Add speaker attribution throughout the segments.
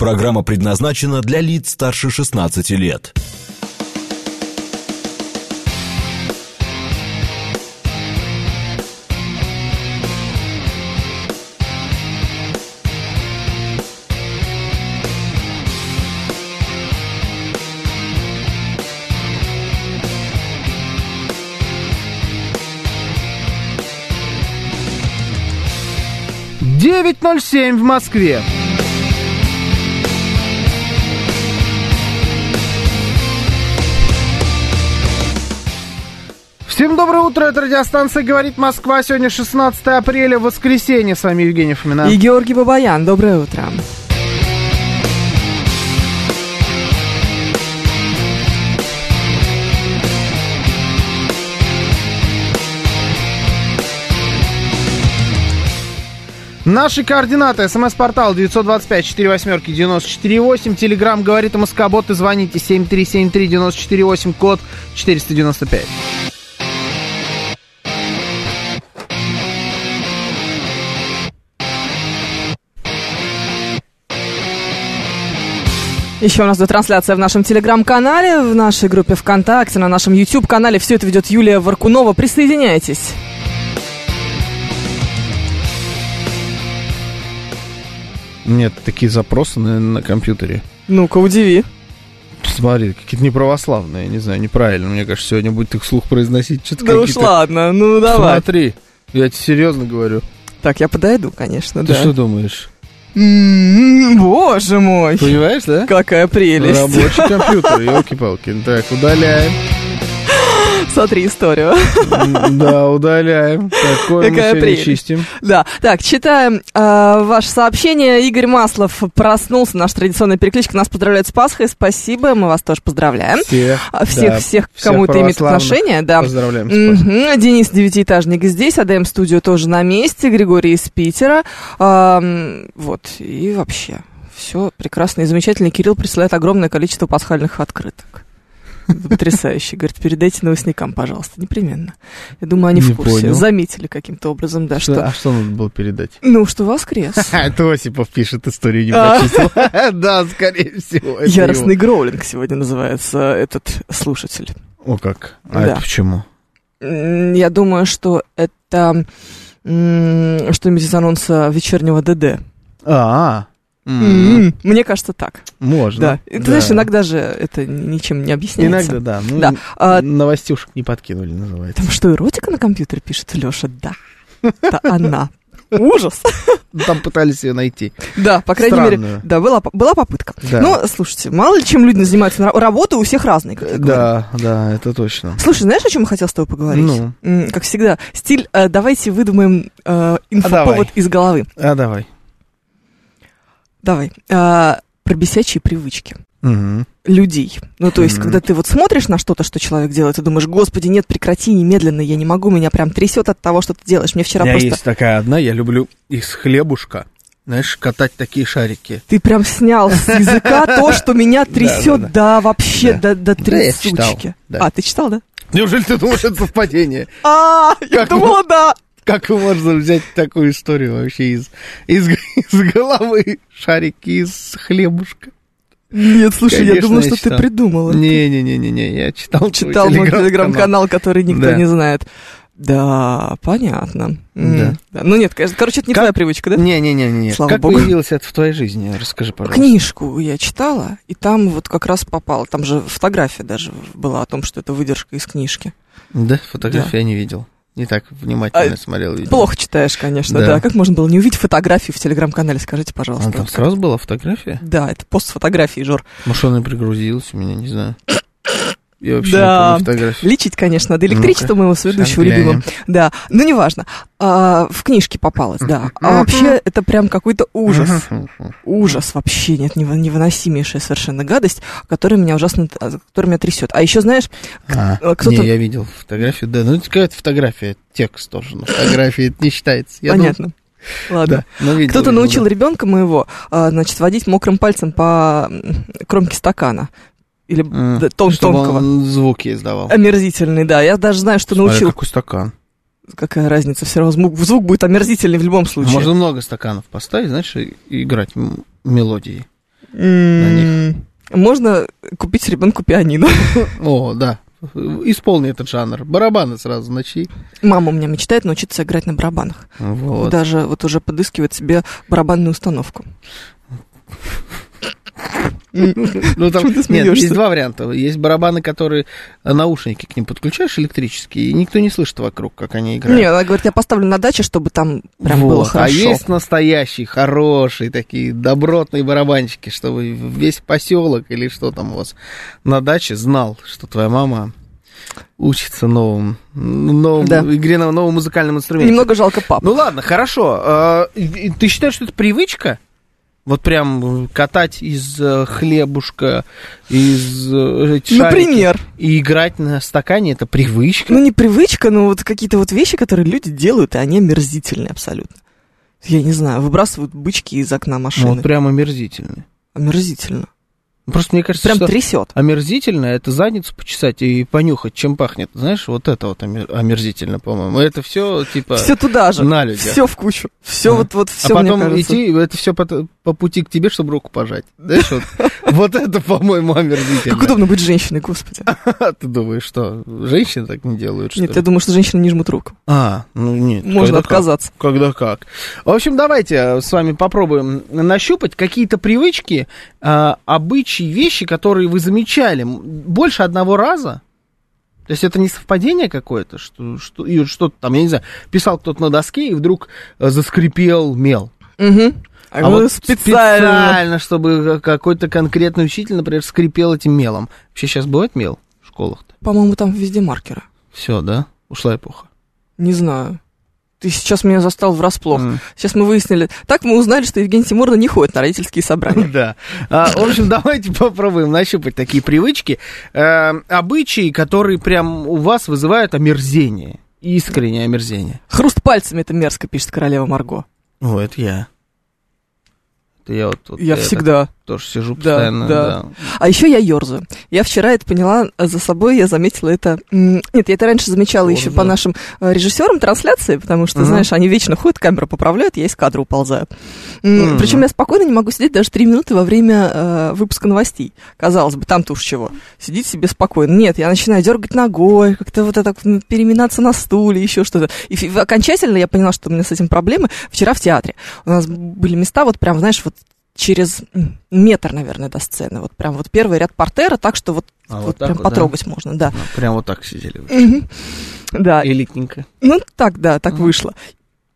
Speaker 1: Программа предназначена для лиц старше 16 лет.
Speaker 2: Девять ноль семь в Москве. Всем доброе утро, это радиостанция «Говорит Москва». Сегодня 16 апреля, воскресенье. С вами Евгений Фомина.
Speaker 3: И Георгий Бабаян, доброе утро.
Speaker 2: Наши координаты. СМС-портал 925-48-94-8. Телеграмм «Говорит Москобот» и звоните 7373-94-8, код 495.
Speaker 3: Еще у нас идет трансляция в нашем телеграм-канале, в нашей группе ВКонтакте, на нашем YouTube-канале. Все это ведет Юлия Варкунова. Присоединяйтесь.
Speaker 2: Нет, такие запросы на, на компьютере.
Speaker 3: Ну-ка, удиви.
Speaker 2: Смотри, какие-то неправославные, не знаю, неправильно. Мне кажется, сегодня будет их слух произносить. Что-то
Speaker 3: Да уж
Speaker 2: какие-то-
Speaker 3: ладно, ну давай.
Speaker 2: Смотри, я тебе серьезно говорю.
Speaker 3: Так, я подойду, конечно,
Speaker 2: Ты
Speaker 3: да.
Speaker 2: что думаешь?
Speaker 3: М, Боже мой,
Speaker 2: Понимаешь, да?
Speaker 3: какая прелесть.
Speaker 2: Рабочий компьютер, елки-палки. Так, удаляем.
Speaker 3: Смотри историю.
Speaker 2: М, Да, удаляем. Такое мы
Speaker 3: Какая
Speaker 2: сегодня
Speaker 3: прелесть.
Speaker 2: чистим.
Speaker 3: Да, так, читаем э, ваше сообщение. Игорь Маслов проснулся, наша традиционная перекличка. Нас поздравляет с Пасхой, спасибо, мы вас тоже поздравляем.
Speaker 2: Всех,
Speaker 3: А Всех,
Speaker 2: да,
Speaker 3: всех,
Speaker 2: всех
Speaker 3: кому это имеет
Speaker 2: православных
Speaker 3: отношение, да.
Speaker 2: Поздравляем. с Пасхой.
Speaker 3: Мгм. Денис Девятиэтажник здесь, АДМ Студио тоже на месте, Григорий из Питера. Ам, вот, и вообще, все прекрасно и замечательно. И Кирилл присылает огромное количество пасхальных открыток. Это Потрясающе. Говорит, передайте новостникам, пожалуйста, непременно. Я думаю, они
Speaker 2: Не
Speaker 3: в курсе.
Speaker 2: понял.
Speaker 3: Заметили каким-то образом, да,
Speaker 2: Что-
Speaker 3: что...
Speaker 2: А что надо было передать?
Speaker 3: Ну, что воскрес.
Speaker 2: Это Осипов пишет историю, не
Speaker 3: А.
Speaker 2: прочитал. Да, скорее всего. это
Speaker 3: Яростный гроулинг сегодня называется этот слушатель.
Speaker 2: его. О, как. А это
Speaker 3: Да.
Speaker 2: почему?
Speaker 3: М, Я думаю, что это м, что-нибудь из анонса вечернего ДД.
Speaker 2: А, м,
Speaker 3: М, Мне кажется, так. Да.
Speaker 2: можно.
Speaker 3: И Ты знаешь, иногда же это ни- ничем не объясняется.
Speaker 2: Иногда, да. Ну,
Speaker 3: Да. А,
Speaker 2: Новостюшек не подкинули, называется.
Speaker 3: там что, эротика на компьютере пишет Леша? Да. Это она. Ужас.
Speaker 2: Ну, Там пытались ее найти.
Speaker 3: Да, по крайней мере,
Speaker 2: Странную.
Speaker 3: да, была, по- была попытка.
Speaker 2: Да.
Speaker 3: Но, слушайте, мало ли чем люди занимаются. на ра- Работа у всех разная, как я говорю.
Speaker 2: Да, да, это точно.
Speaker 3: Слушай, знаешь, о чем я хотела с тобой поговорить?
Speaker 2: Ну.
Speaker 3: М, Как всегда, стиль э, «давайте выдумаем э,
Speaker 2: А
Speaker 3: инфоповод
Speaker 2: давай.
Speaker 3: из головы».
Speaker 2: А, давай.
Speaker 3: Давай. А, про бесячие привычки
Speaker 2: Мгм.
Speaker 3: людей. Ну, то есть,
Speaker 2: Мгм.
Speaker 3: когда ты вот смотришь на что-то, что человек делает, и думаешь, господи, нет, прекрати немедленно, я не могу, меня прям трясет от того, что ты делаешь. Мне
Speaker 2: У
Speaker 3: вчера
Speaker 2: меня
Speaker 3: просто...
Speaker 2: есть такая одна, я люблю из хлебушка, знаешь, катать такие шарики.
Speaker 3: Ты прям снял с языка то, что меня трясет, да, вообще, до до
Speaker 2: Да, я читал,
Speaker 3: трясучки.
Speaker 2: да.
Speaker 3: А, ты читал, да?
Speaker 2: Неужели ты думаешь, это совпадение?
Speaker 3: А, я
Speaker 2: Как
Speaker 3: думала, да.
Speaker 2: Как можно взять такую историю вообще из, из, из головы? Шарики из хлебушка.
Speaker 3: Нет, слушай, я
Speaker 2: Конечно,
Speaker 3: думала,
Speaker 2: я
Speaker 3: что ты
Speaker 2: читал.
Speaker 3: придумала.
Speaker 2: Не-не-не-не, я читал твой
Speaker 3: Читал мой
Speaker 2: телеграм-канал.
Speaker 3: телеграм-канал, который никто
Speaker 2: Да.
Speaker 3: не знает. Да, понятно. М,
Speaker 2: Да.
Speaker 3: Ну нет, конечно, короче, это не
Speaker 2: Как-
Speaker 3: твоя привычка, да?
Speaker 2: Не-не-не-не.
Speaker 3: Слава
Speaker 2: Как
Speaker 3: богу.
Speaker 2: появилось это в твоей жизни? Расскажи, пожалуйста.
Speaker 3: Книжку я читала, и там вот как раз попала. Там же фотография даже была о том, что это выдержка из книжки.
Speaker 2: Да, фотографии я не видел. Не так внимательно смотрел видео.
Speaker 3: А, Плохо читаешь, конечно,
Speaker 2: Да.
Speaker 3: да. Как можно было не увидеть фотографию в телеграм-канале? Скажите,
Speaker 2: Она
Speaker 3: пожалуйста.
Speaker 2: А там сразу была фотография?
Speaker 3: Да, это пост с фотографией, Жор.
Speaker 2: Может, она пригрузилась у меня, не знаю. Я вообще
Speaker 3: Да.
Speaker 2: не помню фотографии.
Speaker 3: Лечить, конечно, надо электричество моего сведущего
Speaker 2: щас
Speaker 3: любимого. Да, ну неважно. А, в книжке попалась, да. А вообще это прям какой-то ужас. Ужас вообще, нет, нево- невыносимейшая совершенно гадость, которая меня ужасно, которая меня трясет. А еще, знаешь,
Speaker 2: А,
Speaker 3: э, кто-то-
Speaker 2: Не, я видел фотографию. Да, ну это какая-то фотография, текст тоже. Но фотография это не считается. Я
Speaker 3: понятно.
Speaker 2: думал-
Speaker 3: Ладно.
Speaker 2: да, ну, видел,
Speaker 3: Кто-то
Speaker 2: видел,
Speaker 3: научил
Speaker 2: да.
Speaker 3: ребенка моего, а, значит, водить мокрым пальцем по м, кромке стакана. Или
Speaker 2: М, Ну,
Speaker 3: д- тон-
Speaker 2: чтобы
Speaker 3: тонкого.
Speaker 2: он звуки издавал.
Speaker 3: Омерзительный, да. Я даже знаю, что
Speaker 2: Смотря
Speaker 3: научил.
Speaker 2: какой стакан. А
Speaker 3: Какая разница, все равно звук, звук будет омерзительный в любом случае.
Speaker 2: Можно много стаканов поставить, знаешь, и играть м- мелодии. М,
Speaker 3: Можно купить ребенку пианино.
Speaker 2: О, да. Исполни этот жанр. Барабаны сразу начи.
Speaker 3: Мама у меня мечтает научиться играть на барабанах.
Speaker 2: Вот.
Speaker 3: Даже вот уже подыскивает себе барабанную установку.
Speaker 2: Ну, там,
Speaker 3: Чего ты
Speaker 2: нет,
Speaker 3: смеешься?
Speaker 2: есть два варианта. Есть барабаны, которые э, наушники к ним подключаешь электрические, и никто не слышит вокруг, как они играют.
Speaker 3: Не, она говорит, я поставлю на даче, чтобы там прям было
Speaker 2: Вот. А
Speaker 3: хорошо.
Speaker 2: есть настоящие, хорошие, такие добротные барабанщики, чтобы весь поселок или что там у вас на даче знал, что твоя мама учится новым, новым
Speaker 3: Да.
Speaker 2: игре на новом музыкальном инструменте.
Speaker 3: Немного жалко папу.
Speaker 2: Ну ладно, хорошо. Э, и- и Ты считаешь, что это привычка? Вот прям катать из э, хлебушка, из э, эти шарики
Speaker 3: Например.
Speaker 2: и играть на стакане это привычка.
Speaker 3: Ну, не привычка, но вот какие-то вот вещи, которые люди делают, и они омерзительные абсолютно. Я не знаю, выбрасывают бычки из окна
Speaker 2: Ну,
Speaker 3: машины.
Speaker 2: вот прям омерзительно.
Speaker 3: Омерзительно.
Speaker 2: Просто мне кажется,
Speaker 3: Прям
Speaker 2: что
Speaker 3: трясет.
Speaker 2: омерзительно это задницу почесать и понюхать, чем пахнет. Знаешь, вот это вот омер- омерзительно, по-моему. Это все типа
Speaker 3: Все туда же.
Speaker 2: на людях.
Speaker 3: Все в кучу. Все
Speaker 2: А.
Speaker 3: вот, вот,
Speaker 2: А
Speaker 3: все, мне
Speaker 2: потом
Speaker 3: кажется.
Speaker 2: идти, это все по, по пути к тебе, чтобы руку пожать. Знаешь, вот, вот это, по-моему, омерзительно.
Speaker 3: Как удобно быть женщиной, господи.
Speaker 2: А ты думаешь, что женщины так не делают, что
Speaker 3: Нет,
Speaker 2: ли?
Speaker 3: я думаю, что женщины не жмут рук.
Speaker 2: А, ну нет.
Speaker 3: Можно
Speaker 2: когда как,
Speaker 3: отказаться.
Speaker 2: Когда как. В общем, давайте э, с вами попробуем нащупать какие-то привычки, э, обычаи, вещи, которые вы замечали м, больше одного раза. То есть это не совпадение какое-то, что, что, и вот что-то там, я не знаю, писал кто-то на доске и вдруг э, заскрипел мел.
Speaker 3: Мгм. А,
Speaker 2: А
Speaker 3: вы
Speaker 2: вот
Speaker 3: специально.
Speaker 2: специально, чтобы какой-то конкретный учитель, например, скрипел этим мелом. Вообще сейчас бывает мел в школах-то?
Speaker 3: По-моему, там везде маркеры.
Speaker 2: Все, да? Ушла эпоха.
Speaker 3: Не знаю. Ты сейчас меня застал врасплох.
Speaker 2: М.
Speaker 3: Сейчас мы выяснили. Так мы узнали, что Евгений Тимурна не ходит на родительские собрания.
Speaker 2: Да. А, в общем, давайте попробуем нащупать такие привычки, э, обычаи, которые прям у вас вызывают омерзение. Искреннее омерзение.
Speaker 3: Хруст пальцами это мерзко, пишет королева Марго.
Speaker 2: О, это я. Это я вот тут.
Speaker 3: Я
Speaker 2: так
Speaker 3: всегда.
Speaker 2: тоже сижу
Speaker 3: Да,
Speaker 2: постоянно.
Speaker 3: да.
Speaker 2: Да,
Speaker 3: А еще я ерзаю. Я вчера это поняла а за собой, я заметила это. м, Нет, я это раньше замечала еще
Speaker 2: Ерзаю.
Speaker 3: по нашим э, режиссерам трансляции, потому что,
Speaker 2: Мгм.
Speaker 3: знаешь, они вечно ходят, камеру поправляют, я из кадра уползаю.
Speaker 2: Мгм.
Speaker 3: Причем я спокойно не могу сидеть даже три минуты во время э, выпуска новостей. Казалось бы, там-то уж чего. Сидеть себе спокойно. Нет, я начинаю дергать ногой, как-то вот так м, переминаться на стуле, еще что-то. И фи- окончательно я поняла, что у меня с этим проблемы вчера в театре. У нас были места, вот прям, знаешь, вот через м, метр, наверное, до сцены. Вот прям вот первый ряд портера, так что вот,
Speaker 2: А,
Speaker 3: вот
Speaker 2: вот так
Speaker 3: прям
Speaker 2: вот, да?
Speaker 3: потрогать можно, да.
Speaker 2: Ну, Прям вот так сидели вы.
Speaker 3: Мгм. Да,
Speaker 2: Элитненько.
Speaker 3: ну так, да, так
Speaker 2: Мгм.
Speaker 3: вышло.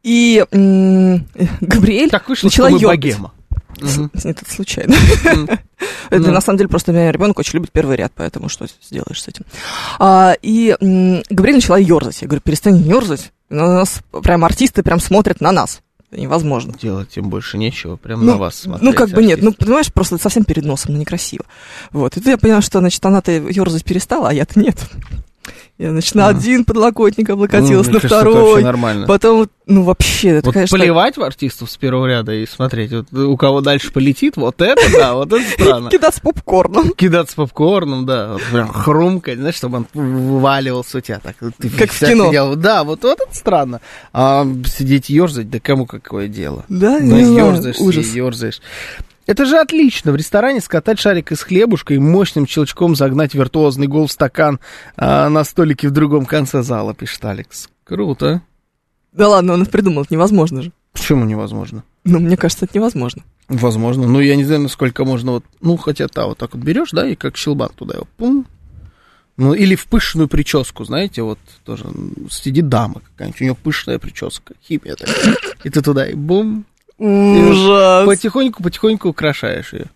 Speaker 3: И м, Габриэль...
Speaker 2: Так вышло,
Speaker 3: начала
Speaker 2: что мы
Speaker 3: ёрзать.
Speaker 2: богема. Мгм.
Speaker 3: Нет, это случайно.
Speaker 2: М.
Speaker 3: Это
Speaker 2: Ну.
Speaker 3: на самом деле просто у меня ребенок очень любит первый ряд, поэтому что сделаешь с этим? А, и м, Габриэль начала ерзать. Я говорю, перестань ерзать. На нас прям артисты прям смотрят на нас. Это невозможно.
Speaker 2: Делать им больше нечего, прям
Speaker 3: Ну,
Speaker 2: на вас смотреть. а?
Speaker 3: Ну, как бы нет, ну,
Speaker 2: артист.
Speaker 3: понимаешь, просто это совсем перед носом, ну, некрасиво. Вот, и тут я поняла, что, значит, она-то ерзать перестала, а я-то нет. Я, значит, на
Speaker 2: Мгм.
Speaker 3: один подлокотник
Speaker 2: Ну,
Speaker 3: облокотилась,
Speaker 2: мне
Speaker 3: на
Speaker 2: кажется, это вообще
Speaker 3: второй.
Speaker 2: нормально.
Speaker 3: Потом, вот, ну, вообще, это,
Speaker 2: Вот
Speaker 3: конечно...
Speaker 2: плевать в артистов с первого ряда и смотреть, вот у кого дальше полетит, вот это да, вот это странно.
Speaker 3: Кидаться попкорном,
Speaker 2: Кидаться попкорном, да, вот прям хрумкать, знаешь, чтобы он вываливался у тебя так. вот Ты
Speaker 3: Как в
Speaker 2: вся
Speaker 3: кино.
Speaker 2: сидела. Да, вот, вот это странно. А сидеть ерзать, да кому какое дело?
Speaker 3: да,
Speaker 2: Ну,
Speaker 3: не знаю,
Speaker 2: ерзаешь ты,
Speaker 3: ужас.
Speaker 2: ерзаешь. Это же отлично в ресторане скатать шарик из хлебушка и мощным щелчком загнать виртуозный гол в стакан а, на столике в другом конце зала, пишет Алекс. Круто.
Speaker 3: Да ладно, он придумал, это невозможно же.
Speaker 2: Почему невозможно?
Speaker 3: Ну, мне кажется, это невозможно.
Speaker 2: Возможно. Ну, я не знаю, насколько можно вот... Ну, хотя та вот так вот берешь, да, и как щелбан туда его пум. Ну, или в пышную прическу, знаете, вот тоже м, сидит дама какая-нибудь, у нее пышная прическа, химия такая. И ты туда и бум,
Speaker 3: Ужас.
Speaker 2: потихоньку-потихоньку украшаешь ее.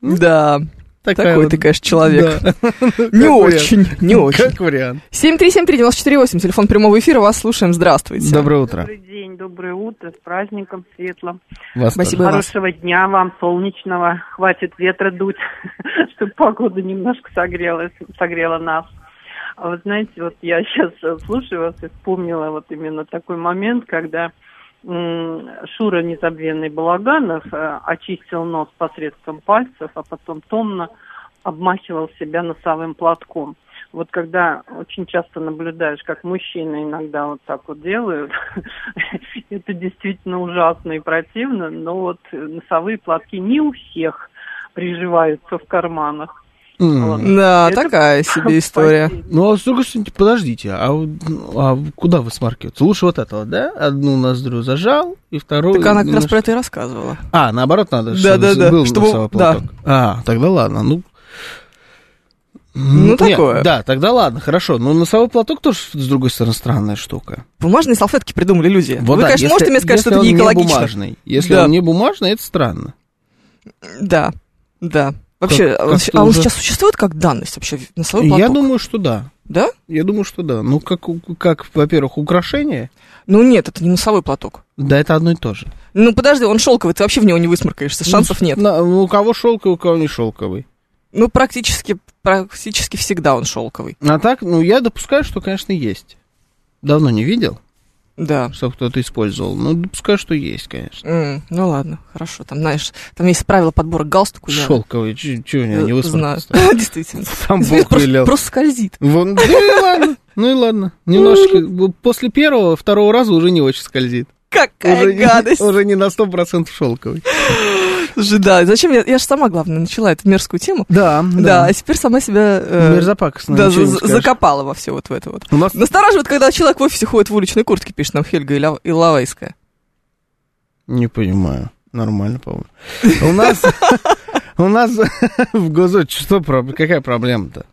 Speaker 3: Да, такой ты, конечно, человек. Не
Speaker 2: Как вариант.
Speaker 3: очень, не очень.
Speaker 2: Как вариант.
Speaker 3: 7373948, телефон прямого эфира, вас слушаем, здравствуйте.
Speaker 2: Доброе утро.
Speaker 4: Добрый день, доброе утро, с праздником светлым.
Speaker 2: Вас
Speaker 3: Спасибо.
Speaker 2: тоже.
Speaker 3: вас.
Speaker 4: Хорошего дня вам, солнечного. Хватит ветра дуть, чтобы погода немножко согрела, согрела нас. А вы знаете, вот я сейчас слушаю вас и вспомнила вот именно такой момент, когда м, Шура Незабвенный Балаганов э, очистил нос посредством пальцев, а потом томно обмахивал себя носовым платком. вот когда очень часто наблюдаешь, как мужчины иногда вот так вот делают, это действительно ужасно и противно, но вот носовые платки не у всех приживаются в карманах.
Speaker 2: М.
Speaker 3: Да,
Speaker 4: Это
Speaker 3: такая себе история.
Speaker 2: Ну, а с другой стороны, подождите, а, вот, ну, а куда вы смаркиваете? Лучше вот этого, да? Одну ноздрю зажал, и вторую...
Speaker 3: Так она как раз
Speaker 2: немножко-
Speaker 3: про это и рассказывала.
Speaker 2: А, наоборот надо,
Speaker 3: Да-да-да,
Speaker 2: был
Speaker 3: чтобы-
Speaker 2: носовой платок. А, тогда ладно, ну...
Speaker 3: Ну,
Speaker 2: Нет,
Speaker 3: такое.
Speaker 2: Да, тогда ладно, хорошо. Но носовой платок тоже, с другой стороны, странная штука.
Speaker 3: Бумажные салфетки придумали люди.
Speaker 2: Вот
Speaker 3: Вы,
Speaker 2: да,
Speaker 3: конечно,
Speaker 2: если-
Speaker 3: можете мне сказать, что
Speaker 2: если
Speaker 3: это не
Speaker 2: он
Speaker 3: экологично.
Speaker 2: бумажный. Если
Speaker 3: Да.
Speaker 2: он не бумажный, это странно.
Speaker 3: Да, да. Вообще,
Speaker 2: Как-
Speaker 3: а он
Speaker 2: как-то
Speaker 3: щ- а он
Speaker 2: уже-
Speaker 3: сейчас существует как данность вообще носовой платок?
Speaker 2: Я думаю, что да.
Speaker 3: Да?
Speaker 2: Я думаю, что да. Ну, как, у- как во-первых, украшение.
Speaker 3: Ну нет, это не носовой платок.
Speaker 2: Да, это одно и то же.
Speaker 3: Ну подожди, он шелковый, ты вообще в него не высморкаешься,
Speaker 2: Ну,
Speaker 3: шансов нет.
Speaker 2: На- у кого шелковый, у кого не шелковый.
Speaker 3: Ну практически, практически всегда он шелковый.
Speaker 2: А так, ну, я допускаю, что, конечно, есть. Давно не видел,
Speaker 3: Да.
Speaker 2: что кто-то использовал. Ну, допускаю, что есть, конечно.
Speaker 3: М, ну ладно, хорошо. Там, знаешь, там есть правила подбора галстуку. я-
Speaker 2: Шелковый, чего
Speaker 3: э,
Speaker 2: не, не
Speaker 3: знаю.
Speaker 2: высморкался?
Speaker 3: Действительно.
Speaker 2: Сам Бог
Speaker 3: просто,
Speaker 2: велел.
Speaker 3: просто скользит.
Speaker 2: Вон, ну и ладно, ну и ладно. Немножечко, после первого, второго раза уже не очень скользит.
Speaker 3: Какая
Speaker 2: Уже
Speaker 3: гадость.
Speaker 2: не, уже не на 100% шелковый.
Speaker 3: Слушай, да, зачем я, я же сама, главное, начала эту мерзкую тему.
Speaker 2: Да,
Speaker 3: Да, а теперь сама себя... э,
Speaker 2: Мерзопакостно,
Speaker 3: да,
Speaker 2: ничего не
Speaker 3: за-
Speaker 2: скажешь.
Speaker 3: закопала во все вот в это вот.
Speaker 2: У нас...
Speaker 3: Настораживает, когда человек в офисе ходит в уличной куртке, пишет нам Хельга Иля- Иловайская.
Speaker 2: Не понимаю. Нормально, по-моему. У нас... У нас в Гозоте что, проб- какая проблема-то?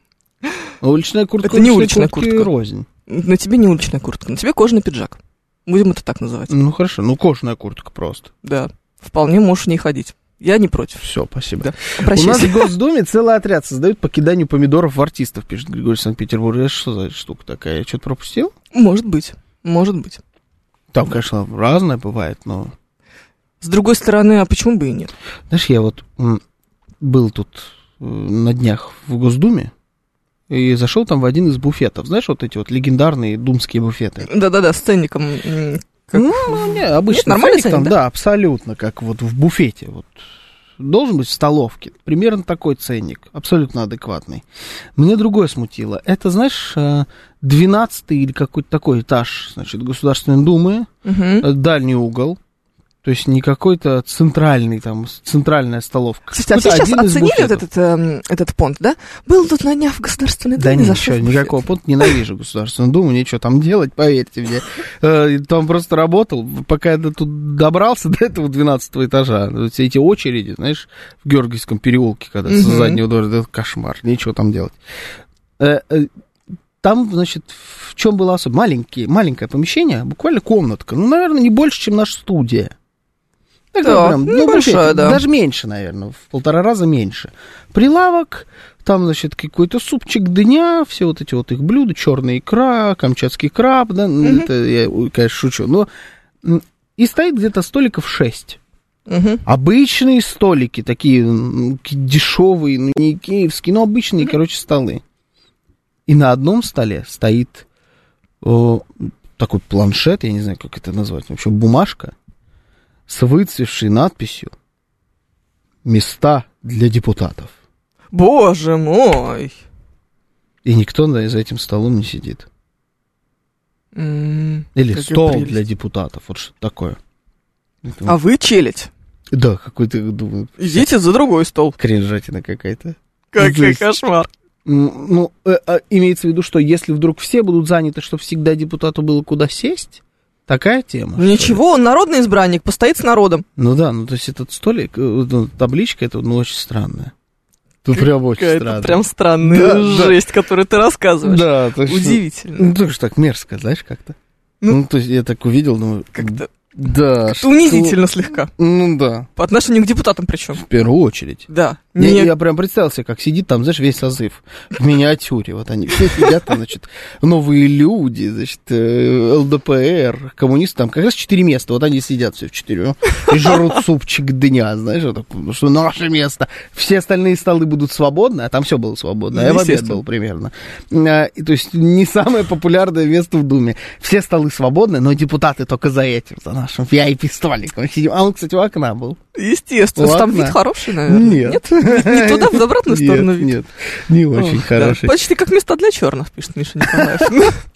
Speaker 2: Уличная куртка,
Speaker 3: Это не уличная
Speaker 2: куртки
Speaker 3: куртка.
Speaker 2: рознь.
Speaker 3: На тебе не уличная куртка, на тебе кожаный пиджак. Будем это так называть.
Speaker 2: Ну хорошо, ну кожаная куртка просто.
Speaker 3: Да, вполне можешь в ней ходить. Я не против.
Speaker 2: Все, спасибо.
Speaker 3: Да.
Speaker 2: У нас
Speaker 3: Прощайся.
Speaker 2: в Госдуме целый отряд создают по киданию помидоров в артистов, пишет Григорий Санкт-Петербург. Это что за штука такая? Я что-то пропустил?
Speaker 3: Может быть, может быть.
Speaker 2: Там, конечно, разное бывает, но...
Speaker 3: С другой стороны, а почему бы и нет?
Speaker 2: Знаешь, я вот м, был тут э, на днях в Госдуме и зашел там в один из буфетов. Знаешь, вот эти вот легендарные думские буфеты.
Speaker 3: Да-да-да, с ценником. м, Как-
Speaker 2: Ну, не, обычно
Speaker 3: Нет, нормальный
Speaker 2: ценник там,
Speaker 3: ценник,
Speaker 2: да? абсолютно, как вот в буфете. Вот. Должен быть в столовке. Примерно такой ценник, абсолютно адекватный. Меня другое смутило. Это, знаешь, э, 12-й или какой-то такой этаж, значит, Государственной Думы,
Speaker 3: Мгм.
Speaker 2: э, дальний угол. То есть не какой-то центральный там, с- центральная столовка.
Speaker 3: Слушайте, а
Speaker 2: Какой-то
Speaker 3: все сейчас
Speaker 2: один из
Speaker 3: оценили вот
Speaker 2: буфетов.
Speaker 3: этот, эм, этот понт, да? Был тут на днях в Государственной
Speaker 2: Да
Speaker 3: Думе,
Speaker 2: нет,
Speaker 3: зашел
Speaker 2: ничего,
Speaker 3: в буфет.
Speaker 2: никакого пункта ненавижу Государственную Думу, нечего там делать, поверьте мне. Э, Там просто работал, пока я до- тут добрался до этого 12 этажа. Вот Все эти очереди, знаешь, в Георгиевском переулке, когда с
Speaker 3: Мгм.
Speaker 2: заднего двора, да, кошмар, нечего там делать. Э, э, Там, значит, в чем было особо? Маленькие, маленькое помещение, буквально комнатка. Ну, наверное, не больше, чем наша студия. Так,
Speaker 3: Да,
Speaker 2: ну, прям, ну,
Speaker 3: небольшая,
Speaker 2: вообще,
Speaker 3: да.
Speaker 2: Даже меньше, наверное, в полтора раза меньше. Прилавок, там, значит, какой-то супчик дня, все вот эти вот их блюда, черная икра, камчатский краб, да, ну,
Speaker 3: Мгм.
Speaker 2: это я, ой, конечно, шучу, но м, и стоит где-то столиков шесть.
Speaker 3: Мгм.
Speaker 2: Обычные столики, такие м, ки- дешевые, ну, не киевские, но обычные, короче, столы. И на одном столе стоит о, такой планшет, я не знаю, как это назвать, вообще бумажка с выцвевшей надписью «Места для депутатов».
Speaker 3: Боже мой!
Speaker 2: И никто на- за этим столом не сидит.
Speaker 3: М,
Speaker 2: Или
Speaker 3: какая
Speaker 2: стол
Speaker 3: прелесть.
Speaker 2: для депутатов, вот что такое. Это
Speaker 3: А вы челядь.
Speaker 2: вот- Да, какой-то, думаю,
Speaker 3: Идите за другой стол.
Speaker 2: кринжатина какая-то.
Speaker 3: Какой
Speaker 2: Жесть.
Speaker 3: кошмар.
Speaker 2: М, Ну, э, э, имеется в виду, что если вдруг все будут заняты, чтобы всегда депутату было куда сесть, такая тема. что ли?
Speaker 3: Ну Ничего, он народный избранник, постоит с народом.
Speaker 2: Ну да, ну то есть этот столик, э, ну, табличка, это ну очень странная. Ну прям очень
Speaker 3: Какая-то
Speaker 2: странно.
Speaker 3: прям странная
Speaker 2: Да, да.
Speaker 3: жесть, которую ты рассказываешь.
Speaker 2: Да, то есть,
Speaker 3: Удивительно.
Speaker 2: Ну, тоже так мерзко, знаешь, как-то.
Speaker 3: Ну,
Speaker 2: Ну, то есть я так увидел, думаю,
Speaker 3: Как-то
Speaker 2: да.
Speaker 3: это
Speaker 2: что-
Speaker 3: унизительно слегка.
Speaker 2: Ну да,
Speaker 3: По отношению к депутатам причем.
Speaker 2: в первую очередь.
Speaker 3: Да.
Speaker 2: Я,
Speaker 3: Не-
Speaker 2: я прям представил себе, как сидит там, знаешь, весь созыв в миниатюре. Вот они все сидят, там, значит, новые люди, значит, э, ЛДПР, коммунисты. Там как раз четыре места. Вот они сидят все в четырех и жрут супчик дня, знаешь, вот так, потому что наше место. Все остальные столы будут свободны, а там все было свободно. Я в обед
Speaker 3: Естественно.
Speaker 2: был примерно. А, и, то есть не самое популярное место в Думе. Все столы свободны, но депутаты только за этим, за нашим VIP-столиком сидим. А он, кстати, у окна был.
Speaker 3: Естественно.
Speaker 2: Ладно.
Speaker 3: Там вид хороший, наверное.
Speaker 2: Нет.
Speaker 3: Не туда, в обратную сторону
Speaker 2: Нет,
Speaker 3: ведь?
Speaker 2: нет, не очень
Speaker 3: Ох, да.
Speaker 2: хороший.
Speaker 3: Почти как места для черных, пишет Миша Николаев.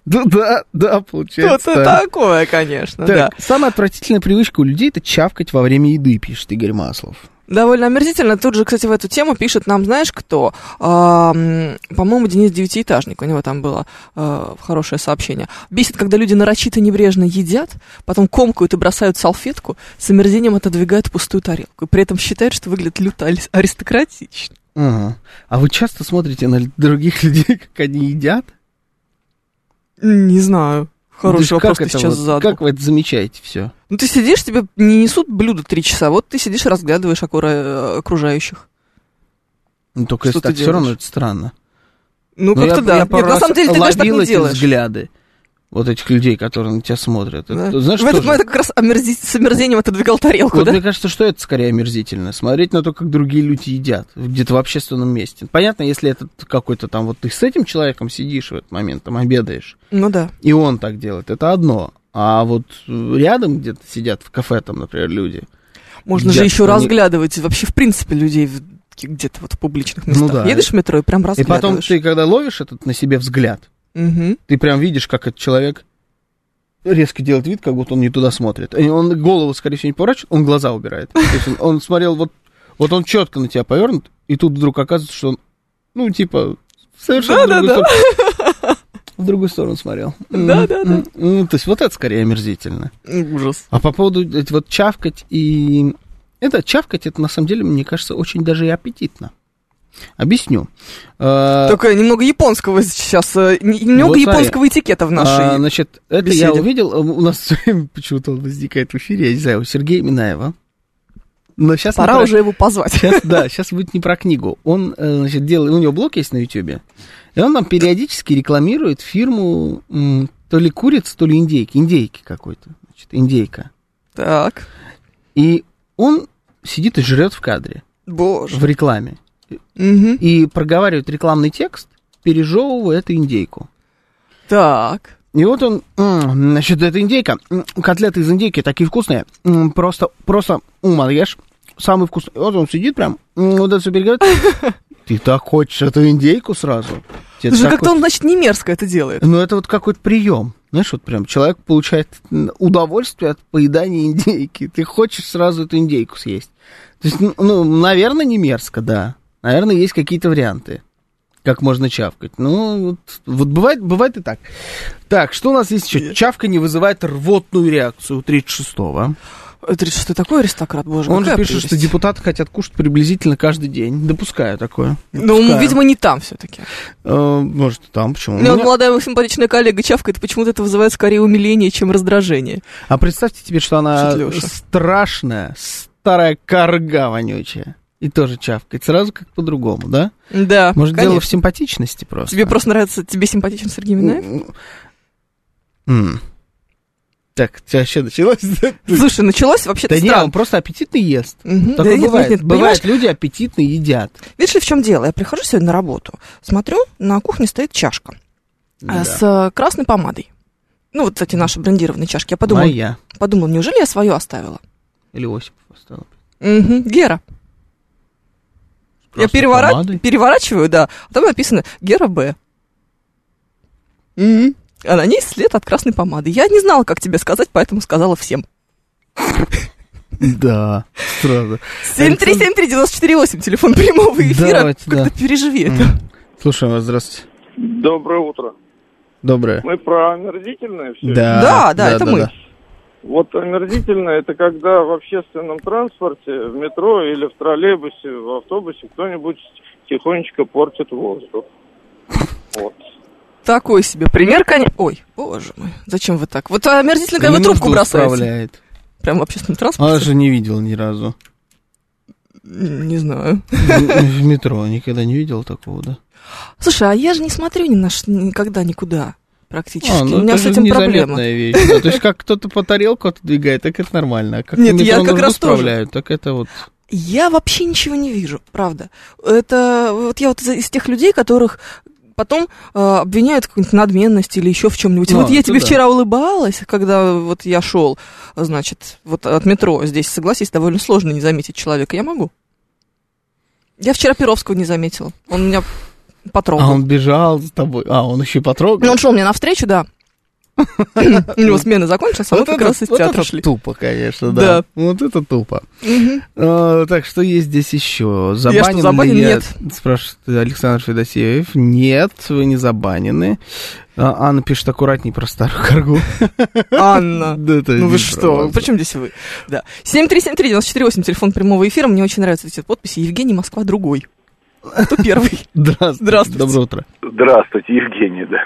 Speaker 2: Да, да, да, получается.
Speaker 3: Что-то такое, конечно,
Speaker 2: Так,
Speaker 3: да.
Speaker 2: самая отвратительная привычка у людей это чавкать во время еды, пишет Игорь Маслов.
Speaker 3: Довольно омерзительно. Тут же, кстати, в эту тему пишет нам, знаешь, кто? А, м, По-моему, Денис Девятиэтажник. У него там было э, хорошее сообщение. Бесит, когда люди нарочито небрежно едят, потом комкают и бросают салфетку, с омерзением отодвигают пустую тарелку. И при этом считают, что выглядит люто арис- аристократично.
Speaker 2: Ага. А вы часто смотрите на л- других людей, как они едят?
Speaker 3: Не знаю.
Speaker 2: Ну, то есть
Speaker 3: Хороший вопрос
Speaker 2: как
Speaker 3: ты
Speaker 2: это
Speaker 3: сейчас
Speaker 2: вот-
Speaker 3: задал.
Speaker 2: Как вы это замечаете все?
Speaker 3: Ну, ты сидишь, тебе не несут блюдо три часа, вот ты сидишь, разглядываешь аккура- окружающих.
Speaker 2: Ну, только
Speaker 3: Что
Speaker 2: если
Speaker 3: ты
Speaker 2: так все равно
Speaker 3: делаешь?
Speaker 2: это странно.
Speaker 3: Ну,
Speaker 2: Но
Speaker 3: как-то
Speaker 2: я-
Speaker 3: да.
Speaker 2: я
Speaker 3: Нет,
Speaker 2: пару
Speaker 3: на
Speaker 2: раз
Speaker 3: самом деле ты даже так
Speaker 2: ловил
Speaker 3: не
Speaker 2: эти
Speaker 3: делаешь.
Speaker 2: взгляды вот этих людей, которые на тебя смотрят.
Speaker 3: Да.
Speaker 2: Это, знаешь,
Speaker 3: в этот
Speaker 2: тоже-
Speaker 3: момент я как раз омерзи- с омерзением отодвигал тарелку,
Speaker 2: Вот
Speaker 3: да?
Speaker 2: мне кажется, что это скорее омерзительно. Смотреть на то, как другие люди едят, где-то в общественном месте. Понятно, если это какой-то там, вот ты с этим человеком сидишь в этот момент, там обедаешь,
Speaker 3: Ну да.
Speaker 2: и он так делает, это одно. А вот э, рядом где-то сидят в кафе там, например, люди.
Speaker 3: Можно
Speaker 2: Я
Speaker 3: же еще
Speaker 2: не-
Speaker 3: разглядывать вообще, в принципе, людей в- где-то вот в публичных
Speaker 2: Ну
Speaker 3: местах.
Speaker 2: да.
Speaker 3: Едешь в метро и прям
Speaker 2: И потом
Speaker 3: разглядываешь.
Speaker 2: ты, когда ловишь этот на себе взгляд,
Speaker 3: Мгм.
Speaker 2: ты прям видишь, как этот человек резко делает вид, как будто он не туда смотрит. И он голову, скорее всего, не поворачивает, он глаза убирает. То есть он, он смотрел вот, вот он четко на тебя повернут, и тут вдруг оказывается, что он, ну, типа, совершенно в, другую
Speaker 3: Да-да-да.
Speaker 2: сторону- в другую сторону смотрел.
Speaker 3: Да-да-да.
Speaker 2: М, Ну, то есть вот это скорее омерзительно.
Speaker 3: Ужас.
Speaker 2: А по поводу э, вот чавкать и... Это чавкать, это на самом деле, мне кажется, очень даже и аппетитно. Объясню. Э,
Speaker 3: Только немного японского сейчас, э, н- немного
Speaker 2: Вот смотри.
Speaker 3: японского этикета в
Speaker 2: А,
Speaker 3: нашей.
Speaker 2: значит, это я
Speaker 3: беседе.
Speaker 2: увидел, э, у нас всё время почему-то он возникает в эфире, я не знаю, у Сергея Минаева. Но сейчас
Speaker 3: Пора уже его позвать.
Speaker 2: Сейчас, да, сейчас будет не про книгу. Он, э, значит, делает, у него блог есть на Ютьюбе, и он там периодически рекламирует фирму м, то ли куриц, то ли индейки, индейки какой-то, значит, индейка.
Speaker 3: Так.
Speaker 2: И он сидит и жрет в кадре,
Speaker 3: Боже.
Speaker 2: в рекламе,
Speaker 3: Мгм.
Speaker 2: и проговаривает рекламный текст, пережевывая эту индейку.
Speaker 3: Так.
Speaker 2: И вот он, м, значит, это индейка. М, Котлеты из индейки такие вкусные. М, Просто, просто, ум отъешь. Самый вкусный. И Вот он сидит прям, м, вот это все переговорит. Ты так хочешь эту индейку сразу? Тебе
Speaker 3: Слушай,
Speaker 2: такой-
Speaker 3: как-то он, значит, не мерзко это делает.
Speaker 2: Ну, это вот какой-то прием. Знаешь, вот прям человек получает м, удовольствие от поедания индейки. Ты хочешь сразу эту индейку съесть. То есть, ну, ну, наверное, не мерзко, да. Наверное, есть какие-то варианты, как можно чавкать. Ну, вот, вот бывает, бывает и так. Так, что у нас есть еще? Чавка не вызывает рвотную реакцию у 36-го.
Speaker 3: Это Э, что такой аристократ, боже,
Speaker 2: Он же
Speaker 3: какая
Speaker 2: пишет, что
Speaker 3: прелесть.
Speaker 2: депутаты хотят кушать приблизительно каждый день. Допускаю такое.
Speaker 3: Ну,
Speaker 2: Допускаю.
Speaker 3: видимо, не там все-таки.
Speaker 2: Э, может, там почему?
Speaker 3: У меня
Speaker 2: Ну,
Speaker 3: вот молодая его симпатичная коллега чавкает, почему-то это вызывает скорее умиление, чем раздражение.
Speaker 2: А представьте тебе, что она
Speaker 3: Пишет Лёша.
Speaker 2: страшная, старая корга вонючая. И тоже чавкает. Сразу как по-другому, да?
Speaker 3: Да,
Speaker 2: Может,
Speaker 3: А, конечно.
Speaker 2: дело в Ну, симпатичности просто.
Speaker 3: Тебе просто нравится, тебе симпатичен Сергей Минаев?
Speaker 2: М. Так, тебя вообще началось? Да,
Speaker 3: Слушай, началось вообще-то
Speaker 2: не,
Speaker 3: странно.
Speaker 2: он просто аппетитно ест.
Speaker 3: Мгм. Да
Speaker 2: Такое
Speaker 3: нет, нет,
Speaker 2: бывает.
Speaker 3: нет,
Speaker 2: бывает, люди аппетитно едят.
Speaker 3: понимаешь, Видишь ли, в чем дело? Я прихожу сегодня на работу, смотрю, на кухне стоит чашка
Speaker 2: Да.
Speaker 3: э, с э, красной помадой. Ну, вот, кстати, наши брендированные чашки. Я подумала,
Speaker 2: Моя.
Speaker 3: подумала неужели я свою оставила?
Speaker 2: Или Осипов осталось.
Speaker 3: Мгм, Гера. Я перевора- переворачиваю, да. а Там написано Гера Б. Мгм. А на ней след от красной помады. Я не знала, как тебе сказать, поэтому сказала всем.
Speaker 2: Да, сразу.
Speaker 3: 7373948, телефон прямого эфира.
Speaker 2: Давайте, да.
Speaker 3: Как-то переживи это.
Speaker 2: М. Слушаем вас, здравствуйте.
Speaker 5: Доброе утро.
Speaker 2: Доброе.
Speaker 5: Мы про омерзительное все.
Speaker 2: Да,
Speaker 3: Да, да, это мы.
Speaker 5: Вот омерзительное это когда в общественном транспорте, в метро или в троллейбусе, в автобусе кто-нибудь тихонечко портит воздух. Вот.
Speaker 3: Такой себе пример, конечно. Ой, боже мой, зачем вы так? Вот а, омерзительно, когда вы
Speaker 2: Минутку
Speaker 3: трубку бросаете.
Speaker 2: справляет.
Speaker 3: Прямо в общественном
Speaker 2: А я
Speaker 3: транспорте.
Speaker 2: же не видел ни разу.
Speaker 3: М, Не знаю.
Speaker 2: В метро никогда не видел такого, да?
Speaker 3: Слушай, а я же не смотрю ни на ш- никогда никуда практически.
Speaker 2: А, ну
Speaker 3: У меня
Speaker 2: это
Speaker 3: с
Speaker 2: же
Speaker 3: этим проблема.
Speaker 2: незаметная вещь. Да, То есть как кто-то по тарелку отодвигает, так это нормально. А как
Speaker 3: Нет,
Speaker 2: на
Speaker 3: я
Speaker 2: метро
Speaker 3: как
Speaker 2: нужду
Speaker 3: раз тоже.
Speaker 2: справляют, так это вот...
Speaker 3: Я вообще ничего не вижу, правда. Это вот я вот из из тех людей, которых потом э, обвиняют в какой-нибудь надменности или еще в чем-нибудь.
Speaker 2: А,
Speaker 3: вот я
Speaker 2: это
Speaker 3: тебе
Speaker 2: да.
Speaker 3: вчера улыбалась, когда вот я шел, значит, вот от метро здесь, согласись, довольно сложно не заметить человека. Я могу. Я вчера Перовского не заметила. Он меня
Speaker 2: А
Speaker 3: потрогал.
Speaker 2: он бежал с тобой. А, он еще и
Speaker 3: Ну,
Speaker 2: потрогал.
Speaker 3: он шел мне навстречу, да. У него смена закончилась, а мы
Speaker 2: Вот
Speaker 3: как
Speaker 2: это-
Speaker 3: раз из
Speaker 2: вот
Speaker 3: театра
Speaker 2: это
Speaker 3: шли.
Speaker 2: тупо, конечно, да.
Speaker 3: Да.
Speaker 2: Вот это тупо.
Speaker 3: Мгм.
Speaker 2: Э, Так, что есть здесь еще?
Speaker 3: Я что,
Speaker 2: Забанены
Speaker 3: забанен?
Speaker 2: ли я?
Speaker 3: Нет.
Speaker 2: Спрашивает Александр Федосеев. Нет, вы не забанены. А, Анна пишет аккуратней про старую коргу.
Speaker 3: Анна.
Speaker 2: Да, это
Speaker 3: Ну вы
Speaker 2: видно
Speaker 3: что?
Speaker 2: просто.
Speaker 3: Причем здесь вы? Да. 7373948, телефон прямого эфира. Мне очень нравятся эти подписи. Евгений Москва другой. Кто первый?
Speaker 2: Здравствуйте.
Speaker 3: Здравствуйте.
Speaker 2: Доброе утро.
Speaker 6: Здравствуйте, Евгений, да.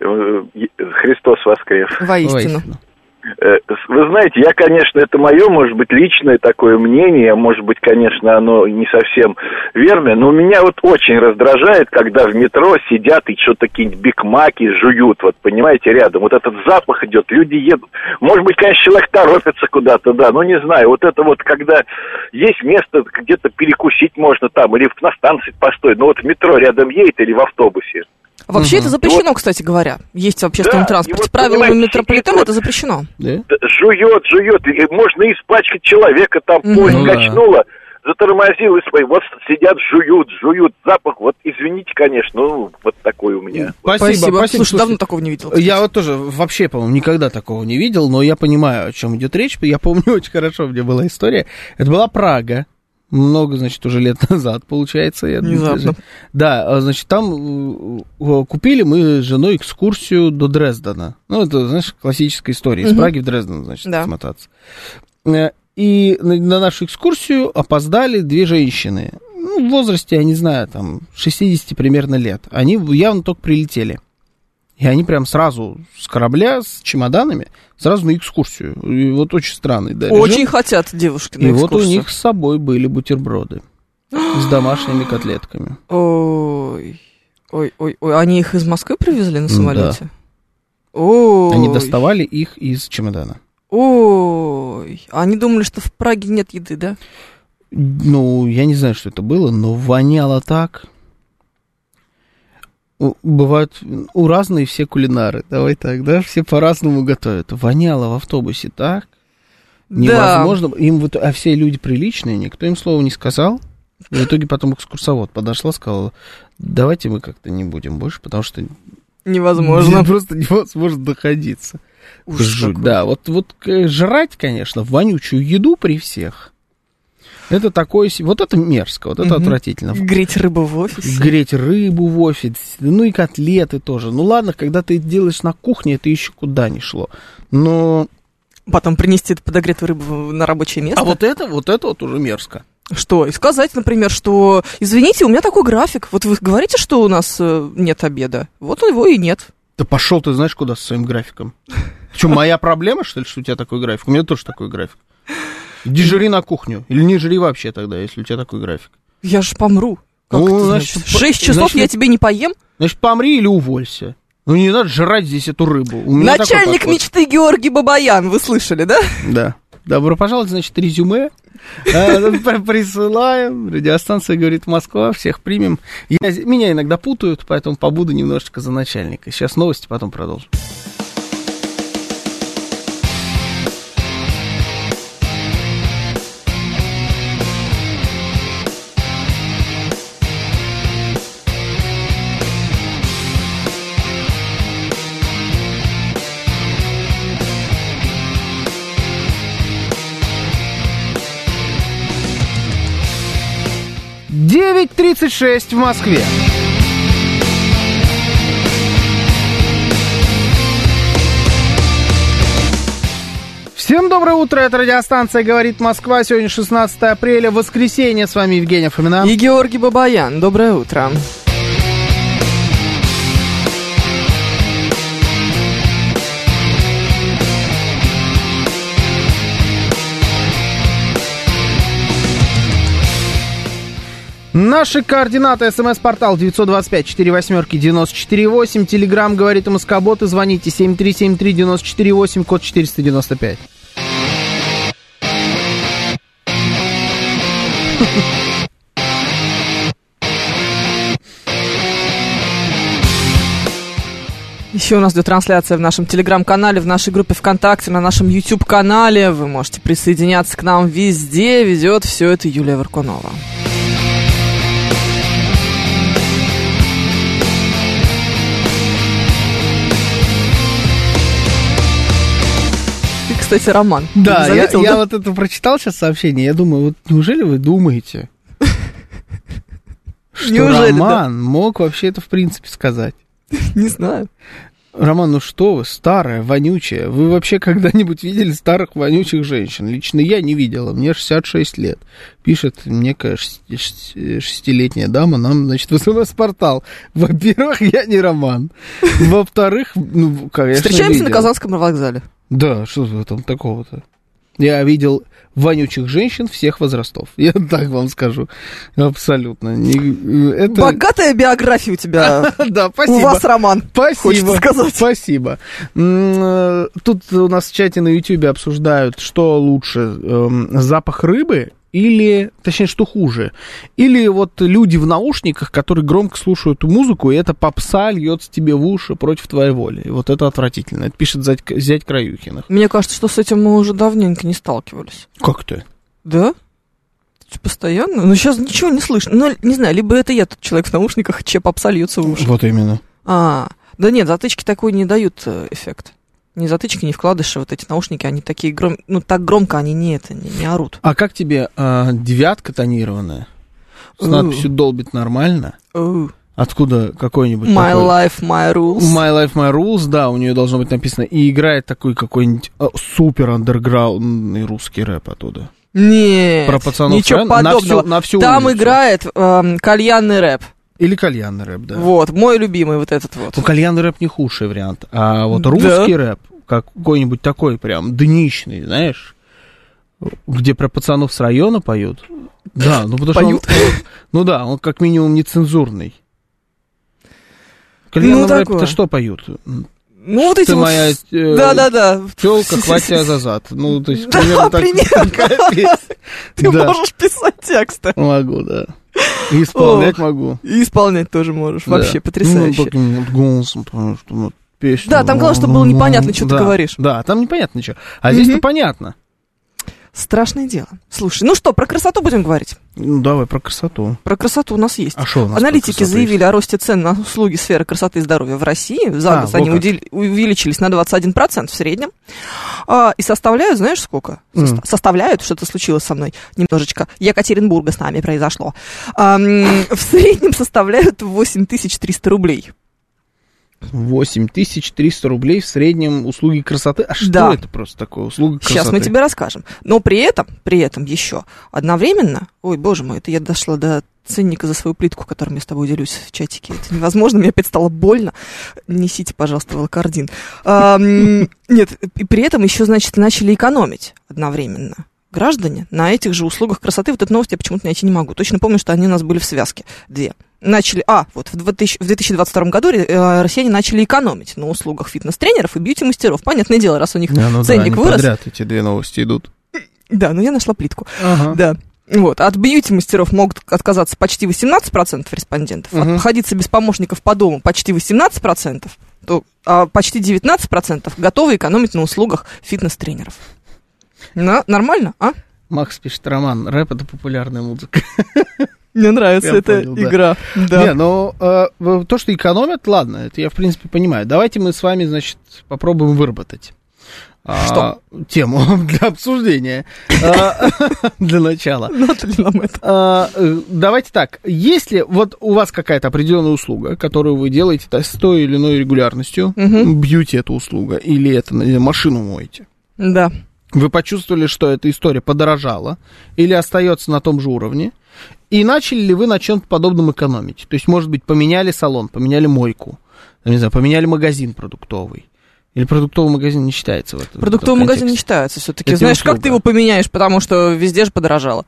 Speaker 6: Э, э, Христос воскрес.
Speaker 3: Воистину.
Speaker 2: Воистину.
Speaker 6: Э, с- Вы знаете, я, конечно, это мое, может быть, личное такое мнение, может быть, конечно, оно не совсем верное, но меня вот очень раздражает, когда в метро сидят и что-то какие-нибудь бигмаки жуют, вот, понимаете, рядом. Вот этот запах идет, люди едут. Может быть, конечно, человек торопится куда-то, да, ну, не знаю, вот это вот, когда есть место, где-то перекусить можно там, или на станции постой, но вот в метро рядом едет или в автобусе.
Speaker 3: Вообще
Speaker 2: Мгм.
Speaker 3: это запрещено, кстати говоря. Есть в общественном
Speaker 6: Да, и
Speaker 3: транспорте.
Speaker 6: вот,
Speaker 3: Правилами
Speaker 6: понимаете,
Speaker 3: метрополитена
Speaker 6: сидит
Speaker 3: это запрещено.
Speaker 2: Да?
Speaker 6: Да, жует, жует, и можно испачкать человека, там
Speaker 3: Мгм.
Speaker 6: поезд
Speaker 2: Ну да.
Speaker 6: качнуло, затормозил, и спой- вот сидят, жуют, жуют, запах, вот извините, конечно, ну, вот такой у меня.
Speaker 2: Спасибо, спасибо. Э,
Speaker 3: Слушай, давно такого не видел.
Speaker 2: Я вот тоже вообще, по-моему, никогда такого не видел, но я понимаю, о чем идет речь. Я помню очень хорошо, где была история. Это была Прага. Много, значит, уже лет назад, получается. Я
Speaker 3: Внезапно.
Speaker 2: даже- Да, а, значит, там э, э, купили мы с женой экскурсию до Дрездена. Ну, это, знаешь, классическая история. Из
Speaker 3: Мгм.
Speaker 2: Праги в Дрезден, значит,
Speaker 3: Да.
Speaker 2: смотаться. Э, И на- на нашу экскурсию опоздали две женщины. Ну, в возрасте, я не знаю, там, 60 примерно лет. Они явно только прилетели. И они прям сразу с корабля, с чемоданами, сразу на экскурсию. И вот очень странный, да, режим.
Speaker 3: Очень хотят девушки на
Speaker 2: И вот у
Speaker 3: экскурсию.
Speaker 2: них с собой были бутерброды с домашними котлетками.
Speaker 3: Ой, ой, ой, ой, они их из Москвы привезли на
Speaker 2: М-да.
Speaker 3: самолете? Ой,
Speaker 2: Они доставали их из чемодана.
Speaker 3: Ой, они думали, что в Праге нет еды, да?
Speaker 2: Ну, я не знаю, что это было, но воняло так. У- Бывают у разные все кулинары. Давай так, да? Все по-разному готовят. Воняло в автобусе так. Невозможно. Им вот, а все люди приличные, никто им слова не сказал. В итоге потом экскурсовод подошла, сказала, давайте мы как-то не будем больше, потому что
Speaker 3: Да, невозможно.
Speaker 2: просто невозможно доходиться.
Speaker 3: Ужас
Speaker 2: Жуть,
Speaker 3: какой.
Speaker 2: да, вот, вот э, жрать, конечно, вонючую еду при всех. Это такое, се- вот это мерзко, вот это
Speaker 3: Мгм.
Speaker 2: отвратительно.
Speaker 3: Греть рыбу в офисе.
Speaker 2: Греть рыбу в офис, ну и котлеты тоже. Ну ладно, когда ты это делаешь на кухне, это еще куда не шло. Но...
Speaker 3: Потом принести эту подогретую рыбу в- на рабочее место.
Speaker 2: А вот это, вот это вот уже мерзко.
Speaker 3: Что? И сказать, например, что, извините, у меня такой график. Вот вы говорите, что у нас э, нет обеда. Вот его и нет.
Speaker 2: Да пошел ты знаешь куда с своим графиком. Что, моя проблема, что ли, что у тебя такой график? У меня тоже такой график. Иди жри на кухню. Или не жри вообще тогда, если у тебя такой график.
Speaker 3: Я же помру. Как
Speaker 2: Ну,
Speaker 3: это
Speaker 2: значит,
Speaker 3: значит?
Speaker 2: по-
Speaker 3: Шесть часов
Speaker 2: значит,
Speaker 3: я тебе не поем?
Speaker 2: Значит, помри или уволься. Ну не надо жрать здесь эту рыбу. У меня такой
Speaker 3: Начальник
Speaker 2: подход.
Speaker 3: мечты Георгий Бабаян, вы слышали, да?
Speaker 2: Да. Добро пожаловать, значит, резюме. Э, при- Присылаем. Радиостанция говорит Москва, всех примем. Я з- меня иногда путают, поэтому побуду немножечко за начальника. Сейчас новости, потом продолжим. Девять тридцать шесть в Москве. Всем доброе утро, это радиостанция «Говорит Москва». Сегодня 16 апреля, воскресенье. С вами Евгения Фомина.
Speaker 3: И Георгий Бабаян, доброе утро.
Speaker 2: Наши координаты. СМС-портал 925-48-94-8. Телеграмм «Говорит Москобот» и звоните 7373-94-8, код 495.
Speaker 3: Еще у нас идет трансляция в нашем телеграм-канале, в нашей группе ВКонтакте, на нашем YouTube-канале. Вы можете присоединяться к нам везде. Ведет все это Юлия Варкунова. кстати, роман.
Speaker 2: Да, я,
Speaker 3: Заметил,
Speaker 2: я
Speaker 3: да?
Speaker 2: вот это прочитал сейчас сообщение, я думаю, вот неужели вы думаете, что
Speaker 3: Неужели, да?
Speaker 2: Роман мог вообще это в принципе сказать?
Speaker 3: Не знаю.
Speaker 2: Роман, ну что вы, старая, вонючая. Вы вообще когда-нибудь видели старых вонючих женщин? Лично я не видела, мне 66 лет. Пишет некая шести- шести- шестилетняя дама нам, значит, в СМС-портал. Во-первых, я не Роман. Во-вторых, ну, конечно,
Speaker 3: Встречаемся на
Speaker 2: видела.
Speaker 3: Казанском вокзале.
Speaker 2: Да, что в этом такого-то? Я видел вонючих женщин всех возрастов. Я так вам скажу. Абсолютно. Не- Это...
Speaker 3: Богатая биография у тебя.
Speaker 2: Да,
Speaker 3: У
Speaker 2: спасибо.
Speaker 3: вас, Роман.
Speaker 2: Спасибо.
Speaker 3: Хочется сказать.
Speaker 2: Спасибо. М, э, Тут у нас в чате на Ютьюбе обсуждают, что лучше, эм, запах рыбы или, точнее, что хуже. Или вот люди в наушниках, которые громко слушают музыку, и эта попса льется тебе в уши против твоей воли. И вот это отвратительно. Это пишет зять, зять Краюхиных.
Speaker 3: Мне кажется, что с этим мы уже давненько не сталкивались.
Speaker 2: Как ты?
Speaker 3: Да? Ты чё, Постоянно? Ну, сейчас ничего не слышно. Ну, не знаю, либо это я тут человек в наушниках, че попса льется в уши.
Speaker 2: Вот именно.
Speaker 3: А, да нет, затычки такой не дают э, эффект. Ни затычки, ни вкладыши, вот эти наушники, они такие гром... ну так громко они не это, не, не орут.
Speaker 2: А как тебе а, девятка тонированная? С
Speaker 3: Э.
Speaker 2: надписью «Долбит нормально».
Speaker 3: Оу.
Speaker 2: Откуда какой-нибудь Э,
Speaker 3: My
Speaker 2: такой-
Speaker 3: life, my rules.
Speaker 2: My Life, My Rules, да, у нее должно быть написано. И играет такой какой-нибудь э, супер андерграундный русский рэп оттуда.
Speaker 3: Нет,
Speaker 2: Про пацанов
Speaker 3: ничего
Speaker 2: реально на
Speaker 3: подобного.
Speaker 2: всю, на всю
Speaker 3: Там
Speaker 2: улицу.
Speaker 3: играет эм, кальянный рэп.
Speaker 2: Или кальянный рэп, да.
Speaker 3: Вот, мой любимый вот этот вот.
Speaker 2: Ну, кальянный рэп не худший вариант. А вот
Speaker 3: Да.
Speaker 2: русский рэп, как какой-нибудь такой прям днищный, знаешь, где про пацанов с района поют. Да, ну потому
Speaker 3: Поют?
Speaker 2: что он- он- Ну да, он как минимум нецензурный. В кальянном
Speaker 3: Ну, такое.
Speaker 2: рэпе-то что поют?
Speaker 3: Ну вот эти
Speaker 2: Ты
Speaker 3: вот...
Speaker 2: моя... э,
Speaker 3: Да-да-да.
Speaker 2: Телка, хватит тебя за зад. Ну, то есть,
Speaker 3: Да,
Speaker 2: примерно так-
Speaker 3: примерно.
Speaker 2: такая песня.
Speaker 3: Ты
Speaker 2: Да.
Speaker 3: можешь писать тексты.
Speaker 2: Могу, да. И исполнять могу.
Speaker 3: И исполнять тоже можешь. Вообще
Speaker 2: Да.
Speaker 3: потрясающе.
Speaker 2: Ну, только не вот голосом, потому что ну, песня. ну,
Speaker 3: Да, там главное, чтобы было непонятно, что ты
Speaker 2: Да,
Speaker 3: говоришь.
Speaker 2: Да, там непонятно ничего. А здесь-то
Speaker 3: Мгм.
Speaker 2: понятно.
Speaker 3: Страшное дело. Слушай, ну что, про красоту будем говорить?
Speaker 2: Ну, давай про красоту.
Speaker 3: Про красоту у нас есть.
Speaker 2: А что у нас про
Speaker 3: Аналитики
Speaker 2: красоту
Speaker 3: заявили
Speaker 2: есть?
Speaker 3: о росте цен на услуги сферы красоты и здоровья в России. За
Speaker 2: А,
Speaker 3: год
Speaker 2: вот
Speaker 3: они
Speaker 2: как.
Speaker 3: удел- увеличились на 21% в среднем. А, и составляют, знаешь, сколько? Сос-
Speaker 2: Мгм.
Speaker 3: Составляют, что-то случилось со мной немножечко. Екатеринбурга с нами произошло. А, м, в среднем составляют 8300 рублей.
Speaker 2: 8300 рублей в среднем услуги красоты. А что
Speaker 3: Да.
Speaker 2: это просто такое? Услуга красоты.
Speaker 3: Сейчас мы тебе расскажем. Но при этом, при этом еще одновременно... Ой, боже мой, это я дошла до ценника за свою плитку, которым я с тобой делюсь в чатике. Это невозможно, мне опять стало больно. Несите, пожалуйста, волокордин. А, м, Нет, и при этом еще, значит, начали экономить одновременно граждане на этих же услугах красоты. Вот эту новость я почему-то найти не могу. Точно помню, что они у нас были в связке. Две. Начали, а, вот в, 2000 в 2022 году э, россияне начали экономить на услугах фитнес-тренеров и бьюти-мастеров. Понятное дело, раз у них
Speaker 2: Да, ну да,
Speaker 3: ценник
Speaker 2: они
Speaker 3: вырос.
Speaker 2: подряд эти две новости идут.
Speaker 3: да, но я нашла плитку.
Speaker 2: Ага.
Speaker 3: Да. Вот. От бьюти-мастеров могут отказаться почти 18% респондентов,
Speaker 2: Мгм.
Speaker 3: от обходиться без помощников по дому почти 18%, то, а почти 19% готовы экономить на услугах фитнес-тренеров. На- нормально, а?
Speaker 2: Макс пишет, Роман, рэп это популярная музыка.
Speaker 3: Мне нравится
Speaker 2: Я
Speaker 3: эта
Speaker 2: понял, да.
Speaker 3: игра. Да.
Speaker 2: Не, ну, э, в- то, что экономят, ладно, это я, в принципе, понимаю. Давайте мы с вами, значит, попробуем выработать. а, тему для обсуждения. А, Для начала.
Speaker 3: Надо ли нам это?
Speaker 2: А, э, Давайте так. Если вот у вас какая-то определенная услуга, которую вы делаете да, с той или иной регулярностью,
Speaker 3: Мгм.
Speaker 2: бьюти эту услуга, или это например, машину моете,
Speaker 3: Да.
Speaker 2: вы почувствовали, что эта история подорожала или остается на том же уровне, и начали ли вы на чем-то подобном экономить? То есть, может быть, поменяли салон, поменяли мойку, там, не знаю, поменяли магазин продуктовый. Или продуктовый магазин не считается в этом?
Speaker 3: Продуктовый
Speaker 2: в этом
Speaker 3: магазин не
Speaker 2: контексте?
Speaker 3: считается все-таки.
Speaker 2: Это
Speaker 3: Знаешь, как
Speaker 2: услуга.
Speaker 3: ты его поменяешь, потому что везде же подорожало.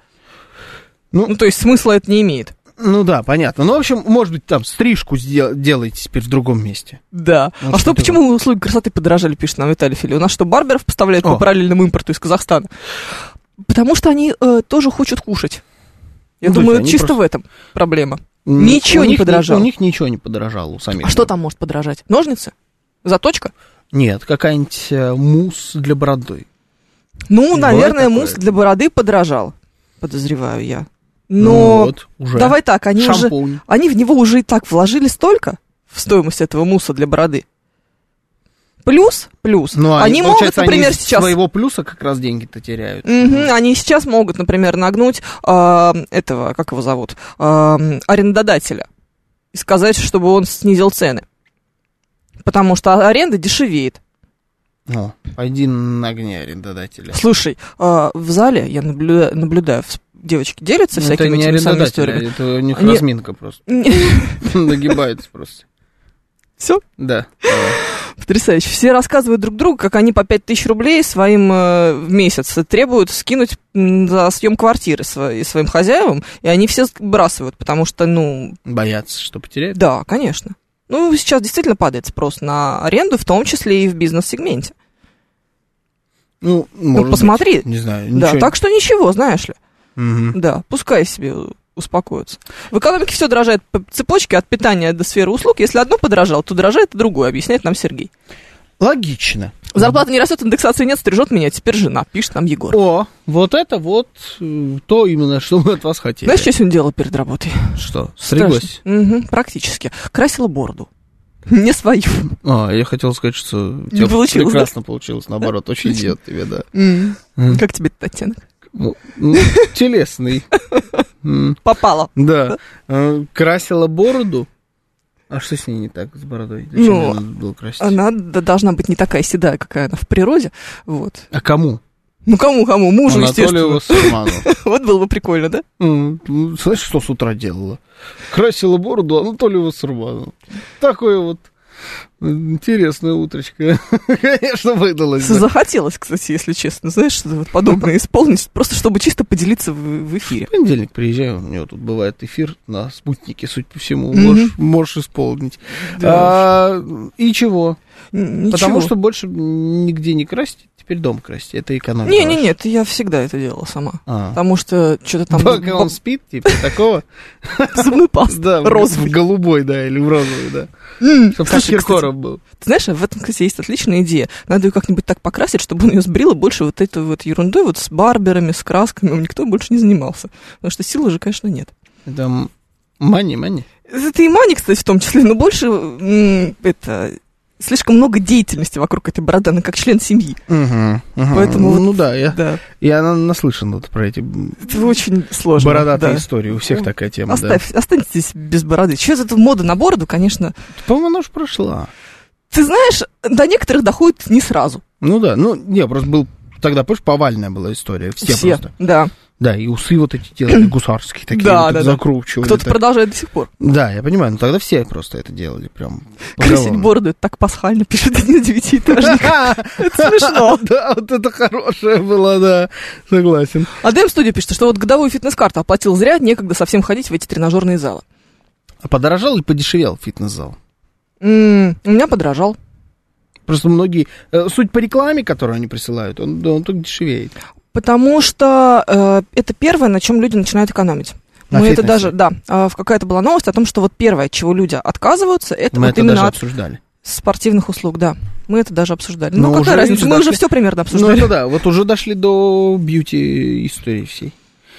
Speaker 2: Ну-
Speaker 3: ну то есть смысла это не имеет.
Speaker 2: Ну да, понятно. Ну, в общем, может быть, там стрижку сдел- делаете теперь в другом месте.
Speaker 3: Да.
Speaker 2: Ну, что
Speaker 3: а что,
Speaker 2: ты
Speaker 3: почему услуги красоты подорожали, пишет нам Виталий Фили? У нас что, барберов поставляют по
Speaker 2: О.
Speaker 3: параллельному импорту из Казахстана? Потому что они э, тоже хочет кушать. Я
Speaker 2: Ну, то есть
Speaker 3: думаю,
Speaker 2: они
Speaker 3: чисто
Speaker 2: просто-
Speaker 3: в этом проблема.
Speaker 2: М,
Speaker 3: Ничего
Speaker 2: у
Speaker 3: не
Speaker 2: них
Speaker 3: подорожало.
Speaker 2: У них ничего не подорожало у самих.
Speaker 3: А что там может подорожать? Ножницы? Заточка?
Speaker 2: Нет, какая-нибудь э, мусс для бороды.
Speaker 3: Ну,
Speaker 2: Бывает
Speaker 3: наверное,
Speaker 2: такое?
Speaker 3: мусс для бороды подорожал, подозреваю я.
Speaker 2: Ну
Speaker 3: Но
Speaker 2: вот, уже.
Speaker 3: давай так, они уже
Speaker 2: Шампунь.
Speaker 3: они в него уже и так вложили столько в стоимость этого мусса для бороды. плюс, плюс.
Speaker 2: Ну,
Speaker 3: они могут,
Speaker 2: получается, они
Speaker 3: например,
Speaker 2: из
Speaker 3: сейчас...
Speaker 2: своего плюса как раз деньги-то теряют.
Speaker 3: Мгм, они сейчас могут, например, нагнуть э, этого, как его зовут, э, арендодателя и сказать, чтобы он снизил цены. Потому что аренда дешевеет.
Speaker 2: О, один на огне арендодателя.
Speaker 3: Слушай, э, в зале я наблюда- наблюдаю, вс- девочки делятся
Speaker 2: Ну,
Speaker 3: всякими
Speaker 2: это не
Speaker 3: этими самыми
Speaker 2: арендодатель,
Speaker 3: историями.
Speaker 2: это у них
Speaker 3: Они-
Speaker 2: разминка просто. Нагибаются просто.
Speaker 3: Все,
Speaker 2: Да.
Speaker 3: потрясающе. Все рассказывают друг другу, как они по 5000 рублей своим э, в месяц требуют скинуть м, за съем квартиры сво- и своим хозяевам, и они все сбрасывают, потому что, ну,
Speaker 2: Боятся, что потеряют.
Speaker 3: Да, конечно. Ну, сейчас действительно падает спрос на аренду, в том числе и в бизнес-сегменте.
Speaker 2: Ну, может
Speaker 3: ну,
Speaker 2: быть.
Speaker 3: посмотри.
Speaker 2: Не знаю,
Speaker 3: Да,
Speaker 2: ничего.
Speaker 3: так что ничего, знаешь ли.
Speaker 2: Мгм.
Speaker 3: Да, пускай себе успокоятся. В экономике все дорожает по цепочке от питания до сферы услуг. Если одно подорожало, то дорожает и другое, объясняет нам Сергей.
Speaker 2: Логично.
Speaker 3: Зарплата не растет, индексации нет, стрижет меня теперь жена, пишет нам Егор.
Speaker 2: О, вот это вот э, то именно, что мы от вас хотели.
Speaker 3: Знаешь, что я сегодня делала перед работой?
Speaker 2: что? Стригусь.
Speaker 3: Страшно. Мгм, практически. Красила бороду. Не свою.
Speaker 2: А, я хотел сказать, что у
Speaker 3: Не
Speaker 2: тебя
Speaker 3: получилось,
Speaker 2: прекрасно получилось, наоборот, очень идет тебе, да.
Speaker 3: М.
Speaker 2: Мгм.
Speaker 3: Как тебе этот оттенок?
Speaker 2: Ну, ну, телесный. М,
Speaker 3: Попала.
Speaker 2: Да. Э, Красила бороду. А что с ней не так, с бородой? Зачем
Speaker 3: Ну,
Speaker 2: её надо было красить?
Speaker 3: Она д- должна быть не такая седая, какая она в природе. Вот.
Speaker 2: А кому?
Speaker 3: Ну, кому-кому? Мужу,
Speaker 2: Анатолию
Speaker 3: естественно.
Speaker 2: Вассерману.
Speaker 3: Вот было бы прикольно, да?
Speaker 2: М, ну, Знаешь, что с утра делала? Красила бороду Анатолию Вассерману. Такое вот э, интересное утречко. Конечно, выдалось. да.
Speaker 3: Захотелось, кстати, если честно, знаешь, что вот подобное исполнить, просто чтобы чисто поделиться в, в эфире.
Speaker 2: В понедельник приезжаю, у меня тут бывает эфир на спутнике, суть по всему,
Speaker 3: Мгм.
Speaker 2: можешь, можешь исполнить. А, и чего?
Speaker 3: Э, Н-
Speaker 2: Потому
Speaker 3: ничего.
Speaker 2: что больше нигде не красить, теперь дом красить, это экономия.
Speaker 3: Не, не,
Speaker 2: ваша.
Speaker 3: нет, я всегда это делала сама.
Speaker 2: А.
Speaker 3: Потому что что-то там
Speaker 2: Пока
Speaker 3: б-
Speaker 2: он спит, типа такого.
Speaker 3: зубной паст.
Speaker 2: Да, в-
Speaker 3: розовый.
Speaker 2: В голубой, да, или в розовый, да. Чтобы
Speaker 3: М,
Speaker 2: как
Speaker 3: слушай, кстати,
Speaker 2: Киркоров был.
Speaker 3: Ты знаешь, в этом, кстати, есть отличная идея. Надо ее как-нибудь так покрасить, чтобы он ее сбрил, и больше вот этой вот ерундой, вот с барберами, с красками, он никто больше не занимался. Потому что силы же, конечно, нет.
Speaker 2: Это м- мани, мани.
Speaker 3: Это и мания, кстати, в том числе, но больше м, это слишком много деятельности вокруг этой бороды, она как член семьи. Поэтому вот-
Speaker 2: Ну да, я,
Speaker 3: Да.
Speaker 2: я на- наслышан вот про эти м,
Speaker 3: Это очень сложно.
Speaker 2: бородатые
Speaker 3: да. Ну,
Speaker 2: истории. У всех такая тема,
Speaker 3: Оставь, Останьтесь без бороды. Через эту моду на бороду, конечно.
Speaker 2: да. По-моему, она уж прошла.
Speaker 3: Ты знаешь, до некоторых доходит не сразу.
Speaker 2: Ну да, ну, не, просто был тогда, помнишь, повальная была история. Все, просто.
Speaker 3: Да.
Speaker 2: Да, и усы вот эти делали гусарские, такие
Speaker 3: Да,
Speaker 2: вот
Speaker 3: да, да.
Speaker 2: закручивали.
Speaker 3: Кто-то
Speaker 2: так.
Speaker 3: продолжает до сих пор.
Speaker 2: Да, я понимаю, но тогда все просто это делали прям.
Speaker 3: Красить бороду, это так пасхально, пишет один девятиэтажник. Это смешно.
Speaker 2: Да, вот это хорошее было, да, согласен.
Speaker 3: А ДМ Студия пишет, что вот годовую фитнес-карту оплатил зря, некогда совсем ходить в эти тренажерные залы.
Speaker 2: А подорожал или подешевел фитнес-зал?
Speaker 3: М, У меня подорожал.
Speaker 2: Просто многие... э, Суть по рекламе, которую они присылают, он, да, он только дешевеет.
Speaker 3: Потому что э, это первое, на чем люди начинают экономить.
Speaker 2: На
Speaker 3: Мы это
Speaker 2: фитнесе.
Speaker 3: даже, да, э, в- какая-то была новость о том, что вот первое, от чего люди отказываются, это
Speaker 2: Мы
Speaker 3: вот
Speaker 2: это
Speaker 3: именно
Speaker 2: даже
Speaker 3: от
Speaker 2: обсуждали. Ну,
Speaker 3: спортивных услуг, да. Мы это даже обсуждали.
Speaker 2: Но
Speaker 3: ну,
Speaker 2: уже
Speaker 3: какая разница,
Speaker 2: люди
Speaker 3: мы уже
Speaker 2: дошли-
Speaker 3: все примерно
Speaker 2: Ну,
Speaker 3: обсуждали.
Speaker 2: это да, вот уже дошли до бьюти-истории всей.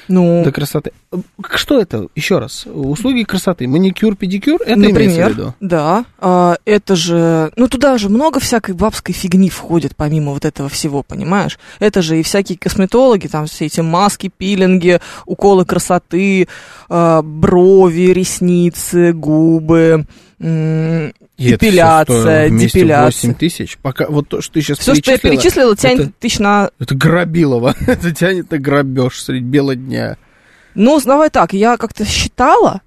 Speaker 3: Ну,
Speaker 2: До красоты. Э, Что это? Еще раз. Услуги красоты. Маникюр, педикюр, это Ну, имеется в
Speaker 3: например,
Speaker 2: виду?
Speaker 3: да, а, это же, ну, туда же много всякой бабской фигни входит, помимо вот этого всего, понимаешь? Это же и всякие косметологи, там все эти маски, пилинги, уколы красоты, а, брови, ресницы, губы, м,
Speaker 2: это всё
Speaker 3: Депиляция,
Speaker 2: стоило вместе
Speaker 3: депиляция.
Speaker 2: 8 тысяч. Пока вот то, что ты сейчас
Speaker 3: Все, что я перечислила, тянет
Speaker 2: это-
Speaker 3: тысяч на...
Speaker 2: Это грабилово. это тянет на грабеж средь бела дня.
Speaker 3: Ну, давай так, я как-то считала,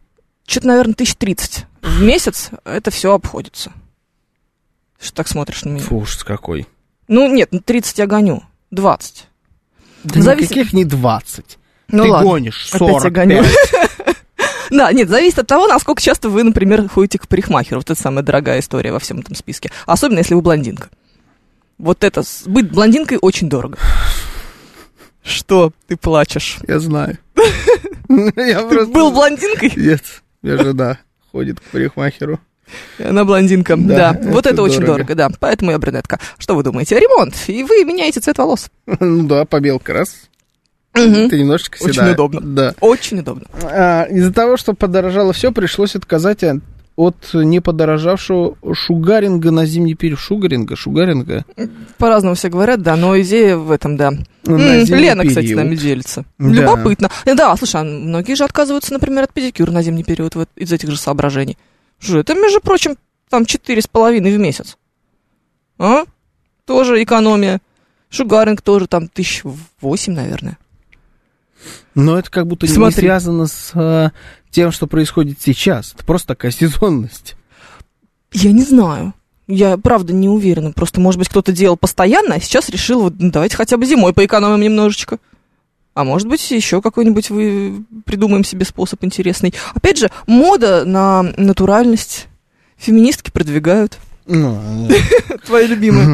Speaker 3: что-то, наверное, тысяч тридцать в месяц это все обходится. Что так смотришь на меня?
Speaker 2: Фу, ужас какой.
Speaker 3: Ну, нет, ну, 30 я гоню, 20.
Speaker 2: Да
Speaker 3: Зависит-
Speaker 2: никаких не 20.
Speaker 3: Ну,
Speaker 2: ты
Speaker 3: ладно.
Speaker 2: гонишь
Speaker 3: Опять я
Speaker 2: 45.
Speaker 3: гоню. Да, нет, зависит от того, насколько часто вы, например, ходите к парикмахеру. Вот это самая дорогая история во всем этом списке. Особенно, если вы блондинка. Вот это, с- быть блондинкой очень дорого. Что ты плачешь?
Speaker 2: Я знаю. Ну, Я
Speaker 3: Ты
Speaker 2: просто-
Speaker 3: был блондинкой?
Speaker 2: Нет, я жена ходит к парикмахеру.
Speaker 3: И Она блондинка,
Speaker 2: Да,
Speaker 3: да. Вот
Speaker 2: это
Speaker 3: это очень
Speaker 2: дорого.
Speaker 3: дорого, да. Поэтому я брюнетка. Что вы думаете? Ремонт. И вы меняете цвет волос.
Speaker 2: Ну да, побелка раз.
Speaker 3: Мгм.
Speaker 2: Ты немножечко
Speaker 3: Очень
Speaker 2: седая.
Speaker 3: удобно.
Speaker 2: Да.
Speaker 3: Очень удобно.
Speaker 2: А, Из-за того, что подорожало все, пришлось отказать от от неподорожавшего шугаринга на зимний период. Шугаринга, шугаринга.
Speaker 3: По-разному все говорят, да, но идея в этом, да.
Speaker 2: На
Speaker 3: М,
Speaker 2: зимний
Speaker 3: Лена, кстати, с
Speaker 2: период.
Speaker 3: нами делится.
Speaker 2: Да.
Speaker 3: Любопытно. Э, Да, слушай, а многие же отказываются, например, от педикюра на зимний период вот из этих же соображений. Что, это, между прочим, там четыре с половиной в месяц. А? Тоже экономия. Шугаринг тоже там тысяч восемь, наверное.
Speaker 2: Но это как будто не- не
Speaker 3: Смотри.
Speaker 2: связано с э, тем, что происходит сейчас. Это просто такая сезонность.
Speaker 3: Я не знаю. Я правда не уверена. Просто, может быть, кто-то делал постоянно, а сейчас решил, вот ну, давайте хотя бы зимой поэкономим немножечко. А может быть, еще какой-нибудь вы придумаем себе способ интересный. Опять же, мода на натуральность. Феминистки продвигают.
Speaker 2: Ну,
Speaker 3: Твои любимые.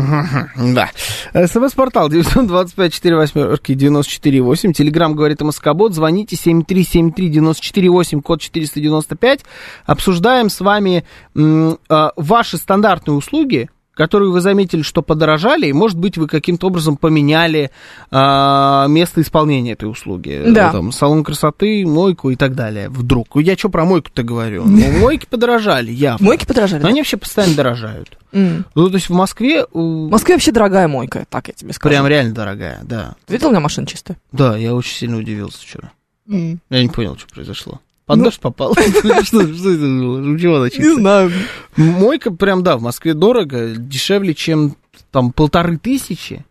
Speaker 2: Да. СМС-портал 925-48-94-8. Телеграмм говорит Москобот. Звоните 7373-94-8, код 495. Обсуждаем с вами м, э, ваши стандартные услуги, которые вы заметили, что подорожали, и, может быть, вы каким-то образом поменяли э, место исполнения этой услуги.
Speaker 3: Да.
Speaker 2: Э, Там, салон красоты, мойку и так далее. Вдруг. Ну, Я что про мойку-то говорю? Ну, мойки подорожали, явно.
Speaker 3: Мойки подорожали.
Speaker 2: Но
Speaker 3: да?
Speaker 2: они вообще постоянно дорожают.
Speaker 3: М.
Speaker 2: Ну, то есть в Москве...
Speaker 3: В
Speaker 2: э,
Speaker 3: Москве вообще дорогая мойка, так я тебе скажу.
Speaker 2: Прям реально дорогая, да.
Speaker 3: Ты Видел у меня машина чистая?
Speaker 2: Да, я очень сильно удивился вчера. Я не понял, что произошло. Под
Speaker 3: Ну.
Speaker 2: дождь попал. Что что это было? Ну, чего она чистая?
Speaker 3: знаю.
Speaker 2: Мойка прям, да, в Москве дорого, дешевле, чем там полторы тысячи.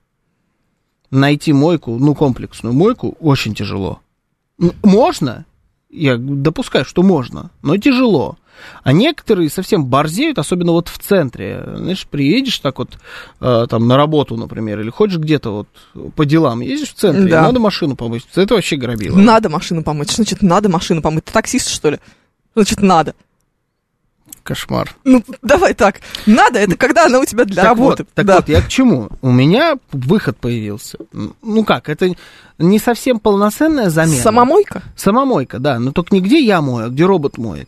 Speaker 2: Найти мойку, ну, комплексную мойку, очень тяжело. М- Можно, я допускаю, что можно, но тяжело. А некоторые совсем борзеют, особенно вот в центре. Знаешь, приедешь так вот э, там на работу, например, или ходишь где-то вот по делам, ездишь в центре, и
Speaker 3: Да.
Speaker 2: надо машину помыть. Это вообще грабило.
Speaker 3: Надо машину помыть. Что значит надо машину помыть? Ты таксист, что ли? Значит, надо.
Speaker 2: Кошмар.
Speaker 3: Ну, давай так. Надо, это когда она у тебя для
Speaker 2: так
Speaker 3: работы.
Speaker 2: Вот, так
Speaker 3: Да.
Speaker 2: вот, я к чему? У меня выход появился. Ну как, это не совсем полноценная замена.
Speaker 3: Самомойка?
Speaker 2: Самомойка, да. Но только не где я мою, а где робот моет.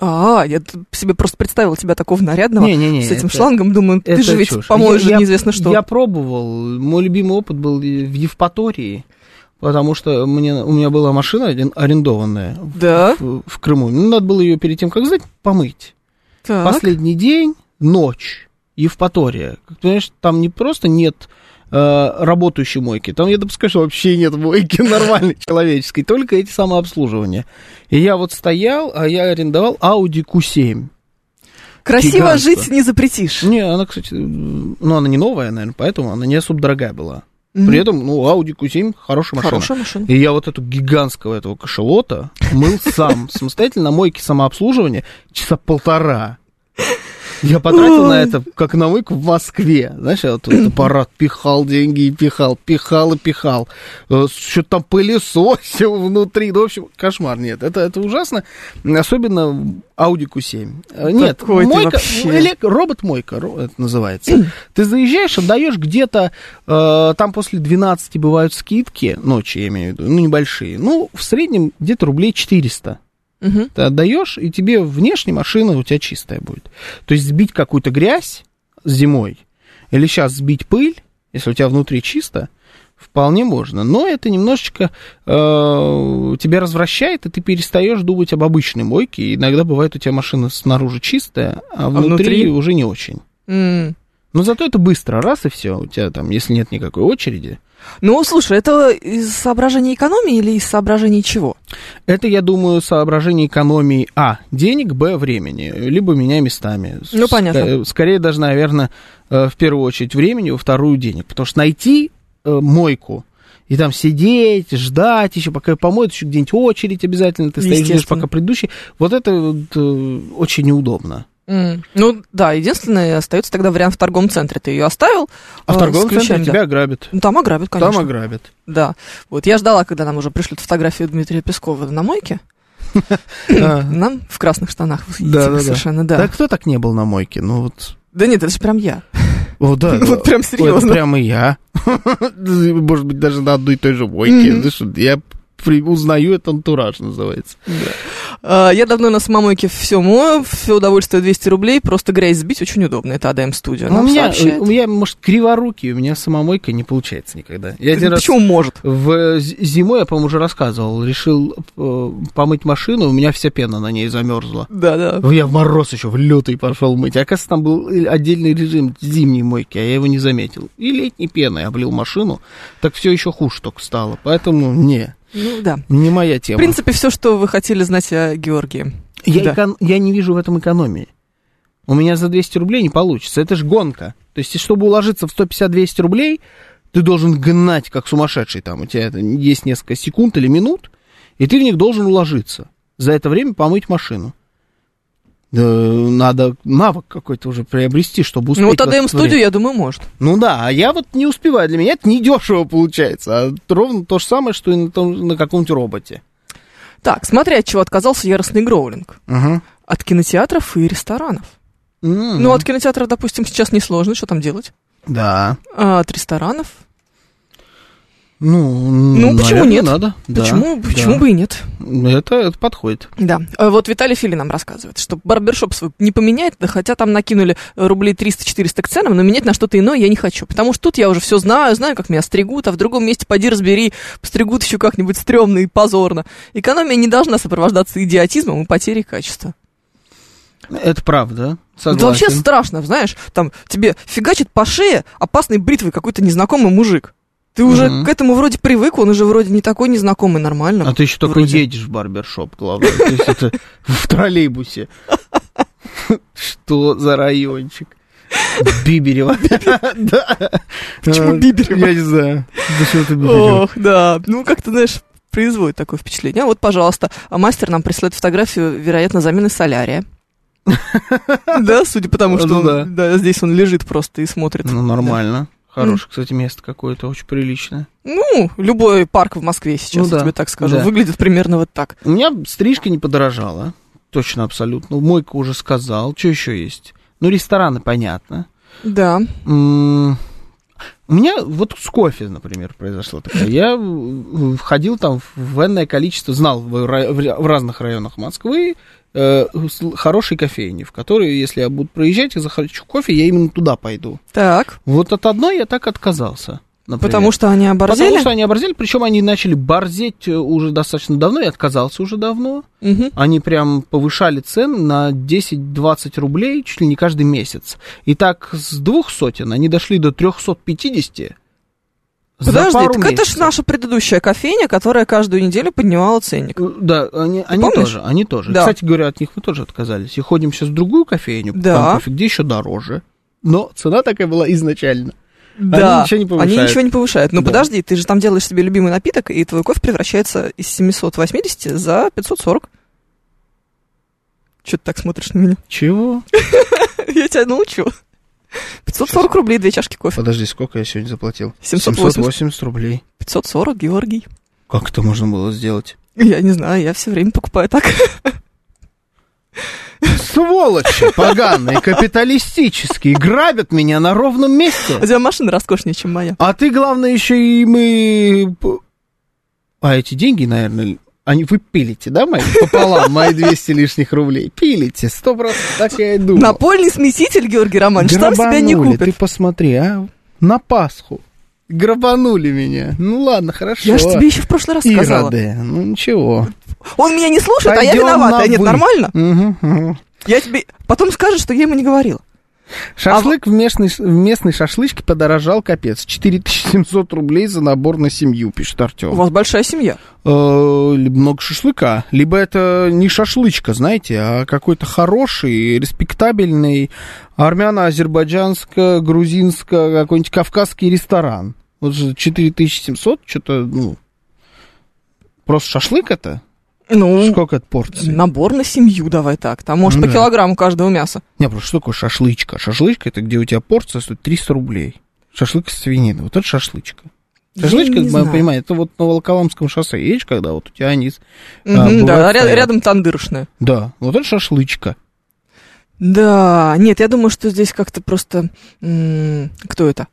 Speaker 3: А, я т- себе просто представила тебя такого нарядного
Speaker 2: Не-не-не,
Speaker 3: с этим
Speaker 2: это-
Speaker 3: шлангом. Думаю, ты
Speaker 2: Это
Speaker 3: же ведь
Speaker 2: чушь.
Speaker 3: поможешь
Speaker 2: Я- я-
Speaker 3: неизвестно что.
Speaker 2: Я пробовал. Мой любимый опыт был в Евпатории. Потому что мне, у меня была машина арен- арендованная в-
Speaker 3: Да?
Speaker 2: в, в Крыму. Ну, надо было ее перед тем, как сдать, помыть.
Speaker 3: Так.
Speaker 2: Последний день, ночь, Евпатория. Как ты понимаешь, там не просто нет э, работающей мойки, там, я допускаю, что вообще нет мойки нормальной человеческой, только эти самообслуживания. И я вот стоял, а я арендовал Audi Q7.
Speaker 3: Красиво
Speaker 2: гигантство. Ну,
Speaker 3: жить не запретишь.
Speaker 2: Не, она, кстати, м, ну, она не новая, наверное, поэтому она не особо дорогая была.
Speaker 3: Мгм.
Speaker 2: При этом, ну, Audi Q7 хорошая машина.
Speaker 3: Хорошая машина.
Speaker 2: И я вот эту гигантского этого кошелота мыл сам, самостоятельно на мойке самообслуживания часа полтора. Я потратил на
Speaker 3: Ой.
Speaker 2: это, как на мойку в Москве. Знаешь, я вот этот аппарат пихал деньги и пихал, пихал и пихал. Э, Что-то там пылесосил внутри. Ну, в общем, кошмар. Нет, это, это ужасно. Особенно в Audi Q7. Э, Нет,
Speaker 3: Какой ты
Speaker 2: мойка,
Speaker 3: вообще.
Speaker 2: эле- робот-мойка ро- это называется. Ты заезжаешь, отдаешь где-то, э, там после 12 бывают скидки, ночи я имею в виду, ну, небольшие. Ну, в среднем где-то рублей 400
Speaker 3: Мгм.
Speaker 2: ты отдаешь, и тебе внешне машина у тебя чистая будет. То есть сбить какую-то грязь зимой или сейчас сбить пыль, если у тебя внутри чисто, вполне можно. Но это немножечко э, тебя развращает, и ты перестаешь думать об обычной мойке. И иногда бывает у тебя машина снаружи чистая, а внутри,
Speaker 3: внутри?
Speaker 2: уже не очень.
Speaker 3: М.
Speaker 2: Но зато это быстро, раз и все. У тебя там, если нет никакой очереди.
Speaker 3: Ну, слушай, это из соображений экономии или из соображений чего?
Speaker 2: Это, я думаю, соображение экономии А. Денег, Б. Времени. Либо меня местами. Ск-
Speaker 3: Ну,
Speaker 2: э,
Speaker 3: понятно.
Speaker 2: скорее даже, наверное, э, в первую очередь времени, во вторую денег. Потому что найти э, мойку и там сидеть, ждать еще, пока ее помоют, еще где-нибудь очередь обязательно, ты стоишь, ждешь,
Speaker 3: Естественно.
Speaker 2: пока предыдущий. Вот это вот, э, очень неудобно.
Speaker 3: М. Ну, да, единственное, остается тогда вариант в торговом центре. Ты ее оставил?
Speaker 2: А в
Speaker 3: э,
Speaker 2: торговом
Speaker 3: с ключами,
Speaker 2: центре
Speaker 3: да.
Speaker 2: тебя ограбят.
Speaker 3: Ну, там ограбят, конечно.
Speaker 2: Там ограбят.
Speaker 3: Да. Вот я ждала, когда нам уже пришлют фотографию Дмитрия Пескова на мойке.
Speaker 2: А.
Speaker 3: Нам в красных штанах.
Speaker 2: Да-да-да.
Speaker 3: Восхитительно Совершенно,
Speaker 2: Да
Speaker 3: да.
Speaker 2: кто так не был на мойке? Ну вот.
Speaker 3: Да нет, это же прям я.
Speaker 2: О, да. да.
Speaker 3: Вот прям
Speaker 2: Ой, Это
Speaker 3: серьезно.
Speaker 2: прямо я. Может быть, даже на одной и той же мойке.
Speaker 3: Мгм.
Speaker 2: Знаешь, вот Я при- узнаю этот антураж, называется.
Speaker 3: Э, Я давно на самомойке все мою, все удовольствие 200 рублей, просто грязь сбить очень удобно, это ADM Studio.
Speaker 2: Ну, у,
Speaker 3: Нам
Speaker 2: меня,
Speaker 3: сообщает.
Speaker 2: у меня, может, криворукий, у меня самомойка не получается никогда. Я один раз
Speaker 3: Почему может?
Speaker 2: в, э, з- зимой, я, по-моему, уже рассказывал, решил э, помыть машину, у меня вся пена на ней замерзла.
Speaker 3: Да, да.
Speaker 2: Ну, Я в мороз еще, в лютый пошел мыть. А, Оказывается, там был и- отдельный режим зимней мойки, а я его не заметил. И летней пеной облил машину, так все еще хуже только стало. Поэтому не,
Speaker 3: Ну да.
Speaker 2: не моя
Speaker 3: В
Speaker 2: тема.
Speaker 3: принципе, все, что вы хотели знать о Георгии.
Speaker 2: я,
Speaker 3: да.
Speaker 2: экон- я не вижу в этом экономии. У меня за 200 рублей не получится. Это же гонка. То есть, чтобы уложиться в 150-200 рублей, ты должен гнать как сумасшедший. Там у тебя это есть несколько секунд или минут, и ты в них должен уложиться. За это время помыть машину. Да, надо навык какой-то уже приобрести, чтобы успеть.
Speaker 3: Ну вот
Speaker 2: в это
Speaker 3: ADM
Speaker 2: время.
Speaker 3: Studio, я думаю, может.
Speaker 2: Ну да, а я вот не успеваю. Для меня это недешево получается. А ровно то же самое, что и на, том- на каком-нибудь роботе.
Speaker 3: Так, смотри, от чего отказался яростный гроулинг. От кинотеатров и ресторанов.
Speaker 2: М,
Speaker 3: Ну, от кинотеатров, допустим, сейчас несложно, что там делать.
Speaker 2: Да.
Speaker 3: А от ресторанов
Speaker 2: Ну,
Speaker 3: Ну, почему
Speaker 2: наверное,
Speaker 3: нет?
Speaker 2: Надо. Да,
Speaker 3: почему,
Speaker 2: да. Ну,
Speaker 3: почему бы и нет?
Speaker 2: Это, это подходит.
Speaker 3: Да. А Вот Виталий Фили нам рассказывает, что барбершоп свой не поменяет, да хотя там накинули э, рублей 300-400 к ценам, но менять на что-то иное я не хочу. Потому что тут я уже все знаю, знаю, как меня стригут, а в другом месте поди разбери, стригут еще как-нибудь стрёмно и позорно. Экономия не должна сопровождаться идиотизмом и потерей качества.
Speaker 2: Это правда.
Speaker 3: Это
Speaker 2: Согласен.
Speaker 3: вообще страшно, знаешь, там тебе фигачит по шее опасной бритвой какой-то незнакомый мужик. Ты уже
Speaker 2: Мгм.
Speaker 3: к этому вроде привык, он уже вроде не такой незнакомый, нормально.
Speaker 2: А ты еще только
Speaker 3: Вроде.
Speaker 2: едешь в барбершоп, главное. То есть это в троллейбусе. Что за райончик? Биберево. Да.
Speaker 3: Почему
Speaker 2: А,
Speaker 3: Биберево?
Speaker 2: Я не знаю. Почему-то Биберево.
Speaker 3: Ох, да. Ну, как ты знаешь, производит такое впечатление. А вот, пожалуйста, а мастер нам присылает фотографию, вероятно, замены солярия. Да, судя по тому, что
Speaker 2: Ну да.
Speaker 3: он- да, здесь он лежит просто и смотрит.
Speaker 2: Ну, нормально. Хорошее, кстати, место какое-то, очень приличное.
Speaker 3: Ну, любой парк в Москве сейчас,
Speaker 2: Ну
Speaker 3: я
Speaker 2: да,
Speaker 3: тебе так скажу,
Speaker 2: да.
Speaker 3: выглядит примерно вот так.
Speaker 2: У меня стрижка не подорожала. Точно, абсолютно. Мойка уже сказал. Что еще есть? Ну, рестораны, понятно.
Speaker 3: Да.
Speaker 2: М, У меня вот с кофе, например, произошла такая. Я э, входил там в энное количество, знал в, ра- в ра- в разных районах Москвы э, с- хорошие кофейни, в которые, если я буду проезжать и захочу кофе, я именно туда пойду.
Speaker 3: Так,
Speaker 2: Вот от одной я так отказался. например.
Speaker 3: потому что они
Speaker 2: Потому
Speaker 3: оборзели?
Speaker 2: что они оборзели, причем они начали борзеть э, уже достаточно давно, я отказался уже давно.
Speaker 3: Мгм.
Speaker 2: Они прям повышали цены на 10-20 рублей чуть ли не каждый месяц. И так с двух сотен они дошли до 350 за
Speaker 3: Подожди,
Speaker 2: пару
Speaker 3: так это
Speaker 2: месяцев.
Speaker 3: же наша предыдущая кофейня, которая каждую неделю поднимала ценник.
Speaker 2: Э, Да, они, они
Speaker 3: помнишь?
Speaker 2: тоже, они тоже.
Speaker 3: Да.
Speaker 2: Кстати говоря, от них мы тоже отказались. И ходим сейчас в другую кофейню,
Speaker 3: Да.
Speaker 2: там кофе, где еще дороже. Но цена такая была изначально.
Speaker 3: Да,
Speaker 2: ничего не
Speaker 3: Они
Speaker 2: повышают.
Speaker 3: ничего не повышают. Но
Speaker 2: Да.
Speaker 3: подожди, ты же там делаешь себе любимый напиток, и твой кофе превращается из 780 за 540. Че ты так смотришь на меня?
Speaker 2: Чего?
Speaker 3: Я тебя научу. 540 рублей две чашки кофе.
Speaker 2: Подожди, сколько я сегодня заплатил?
Speaker 3: 780.
Speaker 2: 780 рублей.
Speaker 3: 540, Георгий.
Speaker 2: Как это можно было сделать?
Speaker 3: Я не знаю, я все время покупаю так.
Speaker 2: Сволочи поганые, капиталистические, грабят меня на ровном месте.
Speaker 3: У тебя машина роскошнее, чем моя.
Speaker 2: А ты, главное, еще и мы... п- А эти деньги, наверное, они вы пилите, да, мои? Пополам, мои 200 лишних рублей. Пилите, сто процентов, так я и думал.
Speaker 3: Напольный смеситель, Георгий Романович, сам себя не
Speaker 2: Грабанули,
Speaker 3: купит.
Speaker 2: ты посмотри, а? На Пасху. Грабанули меня. Ну ладно, хорошо.
Speaker 3: Я же тебе еще в прошлый раз сказала.
Speaker 2: Ироды, ну ничего.
Speaker 3: Он меня не слушает, а я
Speaker 2: Пойдем на
Speaker 3: виновата. Нет,
Speaker 2: «вы».
Speaker 3: нормально?
Speaker 2: Мгм, мгм.
Speaker 3: Я тебе потом скажешь, что я ему не говорила. А
Speaker 2: Шашлык в, местной, в местной шашлычке подорожал капец. 4700 рублей за набор на семью, пишет
Speaker 3: У
Speaker 2: Артем.
Speaker 3: вас большая семья.
Speaker 2: Э, либо много шашлыка, либо это не шашлычка, знаете, а какой-то хороший, респектабельный армяно-азербайджанско-грузинско какой-нибудь кавказский ресторан. Вот же 4700, что-то, ну, просто шашлык это?
Speaker 3: Ну,
Speaker 2: Сколько это порций?
Speaker 3: Набор на семью давай так. Там, может,
Speaker 2: Ну
Speaker 3: по
Speaker 2: да.
Speaker 3: килограмму каждого мяса.
Speaker 2: Не, просто что такое шашлычка? Шашлычка это где у тебя порция стоит 300 рублей. Шашлык из свинины, вот это шашлычка. Шашлычка,
Speaker 3: Я
Speaker 2: как
Speaker 3: не
Speaker 2: бы,
Speaker 3: знаю.
Speaker 2: понимаю, это вот на Волоколамском шоссе едешь, когда вот у тебя низ.
Speaker 3: Мгм,
Speaker 2: а,
Speaker 3: да,
Speaker 2: бывает
Speaker 3: ря-
Speaker 2: стоят.
Speaker 3: рядом тандырышная.
Speaker 2: Да, вот это шашлычка.
Speaker 3: Да, нет, я думаю, что здесь как-то просто... м, кто это?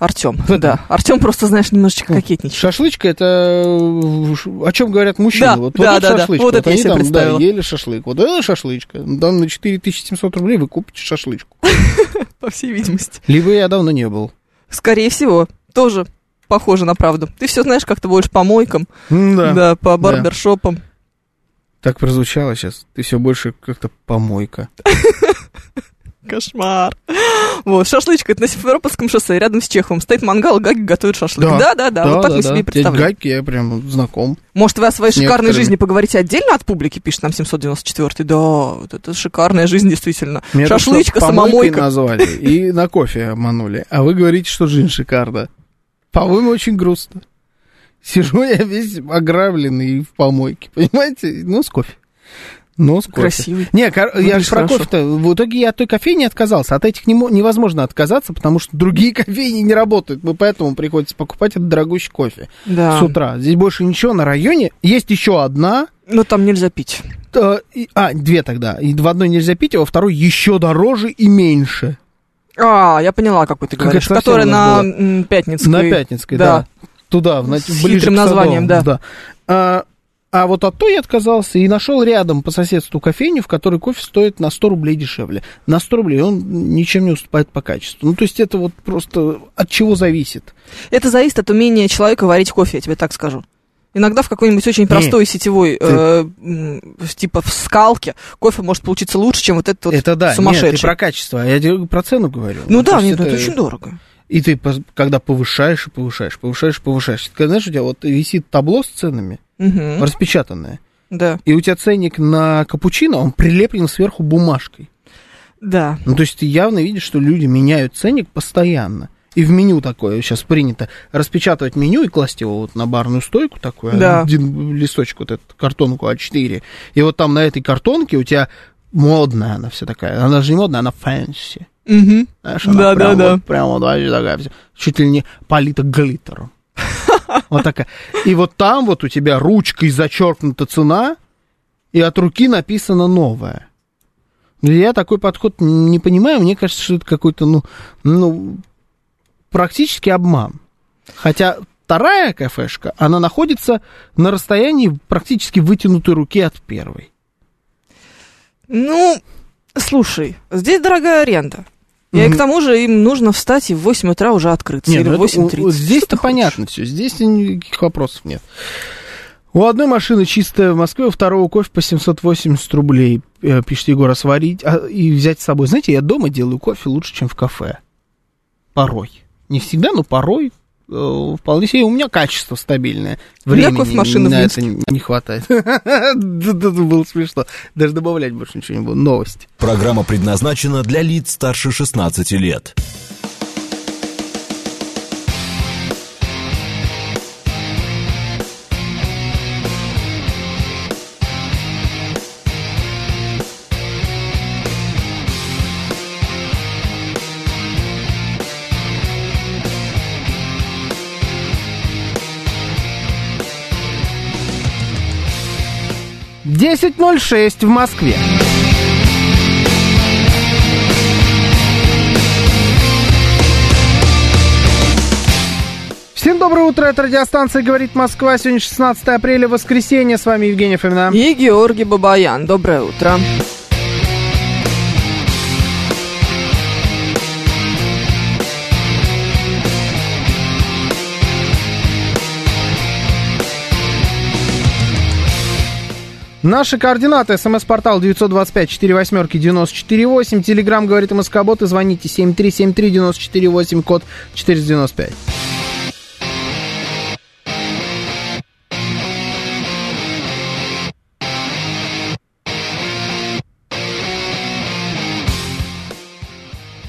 Speaker 3: Артем. Ну Да, Артем просто, знаешь, немножечко кокетничает.
Speaker 2: Шашлычка это э, ш- о чем говорят мужчины.
Speaker 3: Да,
Speaker 2: вот,
Speaker 3: да,
Speaker 2: вот это
Speaker 3: да, да.
Speaker 2: шашлычка.
Speaker 3: Вот это я
Speaker 2: они
Speaker 3: себе
Speaker 2: там,
Speaker 3: представила.
Speaker 2: Да, ели шашлык. Вот это шашлычка. Там на 4700 рублей вы купите шашлычку.
Speaker 3: По всей видимости.
Speaker 2: Либо я давно не был.
Speaker 3: Скорее всего, тоже похоже на правду. Ты все знаешь, как ты будешь по мойкам, да,
Speaker 2: Да.
Speaker 3: по барбершопам.
Speaker 2: Так прозвучало сейчас. Ты все больше как-то помойка.
Speaker 3: Кошмар. Вот, шашлычка, это на Симферопольском шоссе, рядом с Чеховым. Стоит мангал, гаги готовят шашлык.
Speaker 2: Да.
Speaker 3: Да, да, да, вот так мы себе и
Speaker 2: Дядь
Speaker 3: представляем.
Speaker 2: Гайки, я прям знаком.
Speaker 3: Может, вы о своей шикарной
Speaker 2: Некоторыми.
Speaker 3: жизни поговорите отдельно от публики, пишет нам 794 Да, вот это шикарная жизнь, действительно.
Speaker 2: Меня тут
Speaker 3: Шашлычка,
Speaker 2: что, помойкой
Speaker 3: самомойка.
Speaker 2: назвали и на кофе обманули. А вы говорите, что жизнь шикарна. По-моему, очень грустно. Сижу я весь ограбленный в помойке, понимаете? Ну, с кофе. Ну, с кофе.
Speaker 3: Красивый.
Speaker 2: Не, кор- я
Speaker 3: Выглядишь
Speaker 2: же про
Speaker 3: Ну, хорошо.
Speaker 2: кофе-то. В итоге я от той кофейни отказался. От этих не мо- невозможно отказаться, потому что другие кофейни не работают. Мы поэтому приходится покупать этот дорогущий кофе
Speaker 3: Да.
Speaker 2: с утра. Здесь больше ничего на районе. Есть еще одна.
Speaker 3: Но Ну, там нельзя пить.
Speaker 2: э, и- а, две тогда. И в одной нельзя пить, а во второй еще дороже и меньше.
Speaker 3: А, я поняла, какую ты
Speaker 2: Как
Speaker 3: говоришь.
Speaker 2: это совсем
Speaker 3: Которая
Speaker 2: у
Speaker 3: на
Speaker 2: нас
Speaker 3: м, Пятницкой.
Speaker 2: На Пятницкой, да. Туда, в, на-
Speaker 3: С
Speaker 2: ближе
Speaker 3: хитрым
Speaker 2: к Садовому,
Speaker 3: названием, да.
Speaker 2: А, а вот от той я отказался и нашел рядом по соседству кофейню, в которой кофе стоит на 100 рублей дешевле. На 100 рублей он ничем не уступает по качеству. Ну, то есть это вот просто от чего зависит.
Speaker 3: Это зависит от умения человека варить кофе, я тебе так скажу. Иногда в какой-нибудь очень простой сетевой, э, м, типа в скалке, кофе может получиться лучше, чем вот этот вот
Speaker 2: это да,
Speaker 3: сумасшедший.
Speaker 2: нет, ты про качество, а я тебе про цену говорю.
Speaker 3: Ну
Speaker 2: то
Speaker 3: да,
Speaker 2: есть
Speaker 3: нет, ну это очень дорого.
Speaker 2: И ты, пос- когда повышаешь и повышаешь, повышаешь и повышаешь. Ты знаешь, у тебя вот висит табло с ценами,
Speaker 3: Мгм,
Speaker 2: распечатанное,
Speaker 3: Да.
Speaker 2: и у тебя ценник на капучино, он прилеплен сверху бумажкой.
Speaker 3: Да.
Speaker 2: Ну, то есть ты явно видишь, что люди меняют ценник постоянно. И в меню такое сейчас принято распечатывать меню и класть его вот на барную стойку такую,
Speaker 3: Да.
Speaker 2: один листочек вот эту картонку А4. И вот там на этой картонке у тебя модная она вся такая. Она же не модная, она фэнси.
Speaker 3: Мгм.
Speaker 2: Знаешь, она
Speaker 3: Да, да,
Speaker 2: прям
Speaker 3: да.
Speaker 2: вот- прям вот вообще такая вся, чуть ли не полита глиттером. Вот такая. И вот там вот у тебя ручкой зачеркнута цена, и от руки написано новое. Ну, Я такой подход не понимаю. Мне кажется, что это какой-то, ну, ну, практически обман. Хотя вторая кафешка, она находится на расстоянии практически вытянутой руки от первой.
Speaker 3: Ну, слушай, здесь дорогая аренда. И
Speaker 2: Мгм.
Speaker 3: к тому же им нужно встать и в 8 утра уже открыться.
Speaker 2: Не,
Speaker 3: или
Speaker 2: ну
Speaker 3: в
Speaker 2: это-
Speaker 3: 8.30.
Speaker 2: у-
Speaker 3: Что ты
Speaker 2: Здесь-то
Speaker 3: хочешь?
Speaker 2: понятно все. Здесь никаких вопросов нет. У одной машины чистая в Москве, у второго кофе по 780 рублей, э, пишет Егор, а сварить а, и взять с собой. Знаете, я дома делаю кофе лучше, чем в кафе. Порой. Не всегда, но порой э, вполне себе. У меня качество стабильное.
Speaker 3: У меня
Speaker 2: Времени
Speaker 3: кофемашина в
Speaker 2: на
Speaker 3: Минске.
Speaker 2: это не не хватает. Да, да, да, Было смешно. Даже добавлять больше ничего не буду. Новости.
Speaker 1: Программа предназначена для лиц старше 16 лет.
Speaker 2: 10.06 в Москве. Всем доброе утро, это радиостанция «Говорит Москва». Сегодня 16 апреля, воскресенье. С вами Евгений Фомина.
Speaker 3: И Георгий Бабаян. Доброе утро.
Speaker 2: Наши координаты. СМС-портал 925-48-94-8. Телеграмм «Говорит Москобот» и звоните 7373-94-8, код 495.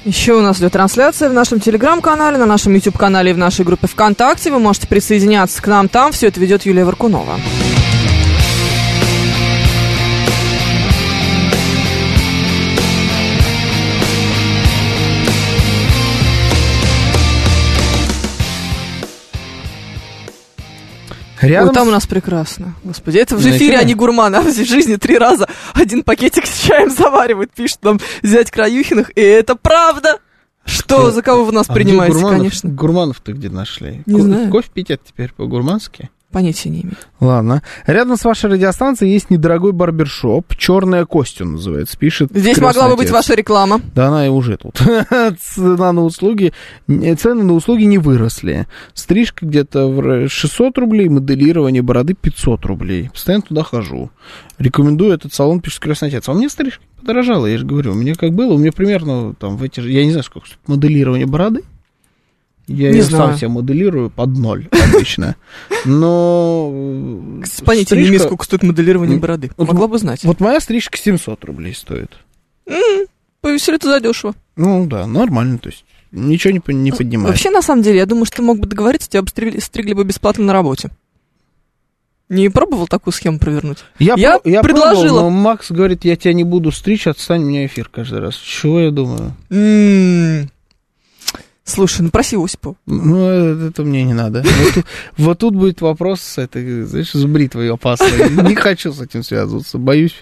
Speaker 3: Еще у нас идет трансляция в нашем телеграм-канале, на нашем YouTube-канале и в нашей группе ВКонтакте. Вы можете присоединяться к нам там. Все это ведет Юлия Варкунова.
Speaker 2: Рядом
Speaker 3: Ой, там
Speaker 2: с-
Speaker 3: у нас прекрасно. Господи, это в
Speaker 2: На
Speaker 3: эфире
Speaker 2: эфире?
Speaker 3: они гурманы, а в жизни три раза один пакетик с чаем заваривают, пишет нам зять Краюхиных, и это правда. Что,
Speaker 2: Кто?
Speaker 3: за кого вы нас
Speaker 2: А где
Speaker 3: принимаете,
Speaker 2: гурманов,
Speaker 3: конечно?
Speaker 2: Гурманов-то где нашли?
Speaker 3: Не знаю.
Speaker 2: Кофе пить это теперь по-гурмански?
Speaker 3: Понятия не имею.
Speaker 2: Ладно. Рядом с вашей радиостанцией есть недорогой барбершоп. Черная кость он называется. Пишет.
Speaker 3: Здесь
Speaker 2: крестный
Speaker 3: могла бы быть
Speaker 2: отец.
Speaker 3: ваша реклама.
Speaker 2: Да она и уже тут. Цена на услуги, не- цены на услуги не выросли. Стрижка где-то в ра- 600 рублей, моделирование бороды 500 рублей. Постоянно туда хожу. Рекомендую этот салон, пишет Крестный Отец. А у меня стрижка подорожала, я же говорю. У меня как было, у меня примерно там в эти же... Я не знаю, сколько стоит моделирование бороды. Я
Speaker 3: Не
Speaker 2: её
Speaker 3: знаю.
Speaker 2: сам себя моделирую под ноль обычно. Но... э,
Speaker 3: Понятия не имею,
Speaker 2: стрижка-
Speaker 3: сколько стоит моделирование
Speaker 2: М,
Speaker 3: бороды.
Speaker 2: Ну, вот
Speaker 3: Могла
Speaker 2: м-
Speaker 3: бы знать.
Speaker 2: Вот моя стрижка 700 рублей стоит.
Speaker 3: Повесили это задешево.
Speaker 2: Ну да, нормально, то есть ничего не, по- не
Speaker 3: Ну,
Speaker 2: поднимает.
Speaker 3: Вообще, на самом деле, я думаю, что ты мог бы договориться, тебя бы стригли, стригли бы бесплатно на работе. Не пробовал такую схему провернуть? я
Speaker 2: про- пробовал,
Speaker 3: предложила.
Speaker 2: но Макс говорит, я тебя не буду стричь, отстань, у меня эфир каждый раз. Чего я думаю? М-м-м.
Speaker 3: М. Слушай, ну проси Осипова.
Speaker 2: Ну, это, это мне не надо. Вот тут, вот тут будет вопрос, с этой, знаешь, с бритвой опасной. Не хочу с этим связываться, боюсь.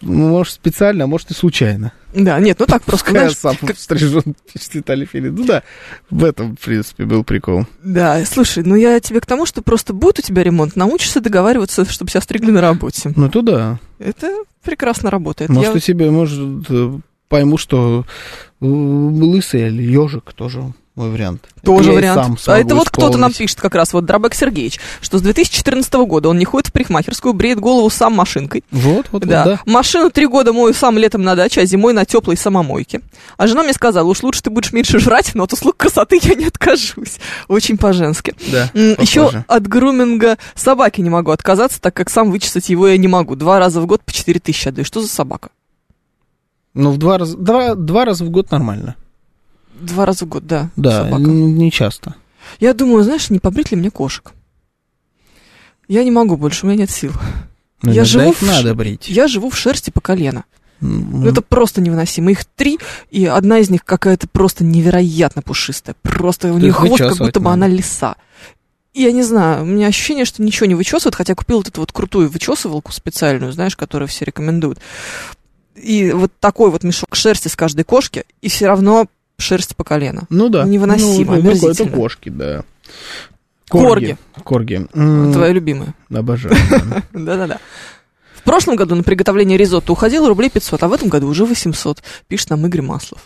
Speaker 2: Ну, Может, специально, а может, и случайно.
Speaker 3: Да, нет, ну так просто,
Speaker 2: Пускай я
Speaker 3: знаешь,
Speaker 2: сам стрижу, пишет Виталий Филин. Ну да, в этом, в принципе, был прикол.
Speaker 3: Да, слушай, ну я тебе к тому, что просто будет у тебя ремонт, научишься договариваться, чтобы тебя стригли на работе.
Speaker 2: Ну, то да.
Speaker 3: Это прекрасно работает.
Speaker 2: Может,
Speaker 3: Я
Speaker 2: у тебя, может, э, пойму, что э, лысый или ежик тоже мой вариант.
Speaker 3: тоже
Speaker 2: Я и
Speaker 3: вариант.
Speaker 2: сам
Speaker 3: а
Speaker 2: смогу
Speaker 3: это вот кто-то нам
Speaker 2: исполнить.
Speaker 3: пишет как раз, вот Дробек Сергеевич, что с 2014 года он не ходит в парикмахерскую, бреет голову сам машинкой.
Speaker 2: Вот, вот,
Speaker 3: да.
Speaker 2: вот, Ну да.
Speaker 3: Машину три года мою сам летом на даче, а зимой на теплой самомойке. А жена мне сказала, уж лучше ты будешь меньше жрать, но от услуг красоты я не откажусь. Очень по-женски.
Speaker 2: Да,
Speaker 3: М,
Speaker 2: похоже.
Speaker 3: Еще от груминга собаки не могу отказаться, так как сам вычесать его я не могу. Два раза в год по четыре тысячи отдаю. Что за собака?
Speaker 2: Ну, в два раза, два, два раза в год нормально.
Speaker 3: Два раза в год, да.
Speaker 2: Да,
Speaker 3: собака.
Speaker 2: н- не часто.
Speaker 3: Я думаю, знаешь, не побрить ли мне кошек? Я не могу больше, у меня нет сил.
Speaker 2: Но
Speaker 3: Я
Speaker 2: иногда
Speaker 3: живу
Speaker 2: их
Speaker 3: в
Speaker 2: надо брить.
Speaker 3: Я живу в шерсти по колено.
Speaker 2: М,
Speaker 3: Ну, это просто невыносимо. Их три, и одна из них какая-то просто невероятно пушистая. Просто у
Speaker 2: Ты
Speaker 3: нее
Speaker 2: их
Speaker 3: хвост, как
Speaker 2: вычесывать
Speaker 3: будто бы
Speaker 2: надо.
Speaker 3: она лиса. И Я не знаю, у меня ощущение, что ничего не вычесывают, хотя купил вот эту вот крутую вычесывалку специальную, знаешь, которую все рекомендуют. И вот такой вот мешок шерсти с каждой кошки, и все равно шерсть по колено.
Speaker 2: Ну да.
Speaker 3: невыносимо,
Speaker 2: Ну, такое- это
Speaker 3: омерзительно.
Speaker 2: кошки, да.
Speaker 3: Корги.
Speaker 2: Корги. М,
Speaker 3: Твоя любимая.
Speaker 2: Обожаю. да.
Speaker 3: Да-да-да. В прошлом году на приготовление ризотто уходило рублей 500, а в этом году уже 800, пишет нам Игорь Маслов.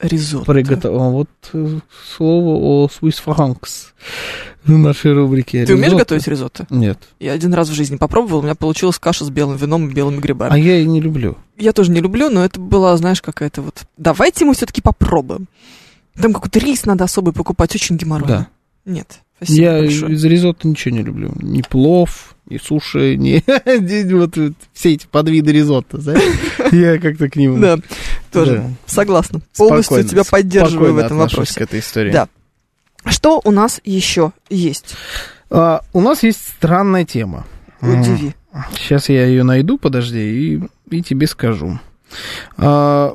Speaker 3: Ризотто.
Speaker 2: Приготов- а Вот э, слово о Swiss francs в нашей рубрике.
Speaker 3: Ты умеешь
Speaker 2: Ризотто.
Speaker 3: готовить ризотто?
Speaker 2: Нет.
Speaker 3: Я один раз в жизни попробовал, у меня получилась каша с белым вином и белыми грибами.
Speaker 2: А я и не люблю.
Speaker 3: Я тоже не люблю, но это была, знаешь, какая-то вот... Давайте мы все-таки попробуем. Там какой-то рис надо особый покупать, очень геморройно.
Speaker 2: Да.
Speaker 3: Нет, спасибо
Speaker 2: Я
Speaker 3: большое.
Speaker 2: из ризотто ничего не люблю. Ни плов, ни суши, ни ни вот вот все эти подвиды ризотто, знаешь? Я как-то к ним...
Speaker 3: Да, тоже
Speaker 2: Да.
Speaker 3: согласна. Полностью
Speaker 2: Спокойно,
Speaker 3: тебя поддерживаю в
Speaker 2: спокойно
Speaker 3: этом
Speaker 2: отношусь
Speaker 3: вопросе.
Speaker 2: к этой истории.
Speaker 3: Да. Что у нас еще есть?
Speaker 2: А, у нас есть странная тема.
Speaker 3: Удиви.
Speaker 2: Сейчас я ее найду, подожди, и, и тебе скажу. А,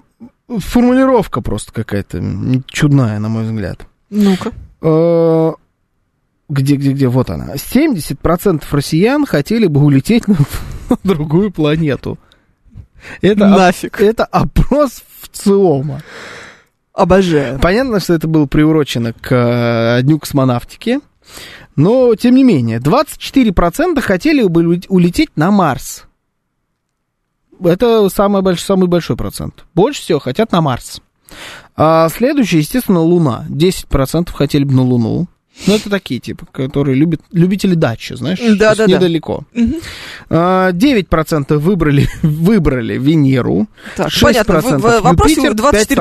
Speaker 2: формулировка просто какая-то чудная, на мой взгляд.
Speaker 3: Ну-ка.
Speaker 2: Э, Где, где, где, вот она. 70% россиян хотели бы улететь на, на другую планету. Это, оп-
Speaker 3: Нафиг.
Speaker 2: это опрос в ЦИОМа.
Speaker 3: Обожаю.
Speaker 2: Понятно, что это было приурочено к э, Дню космонавтики, но, тем не менее, 24% хотели бы улет- улететь на Марс. Это самый, больш- самый большой процент. Больше всего хотят на Марс. А следующее, естественно, Луна. 10% хотели бы на Луну. Ну, это такие, типа, которые любят, любители дачи, знаешь, то есть
Speaker 3: Да-да-да.
Speaker 2: недалеко. А, 9% выбрали, выбрали Венеру.
Speaker 3: Так,
Speaker 2: 6%
Speaker 3: понятно. В, в вопросе
Speaker 2: Юпитер,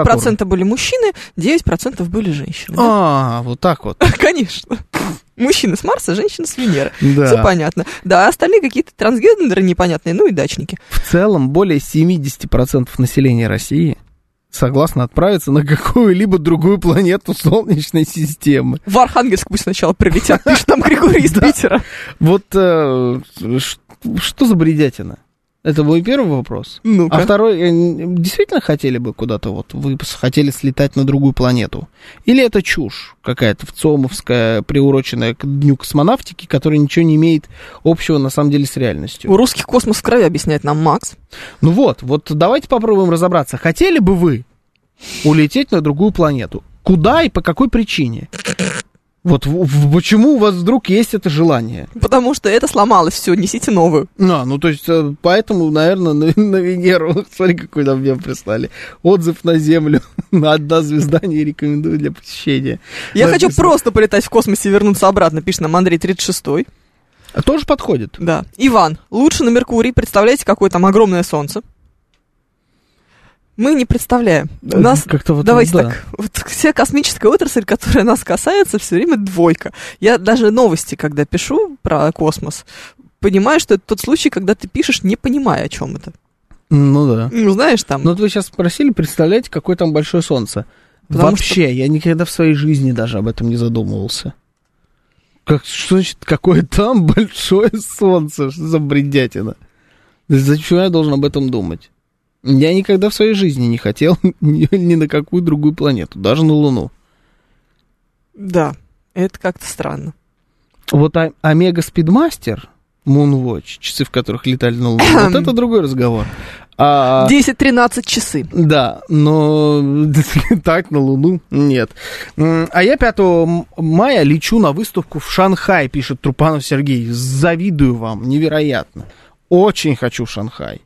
Speaker 3: 24% были мужчины, 9% были женщины. да?
Speaker 2: А, вот так вот.
Speaker 3: Конечно. Мужчины с Марса, женщины с Венеры.
Speaker 2: Да.
Speaker 3: Все понятно. Да, а остальные какие-то трансгендеры непонятные, ну и дачники.
Speaker 2: В целом, более 70% населения России согласно отправиться на какую-либо другую планету Солнечной системы.
Speaker 3: В Архангельск пусть сначала прилетят, пишет там Григорий из
Speaker 2: Да.
Speaker 3: Питера.
Speaker 2: Вот э, ш- что за бредятина? Это был первый вопрос.
Speaker 3: Ну-ка.
Speaker 2: А второй, э, н- действительно хотели бы куда-то, вот вы с- хотели слетать на другую планету? Или это чушь какая-то вцомовская, приуроченная к дню космонавтики, которая ничего не имеет общего на самом деле с реальностью?
Speaker 3: У русских космос в крови, объясняет нам Макс.
Speaker 2: Ну вот, вот давайте попробуем разобраться. Хотели бы вы улететь на другую планету? Куда и по какой причине? Вот в- в- почему у вас вдруг есть это желание?
Speaker 3: Потому что это сломалось, все, несите новую.
Speaker 2: А, ну то есть, э, поэтому, наверное, на, на Венеру. Смотри, какой нам мем прислали. Отзыв на Землю. На одна звезда не рекомендую для посещения.
Speaker 3: Я
Speaker 2: Написано.
Speaker 3: хочу просто полетать в космосе и вернуться обратно, пишет нам Андрей 36
Speaker 2: А тоже подходит.
Speaker 3: Да. Иван, лучше на Меркурий, представляете, какое там огромное солнце? Мы не представляем. У нас
Speaker 2: Э, как-то вот
Speaker 3: Давайте
Speaker 2: да.
Speaker 3: так. Вот вся космическая отрасль, которая нас касается, все время двойка. Я даже новости, когда пишу про космос, понимаю, что это тот случай, когда ты пишешь, не понимая, о чем это.
Speaker 2: Ну да.
Speaker 3: Ну, знаешь, там...
Speaker 2: Ну вот вы сейчас спросили, представляете, какое там большое солнце.
Speaker 3: Потому
Speaker 2: Вообще, я никогда в своей жизни даже об этом не задумывался. Как, что значит, какое там большое солнце? Что за бредятина? Да Зачем я должен об этом думать? Я никогда в своей жизни не хотел ни, ни на какую другую планету, даже на Луну.
Speaker 3: Да, это как-то странно.
Speaker 2: Вот о- Омега Спидмастер, Moonwatch, часы, в которых летали на Луну, вот это другой разговор. А...
Speaker 3: 10-13 часы.
Speaker 2: Да, но так на Луну нет. М, А я 5 м- мая лечу на выставку в Шанхай, пишет Трупанов Сергей. Завидую вам, невероятно. Очень хочу в Шанхай.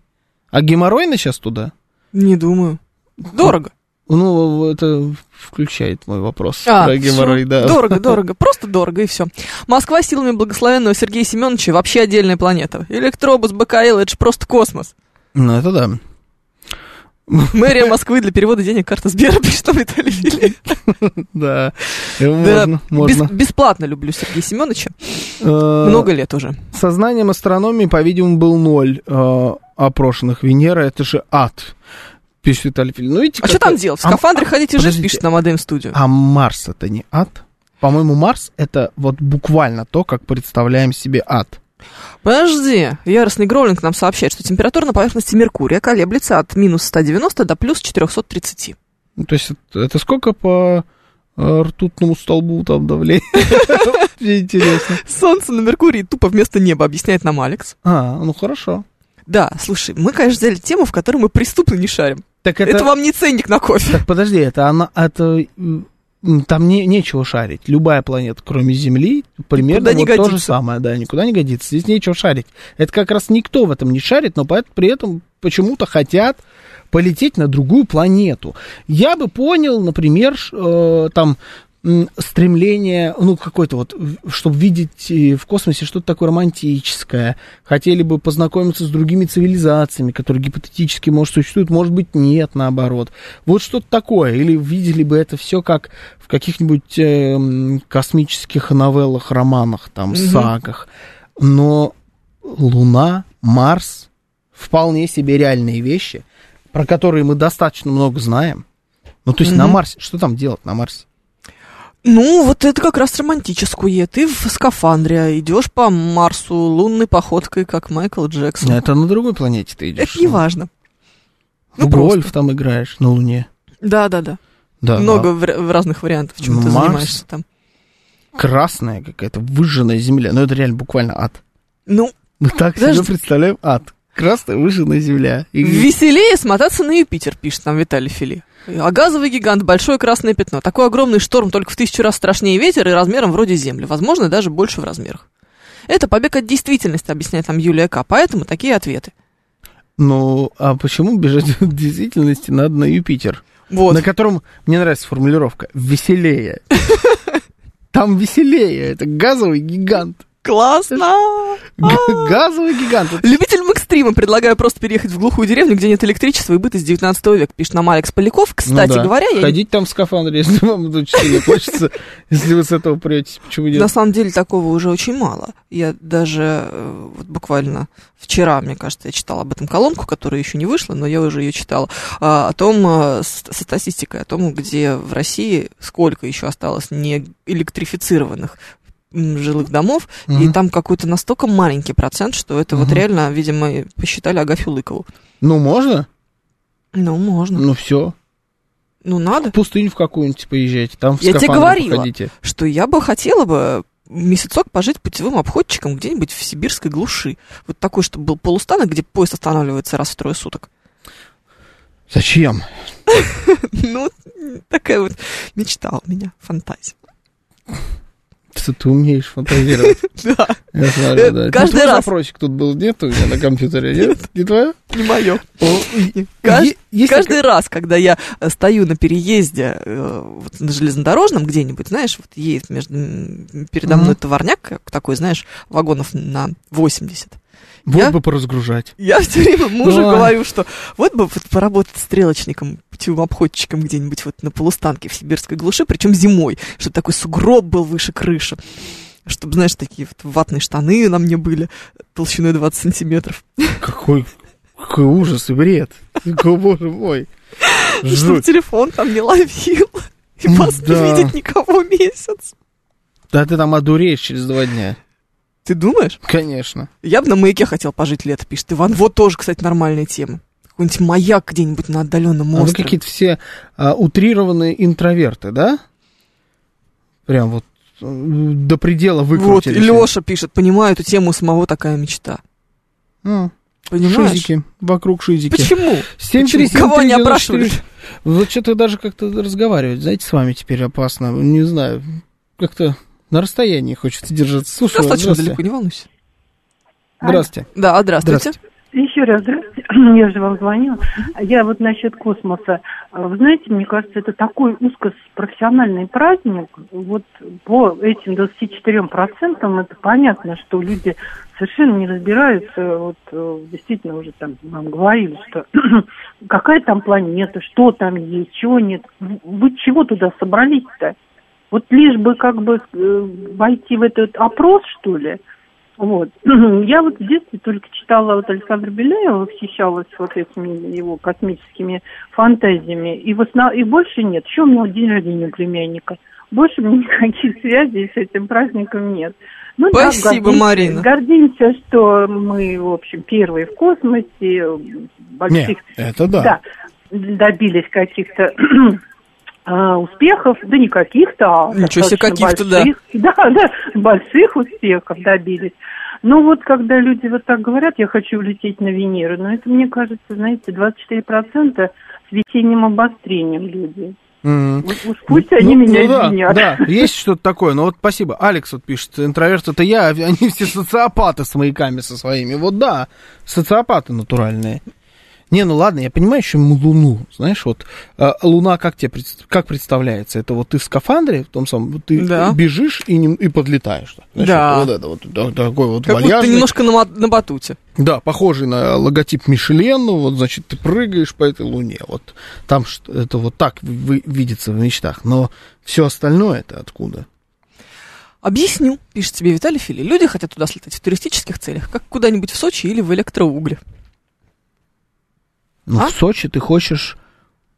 Speaker 2: А геморройно сейчас туда?
Speaker 3: Не думаю. Дорого.
Speaker 2: Ну, это включает мой вопрос
Speaker 3: А,
Speaker 2: про геморрой,
Speaker 3: всё.
Speaker 2: да.
Speaker 3: Дорого, дорого. Просто дорого, и все. Москва силами благословенного Сергея Семеновича вообще отдельная планета. Электробус, БКЛ, это же просто космос.
Speaker 2: Ну, это да.
Speaker 3: Мэрия Москвы для перевода денег карта Сбера, пишет нам Виталий Филин.
Speaker 2: Да,
Speaker 3: Да,
Speaker 2: можно,
Speaker 3: бес-
Speaker 2: можно.
Speaker 3: бесплатно люблю Сергея Семеновича.
Speaker 2: Э,
Speaker 3: Много лет уже.
Speaker 2: Сознанием астрономии, по-видимому, был ноль э, опрошенных. Венера — это же ад, пишет Виталий Филин. Ну, видите,
Speaker 3: А
Speaker 2: как
Speaker 3: что там
Speaker 2: это-
Speaker 3: делать? В
Speaker 2: А м-
Speaker 3: скафандре ходить и жить,
Speaker 2: подождите.
Speaker 3: пишет нам ADM студию.
Speaker 2: А Марс это не ад? По-моему, Марс это вот буквально то, как представляем себе ад.
Speaker 3: Подожди, яростный гроулинг нам сообщает, что температура на поверхности Меркурия колеблется от минус 190 до плюс 430.
Speaker 2: Ну, то есть это, это сколько по э, ртутному столбу там давление? Мне интересно.
Speaker 3: Солнце на Меркурии тупо вместо неба, объясняет нам Алекс.
Speaker 2: А, ну хорошо.
Speaker 3: Да, слушай, мы, конечно, взяли тему, в которой мы преступно не шарим.
Speaker 2: Так
Speaker 3: Это,
Speaker 2: это...
Speaker 3: вам не ценник на кофе.
Speaker 2: Так подожди, это она... это м, Там не, нечего шарить. Любая планета, кроме Земли, примерно
Speaker 3: Никуда
Speaker 2: вот
Speaker 3: не
Speaker 2: то же
Speaker 3: годится.
Speaker 2: самое. Да, никуда не годится. Здесь нечего шарить. Это как раз никто в этом не шарит, но поэт- при этом почему-то хотят полететь на другую планету. Я бы понял, например, ш- э, там м, стремление, ну, какое-то вот, чтобы видеть э, в космосе что-то такое романтическое, хотели бы познакомиться с другими цивилизациями, которые гипотетически, может, существуют, может быть, нет, наоборот. Вот что-то такое. Или видели бы это все как в каких-нибудь э, м, космических новеллах, романах, там,
Speaker 3: Мгм.
Speaker 2: сагах. Но Луна, Марс вполне себе реальные вещи, про которые мы достаточно много знаем. Ну, то есть на
Speaker 3: Мгм.
Speaker 2: Марсе, что там делать на Марсе?
Speaker 3: Ну, вот это как раз романтическое. Ты в скафандре идешь по Марсу лунной походкой, как Майкл Джексон.
Speaker 2: Ну, Это на другой планете ты идешь.
Speaker 3: Это не важно.
Speaker 2: Ну,
Speaker 3: Ну,
Speaker 2: в
Speaker 3: просто.
Speaker 2: гольф там играешь на Луне.
Speaker 3: Да, да, да.
Speaker 2: Да,
Speaker 3: Много
Speaker 2: да.
Speaker 3: в, р- в разных вариантов, чем ты
Speaker 2: Марс.
Speaker 3: занимаешься там.
Speaker 2: Красная какая-то, выжженная земля. Ну, это реально буквально ад.
Speaker 3: Ну,
Speaker 2: Мы так себе
Speaker 3: Подожди.
Speaker 2: представляем ад. Красная выжженная земля. И-
Speaker 3: веселее смотаться на Юпитер, пишет нам Виталий Фили. А газовый гигант, большое красное пятно. Такой огромный шторм только в тысячу раз страшнее ветер и размером вроде Земли. Возможно, даже больше в размерах. Это побег от действительности, объясняет нам Юлия К. Поэтому такие ответы.
Speaker 2: Ну, а почему бежать от действительности надо на Юпитер?
Speaker 3: Вот.
Speaker 2: На котором, мне нравится формулировка, веселее. Там веселее, это газовый гигант.
Speaker 3: Классно! А.
Speaker 2: Г- Газовый гигант. Это-
Speaker 3: Любителям экстрима предлагаю просто переехать в глухую деревню, где нет электричества и быт из 19 века, пишет нам Алекс Поляков. Кстати
Speaker 2: Ну да.
Speaker 3: говоря, я
Speaker 2: Ходить там в скафандре, если вам до 4 хочется, если вы с этого претесь, почему
Speaker 3: На
Speaker 2: нет?
Speaker 3: самом деле такого уже очень мало. Я даже э, вот буквально вчера, мне кажется, я читала об этом колонку, которая еще не вышла, но я уже ее читала, а, о том, э, с- со статистикой, о том, где в России сколько еще осталось не электрифицированных м, жилых домов, и
Speaker 2: Мгм.
Speaker 3: там какой-то настолько маленький процент, что это вот
Speaker 2: Мгм.
Speaker 3: реально, видимо, и посчитали Агафью Лыкову.
Speaker 2: Ну, можно?
Speaker 3: Ну, можно.
Speaker 2: Ну, все.
Speaker 3: Ну, надо.
Speaker 2: В пустыню в какую-нибудь поезжайте, там в
Speaker 3: Я тебе
Speaker 2: скафандрах
Speaker 3: говорила.
Speaker 2: походите.
Speaker 3: что я бы хотела бы месяцок пожить путевым обходчиком где-нибудь в сибирской глуши. Вот такой, чтобы был полустанок, где поезд останавливается раз в трое суток.
Speaker 2: Зачем?
Speaker 3: Ну, такая вот мечта у меня, фантазия.
Speaker 2: Что ты умеешь фантазировать?
Speaker 3: Да,
Speaker 2: Я знаю,
Speaker 3: Э,
Speaker 2: да. Это
Speaker 3: каждый
Speaker 2: твой
Speaker 3: раз.
Speaker 2: запросик тут был нет у меня на компьютере, нет? Не твое?
Speaker 3: не мое.
Speaker 2: Е- если
Speaker 3: Каждый раз, когда я э, стою на переезде э, вот на железнодорожном где-нибудь, знаешь, вот едет между, м, передо
Speaker 2: Мгм.
Speaker 3: мной товарняк как такой, знаешь, вагонов на 80.
Speaker 2: Вот
Speaker 3: Я-
Speaker 2: бы поразгружать.
Speaker 3: Я все время мужу
Speaker 2: Ой.
Speaker 3: говорю, что вот бы вот поработать стрелочником, путевым обходчиком где-нибудь вот на полустанке в сибирской глуши, причем зимой, чтобы такой сугроб был выше крыши. Чтобы, знаешь, такие вот ватные штаны на мне были толщиной 20 сантиметров.
Speaker 2: Какой, какой ужас и бред. О, боже мой.
Speaker 3: И Чтобы
Speaker 2: Жуть.
Speaker 3: телефон там не ловил. И
Speaker 2: М,
Speaker 3: вас
Speaker 2: да.
Speaker 3: не видит никого месяц.
Speaker 2: Да ты там одуреешь через два дня.
Speaker 3: Ты думаешь?
Speaker 2: Конечно.
Speaker 3: Я бы на маяке хотел пожить лето, пишет Иван. Вот тоже, кстати, нормальная тема. Какой-нибудь маяк где-нибудь на отдаленном
Speaker 2: А вы
Speaker 3: острове.
Speaker 2: какие-то все а, утрированные интроверты, да? Прям вот э, до предела
Speaker 3: вот,
Speaker 2: выкрутились. а?
Speaker 3: Леша пишет, понимаю эту тему, у самого такая мечта.
Speaker 2: М,
Speaker 3: Понимаешь?
Speaker 2: Шизики. Вокруг шизики.
Speaker 3: Почему?
Speaker 2: 73
Speaker 3: Почему? Кого они
Speaker 2: 73
Speaker 3: опрашивали?
Speaker 2: Вот что-то даже как-то разговаривать, знаете, с вами теперь опасно. Не знаю, как-то на расстоянии хочется держаться. Слушай,
Speaker 3: Достаточно
Speaker 2: здравствуйте.
Speaker 3: далеко, не волнуйся.
Speaker 2: Здравствуйте.
Speaker 3: Да, здравствуйте.
Speaker 2: Здравствуйте.
Speaker 4: Еще раз, здравствуйте. Я же вам звонила. Я вот насчет космоса. Э, Вы знаете, мне кажется, это такой узкопрофессиональный праздник. Вот по этим 24% это понятно, что люди совершенно не разбираются. Вот э, действительно уже там нам говорили, что какая там планета, что там есть, чего нет. Вы чего туда собрались-то? Вот лишь бы как бы э, войти в этот опрос, что ли, вот. Я вот в детстве только читала вот Александра Беляева, восхищалась вот этими его космическими фантазиями. И, в основ- и больше нет. Еще у меня вот день рождения у племянника. Больше у меня никаких связей с этим праздником нет. Ну, да,
Speaker 3: Спасибо,
Speaker 4: гордимся-
Speaker 3: Марина.
Speaker 4: Гордимся, что мы, в общем, первые в космосе, э, больших
Speaker 2: Нет, это э, да.
Speaker 4: да. добились каких-то а, успехов, да не каких-то, а
Speaker 3: Ничего себе,
Speaker 4: достаточно
Speaker 3: каких-то, да.
Speaker 4: больших. да. Да, больших успехов добились. Ну вот, когда люди вот так говорят, я хочу улететь на Венеру, но это, мне кажется, знаете, 24% с весенним обострением люди.
Speaker 2: Мгм.
Speaker 4: Вот уж пусть они
Speaker 2: Ну,
Speaker 4: меня
Speaker 2: ну да,
Speaker 4: извинят.
Speaker 2: Да, есть что-то такое, но вот спасибо. Алекс вот пишет, интроверт это я, а они все социопаты с маяками со своими. Вот да, социопаты натуральные. Не, ну ладно, я понимаю еще Луну, знаешь, вот э, Луна как тебе предс- как представляется? Это вот ты в скафандре, в том самом, вот ты
Speaker 3: Да.
Speaker 2: бежишь и, не- и подлетаешь. так, знаешь,
Speaker 3: Да.
Speaker 2: Вот, вот это вот да, такой вот
Speaker 3: Как будто ты
Speaker 2: вальяжный.
Speaker 3: немножко на, ма- на батуте.
Speaker 2: Да, похожий на логотип Мишелен, ну, вот, значит, ты прыгаешь по этой луне, вот, там что- это вот так вы- вы- видится в мечтах, но все остальное это откуда?
Speaker 3: Объясню, пишет тебе Виталий Фили. Люди хотят туда слетать в туристических целях, как куда-нибудь в Сочи или в электроугле.
Speaker 2: Ну,
Speaker 3: А?
Speaker 2: в Сочи ты хочешь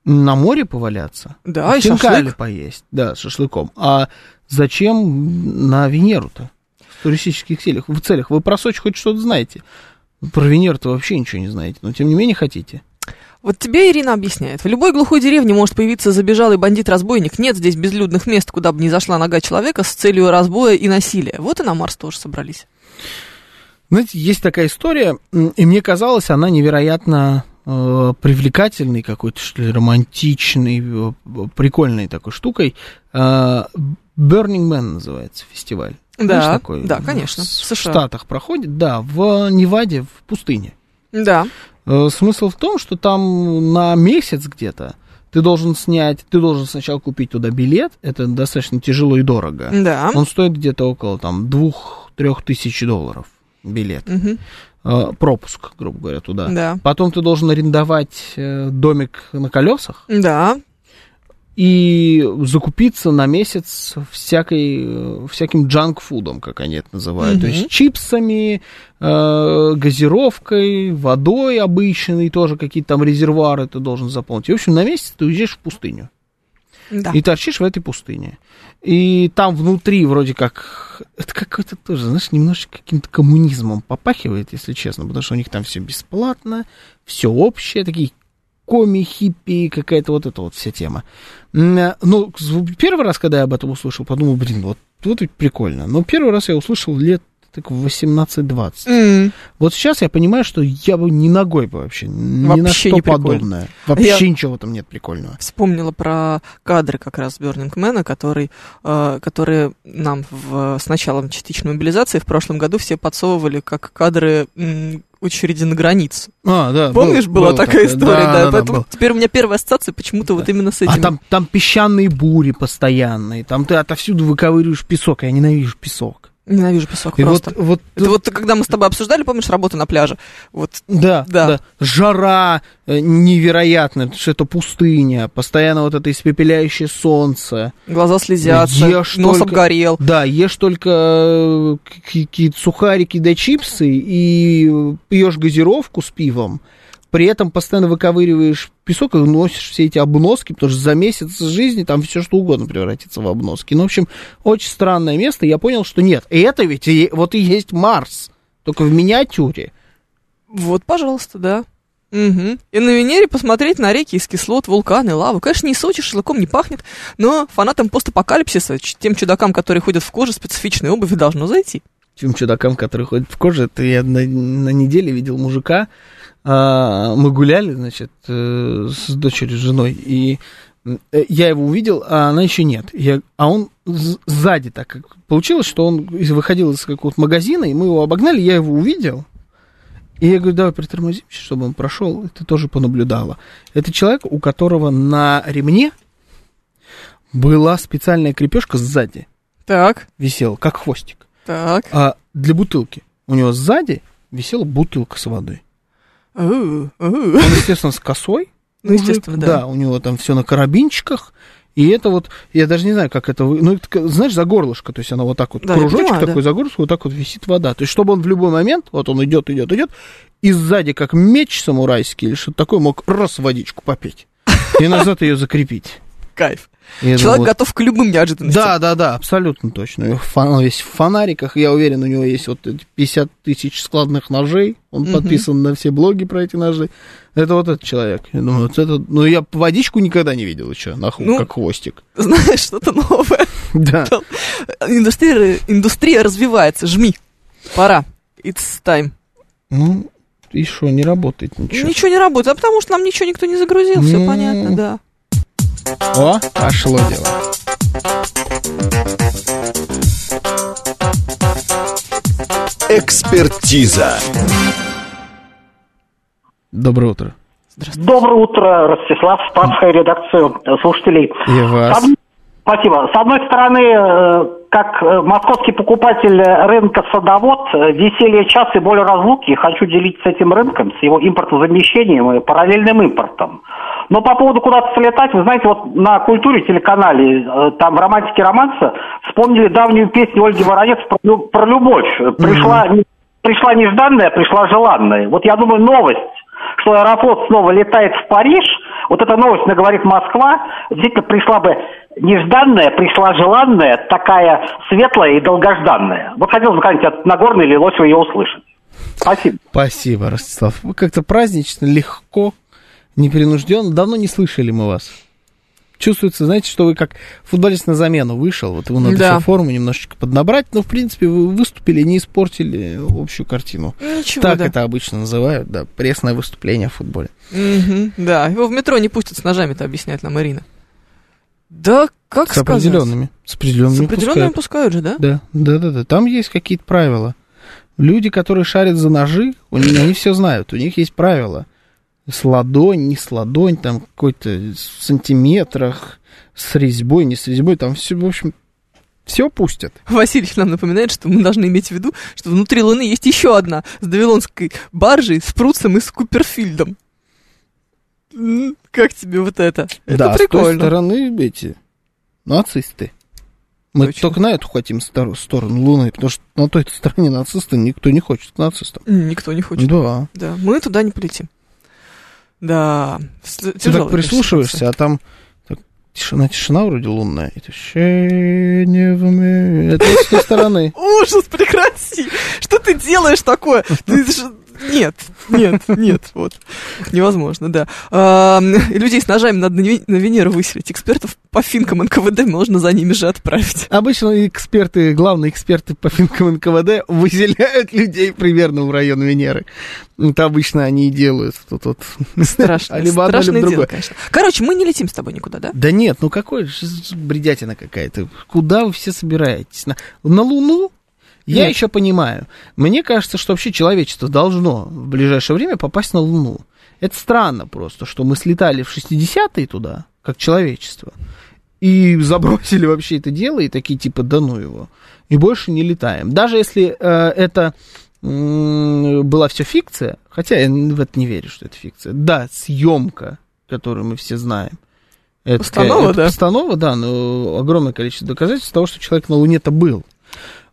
Speaker 2: на море поваляться?
Speaker 3: Да, и
Speaker 2: Хинкали
Speaker 3: шашлык.
Speaker 2: поесть, да, с шашлыком, а зачем на Венеру-то? В туристических целях, в целях, вы про Сочи хоть что-то знаете, про Венеру-то вообще ничего не знаете, но тем не менее хотите.
Speaker 3: Вот тебе Ирина объясняет. В любой глухой деревне может появиться забежалый бандит-разбойник. Нет здесь безлюдных мест, куда бы не зашла нога человека с целью разбоя и насилия. Вот и на Марс тоже собрались.
Speaker 2: Знаете, есть такая история, м, и мне казалось, она невероятно э, привлекательной какой-то, что ли, романтичной, э, прикольной такой штукой. Э, Burning Man называется фестиваль. Ну, Знаешь,
Speaker 3: Да,
Speaker 2: такой?
Speaker 3: да, конечно.
Speaker 2: В,
Speaker 3: В
Speaker 2: в
Speaker 3: США.
Speaker 2: Штатах проходит, да, в Неваде, в пустыне.
Speaker 3: Да.
Speaker 2: Э, Смысл в том, что там на месяц где-то ты должен снять, ты должен сначала купить туда билет, это достаточно тяжело и дорого.
Speaker 3: Да.
Speaker 2: Он стоит где-то около там двух-трех тысяч долларов билет
Speaker 3: Мгм.
Speaker 2: э, пропуск, грубо говоря, туда.
Speaker 3: Да.
Speaker 2: Потом ты должен арендовать э, домик на колесах
Speaker 3: Да.
Speaker 2: и закупиться на месяц всякой, э, всяким джанк-фудом, как они это называют. То
Speaker 3: Мгм.
Speaker 2: есть чипсами, э, газировкой, водой обычной, тоже какие-то там резервуары ты должен заполнить. И, в общем, на месяц ты уезжаешь в пустыню.
Speaker 3: Да.
Speaker 2: и торчишь в этой пустыне. И там внутри вроде как... Это какой-то тоже, знаешь, немножечко каким-то коммунизмом попахивает, если честно, потому что у них там все бесплатно, все общее, такие коми, хиппи, какая-то вот эта вот вся тема. М, Ну, з- первый раз, когда я об этом услышал, подумал, блин, вот, вот ведь прикольно. Но первый раз я услышал лет так в 18-20.
Speaker 3: М.
Speaker 2: Вот сейчас я понимаю, что я бы ни ногой бы вообще, ни на
Speaker 3: Вообще
Speaker 2: что
Speaker 3: не прикольно.
Speaker 2: подобное. Вообще
Speaker 3: Я-
Speaker 2: ничего там нет прикольного.
Speaker 3: Вспомнила про кадры как раз Бёрнингмена, который, э, которые нам в, с началом частичной мобилизации в прошлом году все подсовывали как кадры м, очереди на границу.
Speaker 2: А, да.
Speaker 3: Помнишь,
Speaker 2: был-
Speaker 3: была
Speaker 2: был
Speaker 3: такая
Speaker 2: такой.
Speaker 3: история, да,
Speaker 2: был.
Speaker 3: поэтому теперь у меня первая ассоциация почему-то вот именно с этим.
Speaker 2: А там, там песчаные бури постоянные, там ты отовсюду выковыриваешь песок, я ненавижу песок.
Speaker 3: Ненавижу песок
Speaker 2: И
Speaker 3: просто.
Speaker 2: вот, вот,
Speaker 3: Это вот когда мы с тобой обсуждали, помнишь, работу на пляже? Вот
Speaker 2: да, да,
Speaker 3: Да.
Speaker 2: жара э, невероятная, потому что это пустыня, постоянно вот это испепеляющее солнце.
Speaker 3: глаза слезятся,
Speaker 2: Ешь
Speaker 3: нос
Speaker 2: только-
Speaker 3: обгорел.
Speaker 2: Да, ешь только э, к- какие-то сухарики да чипсы и э, пьешь газировку с пивом. При этом постоянно выковыриваешь песок и носишь все эти обноски, потому что за месяц жизни там все что угодно превратится в обноски. Ну, в общем, очень странное место. Я понял, что нет. И это ведь и- вот и есть Марс, только в миниатюре.
Speaker 3: Вот, пожалуйста, да. Мгм. И на Венере посмотреть на реки из кислот, вулканы, лавы. Конечно, не Сочи, шашлыком не пахнет, но фанатам постапокалипсиса, ч- тем чудакам, которые ходят в коже специфичной обуви, должно зайти.
Speaker 2: тем чудакам, которые ходят в коже. Это я на, на неделе видел мужика. А, мы гуляли, значит, э, с дочерью, с женой, и м, э, я его увидел, а она еще нет. Я, а он з- сзади так как получилось, что он из- выходил из какого-то магазина, и мы его обогнали, я его увидел. И я говорю, давай притормозимся, чтобы он прошел, и ты тоже понаблюдала. Это человек, у которого на ремне была специальная крепежка сзади,
Speaker 3: Так,
Speaker 2: висела, как хвостик.
Speaker 3: так.
Speaker 2: А для бутылки. У него сзади висела бутылка с водой.
Speaker 3: Оу, оу.
Speaker 2: Он, естественно, с косой.
Speaker 3: Ну, Э, естественно, да.
Speaker 2: Да, у него там все на карабинчиках. И это вот, я даже не знаю, как это, вы- ну, это, как, знаешь, за горлышко, то есть она вот так вот,
Speaker 3: Да, я
Speaker 2: кружочек
Speaker 3: понимаю,
Speaker 2: такой за горлышко, вот так вот висит вода. То есть, чтобы он в любой момент, вот он идет, идет, идет, и сзади, как меч самурайский или что-то такое, мог раз водичку попить. И назад ее закрепить.
Speaker 3: Кайф.
Speaker 2: И я
Speaker 3: Человек
Speaker 2: думал,
Speaker 3: готов к любым неожиданностям.
Speaker 2: Да, да, да, абсолютно точно. И фон- Он весь в фонариках. Я уверен, у него есть вот эти 50 тысяч складных ножей. Он
Speaker 3: Мгм.
Speaker 2: подписан на все блоги про эти ножи. Это вот этот человек. Я думаю, вот это... Ну, я водичку никогда не видел еще, нахуй,
Speaker 3: Ну.
Speaker 2: как хвостик.
Speaker 3: Знаешь, что-то новое.
Speaker 2: Да.
Speaker 3: Индустрия, индустрия развивается, жми. Пора. It's time.
Speaker 2: Ну, и что, не работает ничего.
Speaker 3: Ничего не работает, а потому что нам ничего никто не загрузил,
Speaker 2: М.
Speaker 3: все понятно, да.
Speaker 2: О, пошло дело.
Speaker 1: Экспертиза.
Speaker 2: Доброе утро.
Speaker 7: Доброе утро, Ростислав, старшая редакция э, слушателей.
Speaker 2: И
Speaker 7: С
Speaker 2: вас.
Speaker 7: од- Спасибо. С одной стороны, э, как э, московский покупатель рынка садовод, э, веселье час и боль разлуки, хочу делиться этим рынком, с его импортозамещением и параллельным импортом. Но по поводу куда-то слетать, вы знаете, вот на культуре телеканале, э, там в романтике романса, вспомнили давнюю песню Ольги Воронец про, лю- про любовь. Э, Пришла, не- пришла нежданная, пришла желанная. Вот я думаю, новость что Аэрофлот снова летает в Париж, вот эта новость наговорит Москва, действительно пришла бы нежданная, пришла желанная, такая светлая и долгожданная. Вот хотелось бы как-нибудь от Нагорной или Лосева ее услышать. Спасибо.
Speaker 2: Спасибо, Ростислав. Вы как-то празднично, легко, непринужденно. Давно не слышали мы вас. Чувствуется, знаете, что вы как футболист на замену вышел. Вот ему надо
Speaker 3: Да.
Speaker 2: еще форму немножечко поднабрать. Но, в принципе, вы выступили, не испортили общую картину.
Speaker 3: Ну, Ничего,
Speaker 2: так
Speaker 3: да.
Speaker 2: это обычно называют, да, пресное выступление в футболе.
Speaker 3: Мгм, да, его в метро не пустят с ножами-то, объясняет нам Ирина. Да, как
Speaker 2: с
Speaker 3: сказать?
Speaker 2: определенными. С определенными.
Speaker 3: С определенными
Speaker 2: пускают.
Speaker 3: пускают же, да?
Speaker 2: Да, да, да, да. Там есть какие-то правила. Люди, которые шарят за ножи, у них- они все знают, у них есть правила. С ладонь, не с ладонь, там какой-то в сантиметрах, с резьбой, не с резьбой, там все, в общем, все пустят.
Speaker 3: Васильевич нам напоминает, что мы должны иметь в виду, что внутри Луны есть еще одна с Давилонской баржей, с Прутсом и с Куперфильдом. М, Как тебе вот это? Это
Speaker 2: да, с той
Speaker 3: прикольно.
Speaker 2: стороны эти нацисты. Мы
Speaker 3: Точно.
Speaker 2: только на эту хотим стор- сторону Луны, потому что на той стороне нацисты никто не хочет к нацистам.
Speaker 3: М, Никто не хочет.
Speaker 2: Да.
Speaker 3: Да, мы туда не полетим. Да, с-
Speaker 2: Ты
Speaker 3: тяжелая,
Speaker 2: так
Speaker 3: конечно,
Speaker 2: прислушиваешься,
Speaker 3: ситуация.
Speaker 2: а там так Тишина, тишина вроде лунная. И течение в ме- Это вот с той стороны.
Speaker 3: Ужас, прекрати! Что ты делаешь такое? Ты ж- Нет, нет, нет, вот. Невозможно, да. А, и людей с ножами надо на Ве- на Венеру выселить. Экспертов по финкам НКВД можно за ними же отправить.
Speaker 2: Обычно эксперты, главные эксперты по финкам НКВД выселяют людей примерно в район Венеры. Это обычно они и делают. Тут вот.
Speaker 3: Страшно.
Speaker 2: А либо одно,
Speaker 3: страшное
Speaker 2: либо
Speaker 3: дело,
Speaker 2: другое.
Speaker 3: конечно. Короче, мы не летим с тобой никуда, да?
Speaker 2: Да нет, ну какой же бредятина какая-то. Куда вы все собираетесь? На, на Луну? Я
Speaker 3: Нет.
Speaker 2: еще понимаю. Мне кажется, что вообще человечество должно в ближайшее время попасть на Луну. Это странно просто, что мы слетали в 60-е туда, как человечество, и забросили вообще это дело, и такие типа, да ну его. И больше не летаем. Даже если э, это м, была все фикция, хотя я в это не верю, что это фикция. Да, съемка, которую мы все знаем. Это,
Speaker 3: Постанова,
Speaker 2: это
Speaker 3: да.
Speaker 2: Постанова, да, но огромное количество доказательств того, что человек на Луне-то был.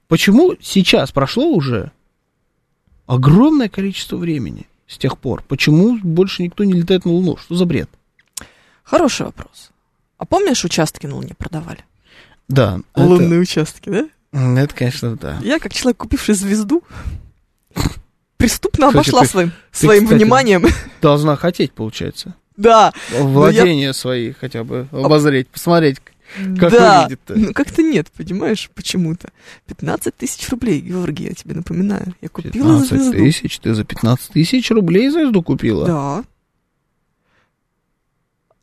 Speaker 2: Почему сейчас прошло уже огромное количество времени с тех пор? Почему больше никто не летает на Луну? Что за бред?
Speaker 3: Хороший вопрос. А помнишь, участки на Луне продавали?
Speaker 2: Да,
Speaker 3: Лунные участки, да?
Speaker 2: это, это, конечно, да.
Speaker 3: Я, как человек, купивший звезду, преступно
Speaker 2: Кстати,
Speaker 3: обошла
Speaker 2: ты-
Speaker 3: своим, своим
Speaker 2: кстати,
Speaker 3: вниманием.
Speaker 2: Должна хотеть, получается.
Speaker 3: Да,
Speaker 2: Владения свои хотя бы обозреть, посмотреть. Как
Speaker 3: да.
Speaker 2: выглядит-то?
Speaker 3: Ну, как-то нет, понимаешь, почему-то. 15 тысяч рублей, Георгий, я тебе напоминаю. Я купила
Speaker 2: 15
Speaker 3: звезду.
Speaker 2: тысяч, ты за 15 тысяч рублей звезду купила?
Speaker 3: Да.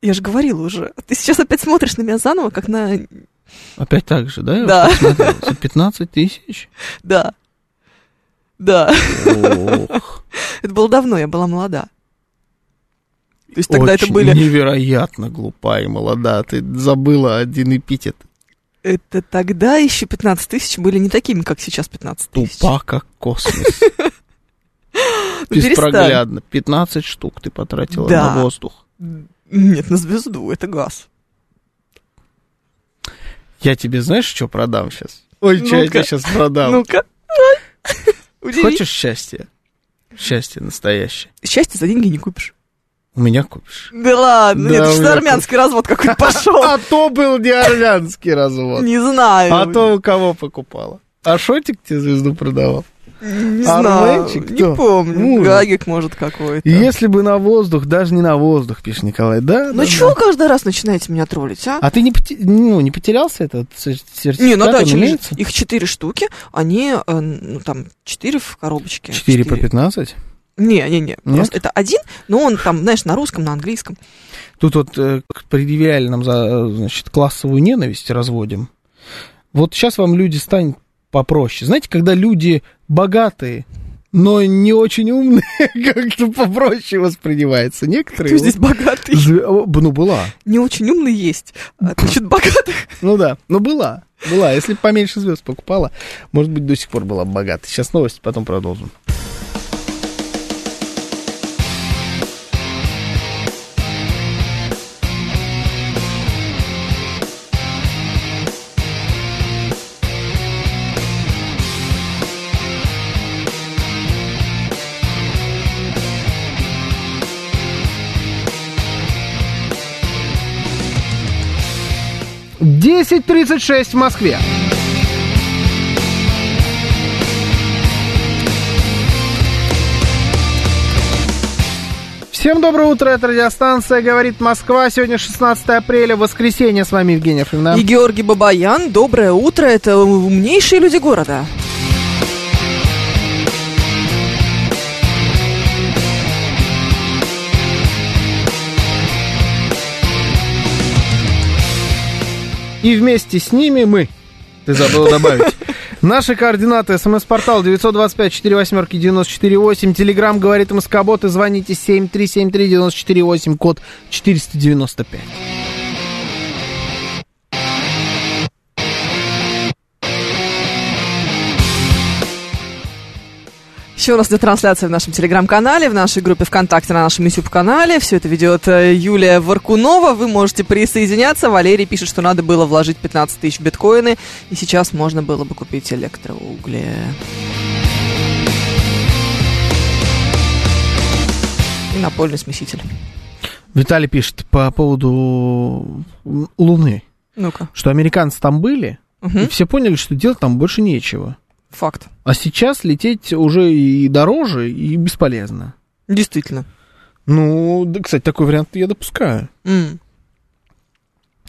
Speaker 3: Я же говорила уже. Ты сейчас опять смотришь на меня заново, как на...
Speaker 2: Опять так же, да?
Speaker 3: Да.
Speaker 2: За 15 тысяч?
Speaker 3: Да. Да.
Speaker 2: Ох,
Speaker 3: Это было давно, я была молода. То есть тогда это
Speaker 2: очень
Speaker 3: были...
Speaker 2: невероятно глупая и молода. Ты забыла один эпитет.
Speaker 3: Это тогда еще 15 тысяч были не такими, как сейчас 15 тысяч.
Speaker 2: Тупа, как космос.
Speaker 3: Ну, перестань.
Speaker 2: Беспроглядно. 15 штук ты потратила
Speaker 3: Да.
Speaker 2: на воздух.
Speaker 3: Нет, на звезду, это газ.
Speaker 2: Я тебе знаешь, что продам сейчас? Ой, что я
Speaker 3: Ну-ка.
Speaker 2: тебе сейчас продам?
Speaker 3: Ну-ка. Удиви.
Speaker 2: Хочешь счастье? Счастье настоящее.
Speaker 3: Счастье за деньги не купишь.
Speaker 2: У меня купишь.
Speaker 3: Да ладно,
Speaker 2: Да,
Speaker 3: нет, это
Speaker 2: у
Speaker 3: что
Speaker 2: меня
Speaker 3: армянский развод какой-то пошел.
Speaker 2: А то был не армянский развод.
Speaker 3: Не знаю.
Speaker 2: А то у кого покупала? А Шотик тебе звезду продавал?
Speaker 3: Не знаю,
Speaker 2: Арменчик
Speaker 3: не
Speaker 2: кто?
Speaker 3: помню.
Speaker 2: Ужас.
Speaker 3: Гагик, может, какой-то.
Speaker 2: Если бы на воздух, даже не на воздух, пишет Николай, да?
Speaker 3: Ну
Speaker 2: да,
Speaker 3: чего вы
Speaker 2: да.
Speaker 3: каждый раз начинаете меня троллить, а?
Speaker 2: А ты не, поте- ну, не потерялся этот сер- сертификат?
Speaker 3: Не, на
Speaker 2: он
Speaker 3: даче лежит.
Speaker 2: имеется?
Speaker 3: Их четыре штуки, они, э, ну, там, четыре в коробочке.
Speaker 2: 4 по 15?
Speaker 3: Не, не, не,
Speaker 2: Нет?
Speaker 3: просто это один, но он там, знаешь, на русском, на английском.
Speaker 2: Тут вот э, к- предъявляли нам за, э, значит, классовую ненависть разводим. Вот сейчас вам люди станет попроще. Знаете, когда люди богатые, но не очень умные, как-то попроще воспринимается. Некоторые...
Speaker 3: Кто здесь богатый?
Speaker 2: Зв- о, Ну, была.
Speaker 3: Не очень умный есть, а насчет богатых.
Speaker 2: Ну да, ну была. Была. Если бы поменьше звезд покупала, может быть, до сих пор была бы богата. Сейчас новости, потом продолжим. Десять тридцать шесть в Москве. Всем доброе утро, это радиостанция «Говорит Москва». Сегодня 16 апреля, воскресенье. С вами Евгения Фрина.
Speaker 3: И Георгий Бабаян, доброе утро, это умнейшие люди города.
Speaker 2: И вместе с ними мы. Ты забыл добавить. Наши координаты. СМС-портал 925-48-94-8. Телеграмм говорит Москобот. И звоните 7373-94-8. Код 495.
Speaker 3: Еще у нас идет трансляция в нашем телеграм-канале, в нашей группе ВКонтакте, на нашем YouTube-канале. Все это ведет э, Юлия Варкунова. Вы можете присоединяться. Валерий пишет, что надо было вложить 15 тысяч в биткоины, и сейчас можно было бы купить электроугли. И напольный смеситель.
Speaker 2: Виталий пишет по поводу м, Луны,
Speaker 3: Ну-ка.
Speaker 2: что американцы там были,
Speaker 3: Мгм.
Speaker 2: и все поняли, что делать там больше нечего.
Speaker 3: Факт.
Speaker 2: А сейчас лететь уже и дороже, и бесполезно.
Speaker 3: Действительно.
Speaker 2: Ну, да, кстати, такой вариант я допускаю.
Speaker 3: М.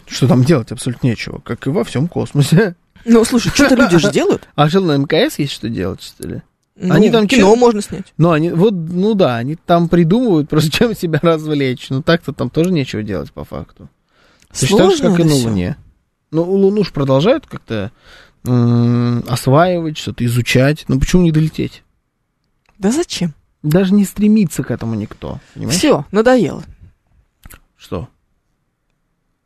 Speaker 2: Что там делать абсолютно нечего, как и во всем космосе.
Speaker 3: Ну, слушай, что-то люди же делают.
Speaker 2: А что, на МКС есть что делать, что ли?
Speaker 3: Ну,
Speaker 2: Они там
Speaker 3: кино
Speaker 2: чё-
Speaker 3: можно снять.
Speaker 2: Ну, они, вот, ну да, они там придумывают, просто чем себя развлечь. Ну, так-то там тоже нечего делать, по факту. Точно так же,
Speaker 3: Сложно
Speaker 2: как и
Speaker 3: это
Speaker 2: на
Speaker 3: всё.
Speaker 2: Луне. Ну, Луну ж продолжают как-то м, осваивать, что-то изучать. Ну, почему не долететь?
Speaker 3: Да зачем?
Speaker 2: Даже не стремится к этому никто. Понимаешь?
Speaker 3: Все, надоело.
Speaker 2: Что?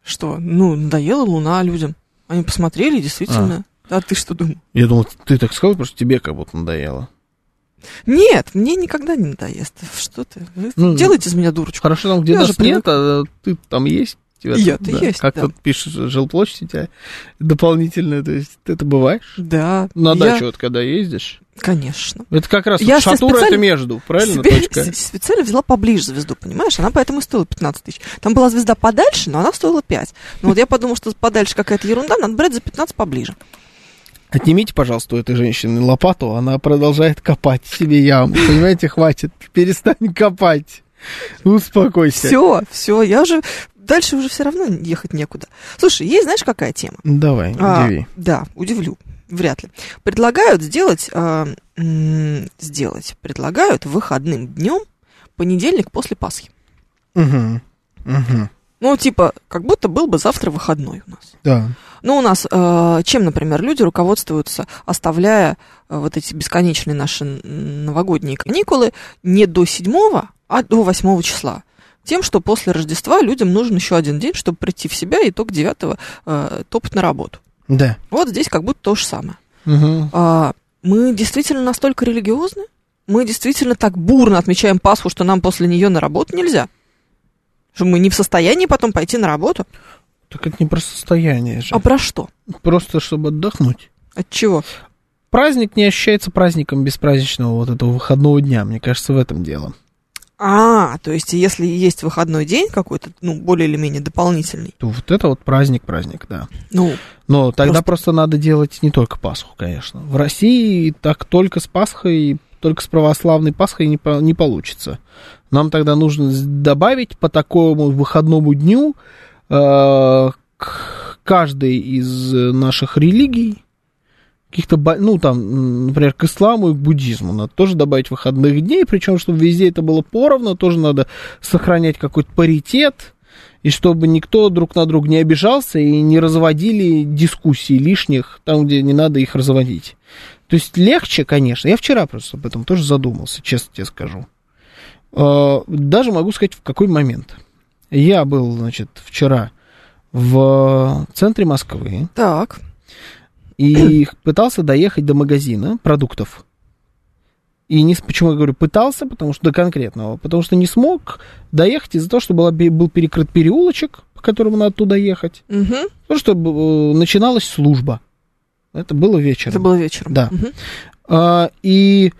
Speaker 3: Что? Ну, надоела Луна людям. Они посмотрели, действительно. А ты что думал?
Speaker 2: Я думал, ты так сказал, потому что тебе как будто надоело.
Speaker 3: Нет, мне никогда не надоест. Что ты? Вы
Speaker 2: Ну,
Speaker 3: делаете из меня дурочку.
Speaker 2: Хорошо, там, где
Speaker 3: Я
Speaker 2: нас
Speaker 3: же привык.
Speaker 2: нет, а ты там есть. Тебя
Speaker 3: Я-
Speaker 2: тут,
Speaker 3: ты есть,
Speaker 2: Как
Speaker 3: да.
Speaker 2: тут пишешь, жилплощадь у тебя дополнительная, то есть ты это бываешь?
Speaker 3: Да.
Speaker 2: На
Speaker 3: я-
Speaker 2: дачу вот когда ездишь.
Speaker 3: Конечно.
Speaker 2: Это как раз
Speaker 3: Я
Speaker 2: вот
Speaker 3: сейчас
Speaker 2: шатура это
Speaker 3: специально-
Speaker 2: между, правильно?
Speaker 3: Себе-
Speaker 2: Точка.
Speaker 3: с- Специально взяла поближе звезду, понимаешь? Она поэтому и стоила 15 тысяч. Там была звезда подальше, но она стоила 5. Ну вот я подумала, что подальше какая-то ерунда, надо брать за 15 поближе.
Speaker 2: Отнимите, пожалуйста, у этой женщины лопату, она продолжает копать себе яму. Понимаете, хватит, перестань копать. Успокойся.
Speaker 3: Все, все, я уже... Дальше уже все равно ехать некуда. Слушай, есть, знаешь, какая тема?
Speaker 2: Давай,
Speaker 3: А,
Speaker 2: удиви.
Speaker 3: да, удивлю. Вряд ли. Предлагают сделать, а, м, сделать, предлагают выходным днем понедельник после Пасхи.
Speaker 2: Мгм. Мгм.
Speaker 3: Ну, типа, как будто был бы завтра выходной у нас.
Speaker 2: Да.
Speaker 3: Ну, у нас э, чем, например, люди руководствуются, оставляя э, вот эти бесконечные наши н- новогодние каникулы не до 7, а до 8 числа? Тем, что после Рождества людям нужен еще один день, чтобы прийти в себя и только 9 э, топать на работу.
Speaker 2: Да.
Speaker 3: Вот здесь как будто то же самое.
Speaker 2: Мгм.
Speaker 3: А, мы действительно настолько религиозны? Мы действительно так бурно отмечаем Пасху, что нам после нее на работу нельзя? Что мы не в состоянии потом пойти на работу?
Speaker 2: Так это не про состояние же.
Speaker 3: А про что?
Speaker 2: Просто чтобы отдохнуть.
Speaker 3: От чего?
Speaker 2: Праздник не ощущается праздником без праздничного вот этого выходного дня. Мне кажется, в этом дело.
Speaker 3: А, то есть если есть выходной день какой-то, ну, более или менее дополнительный,
Speaker 2: То вот это вот праздник-праздник, да.
Speaker 3: ну,
Speaker 2: Но тогда
Speaker 3: Просто-
Speaker 2: просто... надо делать не только Пасху, конечно. В России так только с Пасхой, только с православной Пасхой не, по- не получится. Нам тогда нужно с- добавить по такому выходному дню э, к каждой из наших религий каких-то, ба- ну, там, м, например, к исламу и к буддизму надо тоже добавить выходных дней, причем, чтобы везде это было поровну, тоже надо сохранять какой-то паритет, и чтобы никто друг на друга не обижался и не разводили дискуссий лишних там, где не надо их разводить. То есть легче, конечно. Я вчера просто об этом тоже задумался, честно тебе скажу. Э, Даже могу сказать, в какой момент. Я был, значит, вчера в центре Москвы
Speaker 3: так,
Speaker 2: и пытался доехать до магазина продуктов. И не, с- почему я говорю пытался, потому что до конкретного, потому что не смог доехать из-за того, что была, пе- был перекрыт переулочек, по которому надо туда ехать,
Speaker 3: мгм,
Speaker 2: потому что э, начиналась служба. Это было вечером.
Speaker 3: это было вечером.
Speaker 2: Да.
Speaker 3: Мгм.
Speaker 2: А, и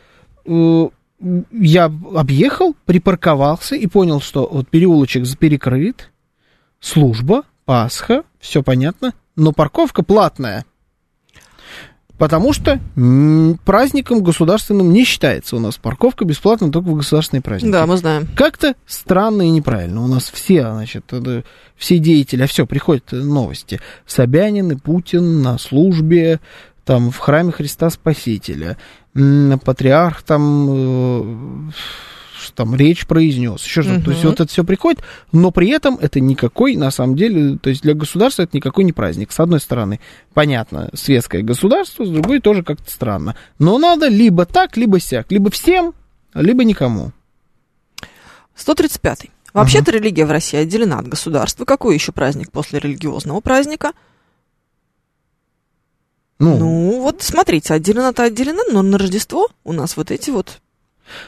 Speaker 2: э, я объехал, припарковался и понял, что вот переулочек перекрыт, служба, Пасха, все понятно, но парковка платная. Потому что м, праздником государственным не считается у нас парковка бесплатная только в государственные праздники.
Speaker 3: Да, мы знаем.
Speaker 2: Как-то странно и неправильно. У нас все, значит, это- все деятели, а все, приходят э, новости. Собянин и Путин на службе, там, в храме Христа Спасителя. М, Патриарх там, э, что там речь произнес. Еще что-то. То есть
Speaker 3: Мгм.
Speaker 2: вот это все приходит, но при этом это никакой, на самом деле, то есть для государства это никакой не праздник. С одной стороны, понятно, светское государство, с другой тоже как-то странно. Но надо либо так, либо сяк, либо всем, либо никому.
Speaker 3: 135-й. Вообще-то религия в России отделена от государства. Какой еще праздник после религиозного праздника? Ну, вот смотрите, отделена-то отделена, но на Рождество у нас вот эти вот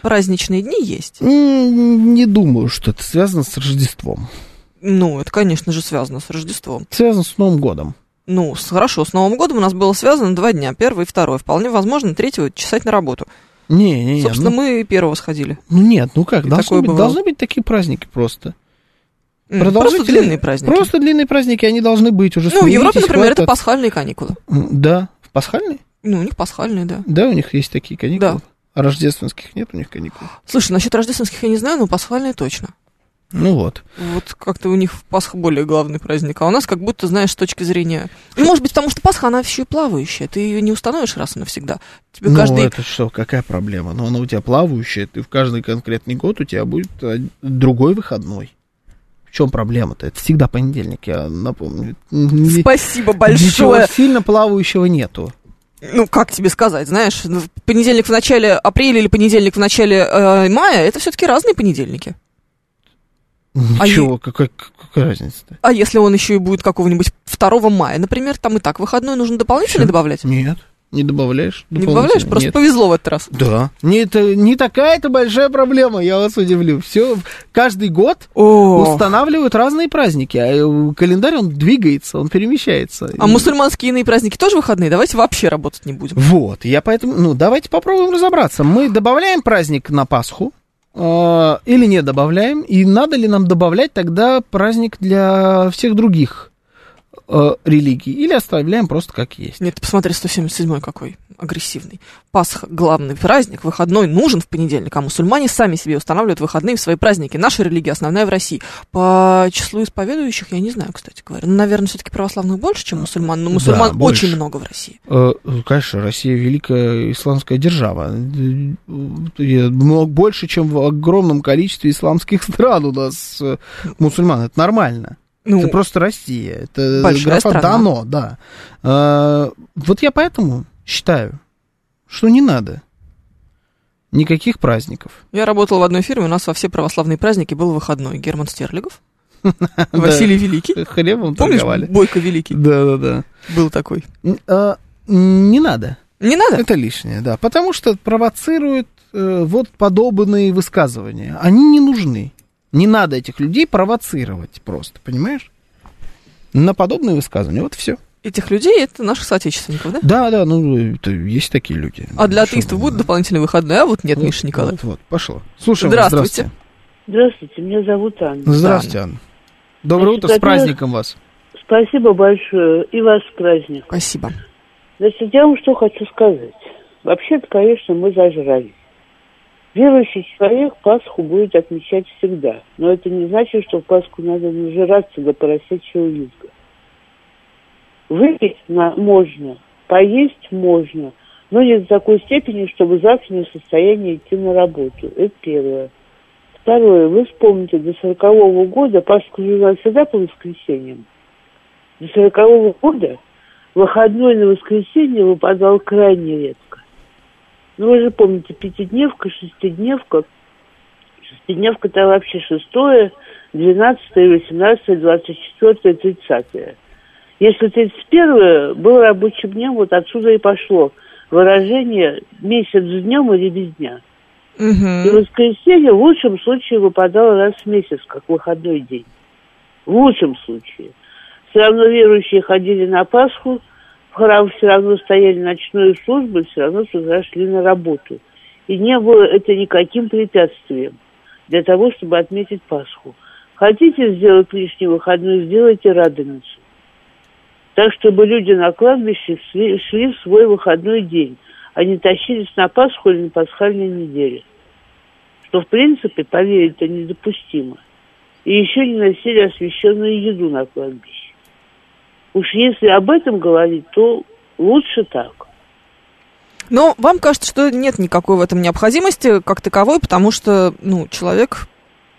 Speaker 3: праздничные дни есть.
Speaker 2: М, Ну, Не думаю, что это связано с Рождеством.
Speaker 3: Ну, это, конечно же, связано с Рождеством.
Speaker 2: Связано с Новым годом.
Speaker 3: Ну, с- хорошо, с Новым годом у нас было связано два дня, первый и второй. Вполне возможно, третьего чесать на работу.
Speaker 2: Не, не, не.
Speaker 3: Собственно,
Speaker 2: ну,
Speaker 3: мы и первого сходили.
Speaker 2: ну нет, ну как,
Speaker 3: И
Speaker 2: должно
Speaker 3: такое
Speaker 2: быть,
Speaker 3: бывало.
Speaker 2: должны быть такие праздники просто.
Speaker 3: М,
Speaker 2: Продолжительные-
Speaker 3: Просто длинные праздники.
Speaker 2: Просто длинные праздники, они должны быть уже.
Speaker 3: Ну, в Европе,
Speaker 2: смиритесь,
Speaker 3: например,
Speaker 2: хватит.
Speaker 3: это пасхальные каникулы.
Speaker 2: М, Да, в пасхальные?
Speaker 3: Ну, у них пасхальные, да.
Speaker 2: Да, у них есть такие каникулы.
Speaker 3: Да.
Speaker 2: А рождественских нет у них каникул.
Speaker 3: Слушай, насчет рождественских я не знаю, но пасхальные точно.
Speaker 2: Ну вот.
Speaker 3: Вот как-то у них Пасха более главный праздник, а у нас как будто, знаешь, с точки зрения... Ну, может быть, потому что Пасха, она еще и плавающая, ты ее не установишь раз и навсегда. Тебе
Speaker 2: ну,
Speaker 3: каждый...
Speaker 2: это что, какая проблема? Ну, она у тебя плавающая, ты в каждый конкретный год у тебя будет э, другой выходной. В чем проблема-то? Это всегда понедельник, я напомню. Ни-
Speaker 3: Спасибо
Speaker 2: Ничего
Speaker 3: большое.
Speaker 2: сильно плавающего нету.
Speaker 3: Ну, как тебе сказать, знаешь, ну, в понедельник в начале апреля или понедельник в начале э, мая, это все-таки разные понедельники.
Speaker 2: Ничего, А какая, какая разница-то?
Speaker 3: А если он еще и будет какого-нибудь 2 мая, например, там и так выходной нужно дополнительно
Speaker 2: Чё?
Speaker 3: добавлять?
Speaker 2: Нет. Не добавляешь?
Speaker 3: Не добавляешь?
Speaker 2: дополнительно?
Speaker 3: Просто
Speaker 2: Нет.
Speaker 3: повезло в этот раз.
Speaker 2: Да. Не, это, не такая-то большая проблема, я вас удивлю. Все, каждый год
Speaker 3: О,
Speaker 2: устанавливают разные праздники, а э, календарь, он двигается, он перемещается.
Speaker 3: а мусульманские иные праздники тоже выходные? Давайте вообще работать не будем.
Speaker 2: Вот, я поэтому, ну, давайте попробуем разобраться. Мы добавляем праздник на Пасху э, или не добавляем, и надо ли нам добавлять тогда праздник для всех других э, религий, или оставляем просто как есть.
Speaker 3: Нет, ты посмотри, 177 какой агрессивный. Пасха – главный праздник, выходной нужен в понедельник, а мусульмане сами себе устанавливают выходные в свои праздники. Наша религия основная в России. По числу исповедующих я не знаю, кстати говоря. Ну, наверное, все-таки православных больше, чем мусульман, но мусульман
Speaker 2: А, больше.
Speaker 3: очень много в России.
Speaker 2: Э, Конечно, Россия великая исламская держава. Э, э, много- Больше, чем в огромном количестве исламских стран у нас э, мусульман. Это нормально.
Speaker 3: Ну,
Speaker 2: это просто Россия. Это
Speaker 3: большая
Speaker 2: графа
Speaker 3: страна.
Speaker 2: дано, да. Э, Вот я поэтому считаю, что не надо никаких праздников.
Speaker 3: я работала в одной фирме, у нас во все православные праздники был выходной. Герман Стерлигов,
Speaker 2: Да,
Speaker 3: Василий Великий.
Speaker 2: Хлебом
Speaker 3: Помнишь,
Speaker 2: торговали.
Speaker 3: Бойко Великий
Speaker 2: Да, да, да.
Speaker 3: был такой.
Speaker 2: Н- э, Не надо.
Speaker 3: Не надо?
Speaker 2: Это лишнее, да. Потому что провоцируют э, вот подобные высказывания. Они не нужны. Не надо этих людей провоцировать просто, понимаешь? На подобные высказывания. Вот все.
Speaker 3: Этих людей – это наших соотечественников, да?
Speaker 2: Да, да, ну это есть такие люди.
Speaker 3: А для
Speaker 2: Ну, что
Speaker 3: атеистов
Speaker 2: вы,
Speaker 3: будет
Speaker 2: да.
Speaker 3: дополнительный выходной, а вот нет,
Speaker 2: Вот,
Speaker 3: Миша Николаев.
Speaker 2: Вот, вот, пошло. Слушаем. вас.
Speaker 3: Здравствуйте.
Speaker 8: Здравствуйте, меня зовут Анна.
Speaker 2: Здравствуйте. Здравствуйте, Анна. Доброе
Speaker 8: Значит,
Speaker 2: утро, с
Speaker 8: во-первых,
Speaker 2: праздником вас.
Speaker 8: Спасибо большое и вас с праздником.
Speaker 3: Спасибо.
Speaker 8: Значит, я вам что хочу сказать. Вообще-то, конечно, мы зажрались. Верующий человек Пасху будет отмечать всегда. Но это не значит, что в Пасху надо нажираться до поросячьего визга. Выпить на- можно, поесть можно, но не до такой степени, чтобы завтра не в состоянии идти на работу. Это первое. Второе. Вы вспомните, до сорокового года Пасху жила всегда по воскресеньям. До сорокового года выходной на воскресенье выпадал крайне редко. Ну, вы же помните, пятидневка, шестидневка. Шестидневка там вообще шестое, двенадцатое, восемнадцатое, двадцать четвертое, тридцатое. Если тридцать первое был рабочим днем, вот отсюда и пошло выражение «месяц с днем или без дня». И
Speaker 3: Мгм.
Speaker 8: воскресенье в лучшем случае выпадало раз в месяц, как выходной день. В лучшем случае. Все равно верующие ходили на Пасху, в храм все равно стояли ночную службу, все равно с утра шли на работу. И не было это никаким препятствием для того, чтобы отметить Пасху. Хотите сделать лишний выходной, сделайте Радоницу. Так, чтобы люди на кладбище шли, шли в свой выходной день, а не тащились на Пасху или на пасхальной неделе что в принципе, поверь, это недопустимо. И еще не носили освященную еду на кладбище. Уж если об этом говорить, то лучше так.
Speaker 3: Но Ну, вам кажется, что нет никакой в этом необходимости как таковой, потому что, ну, человек...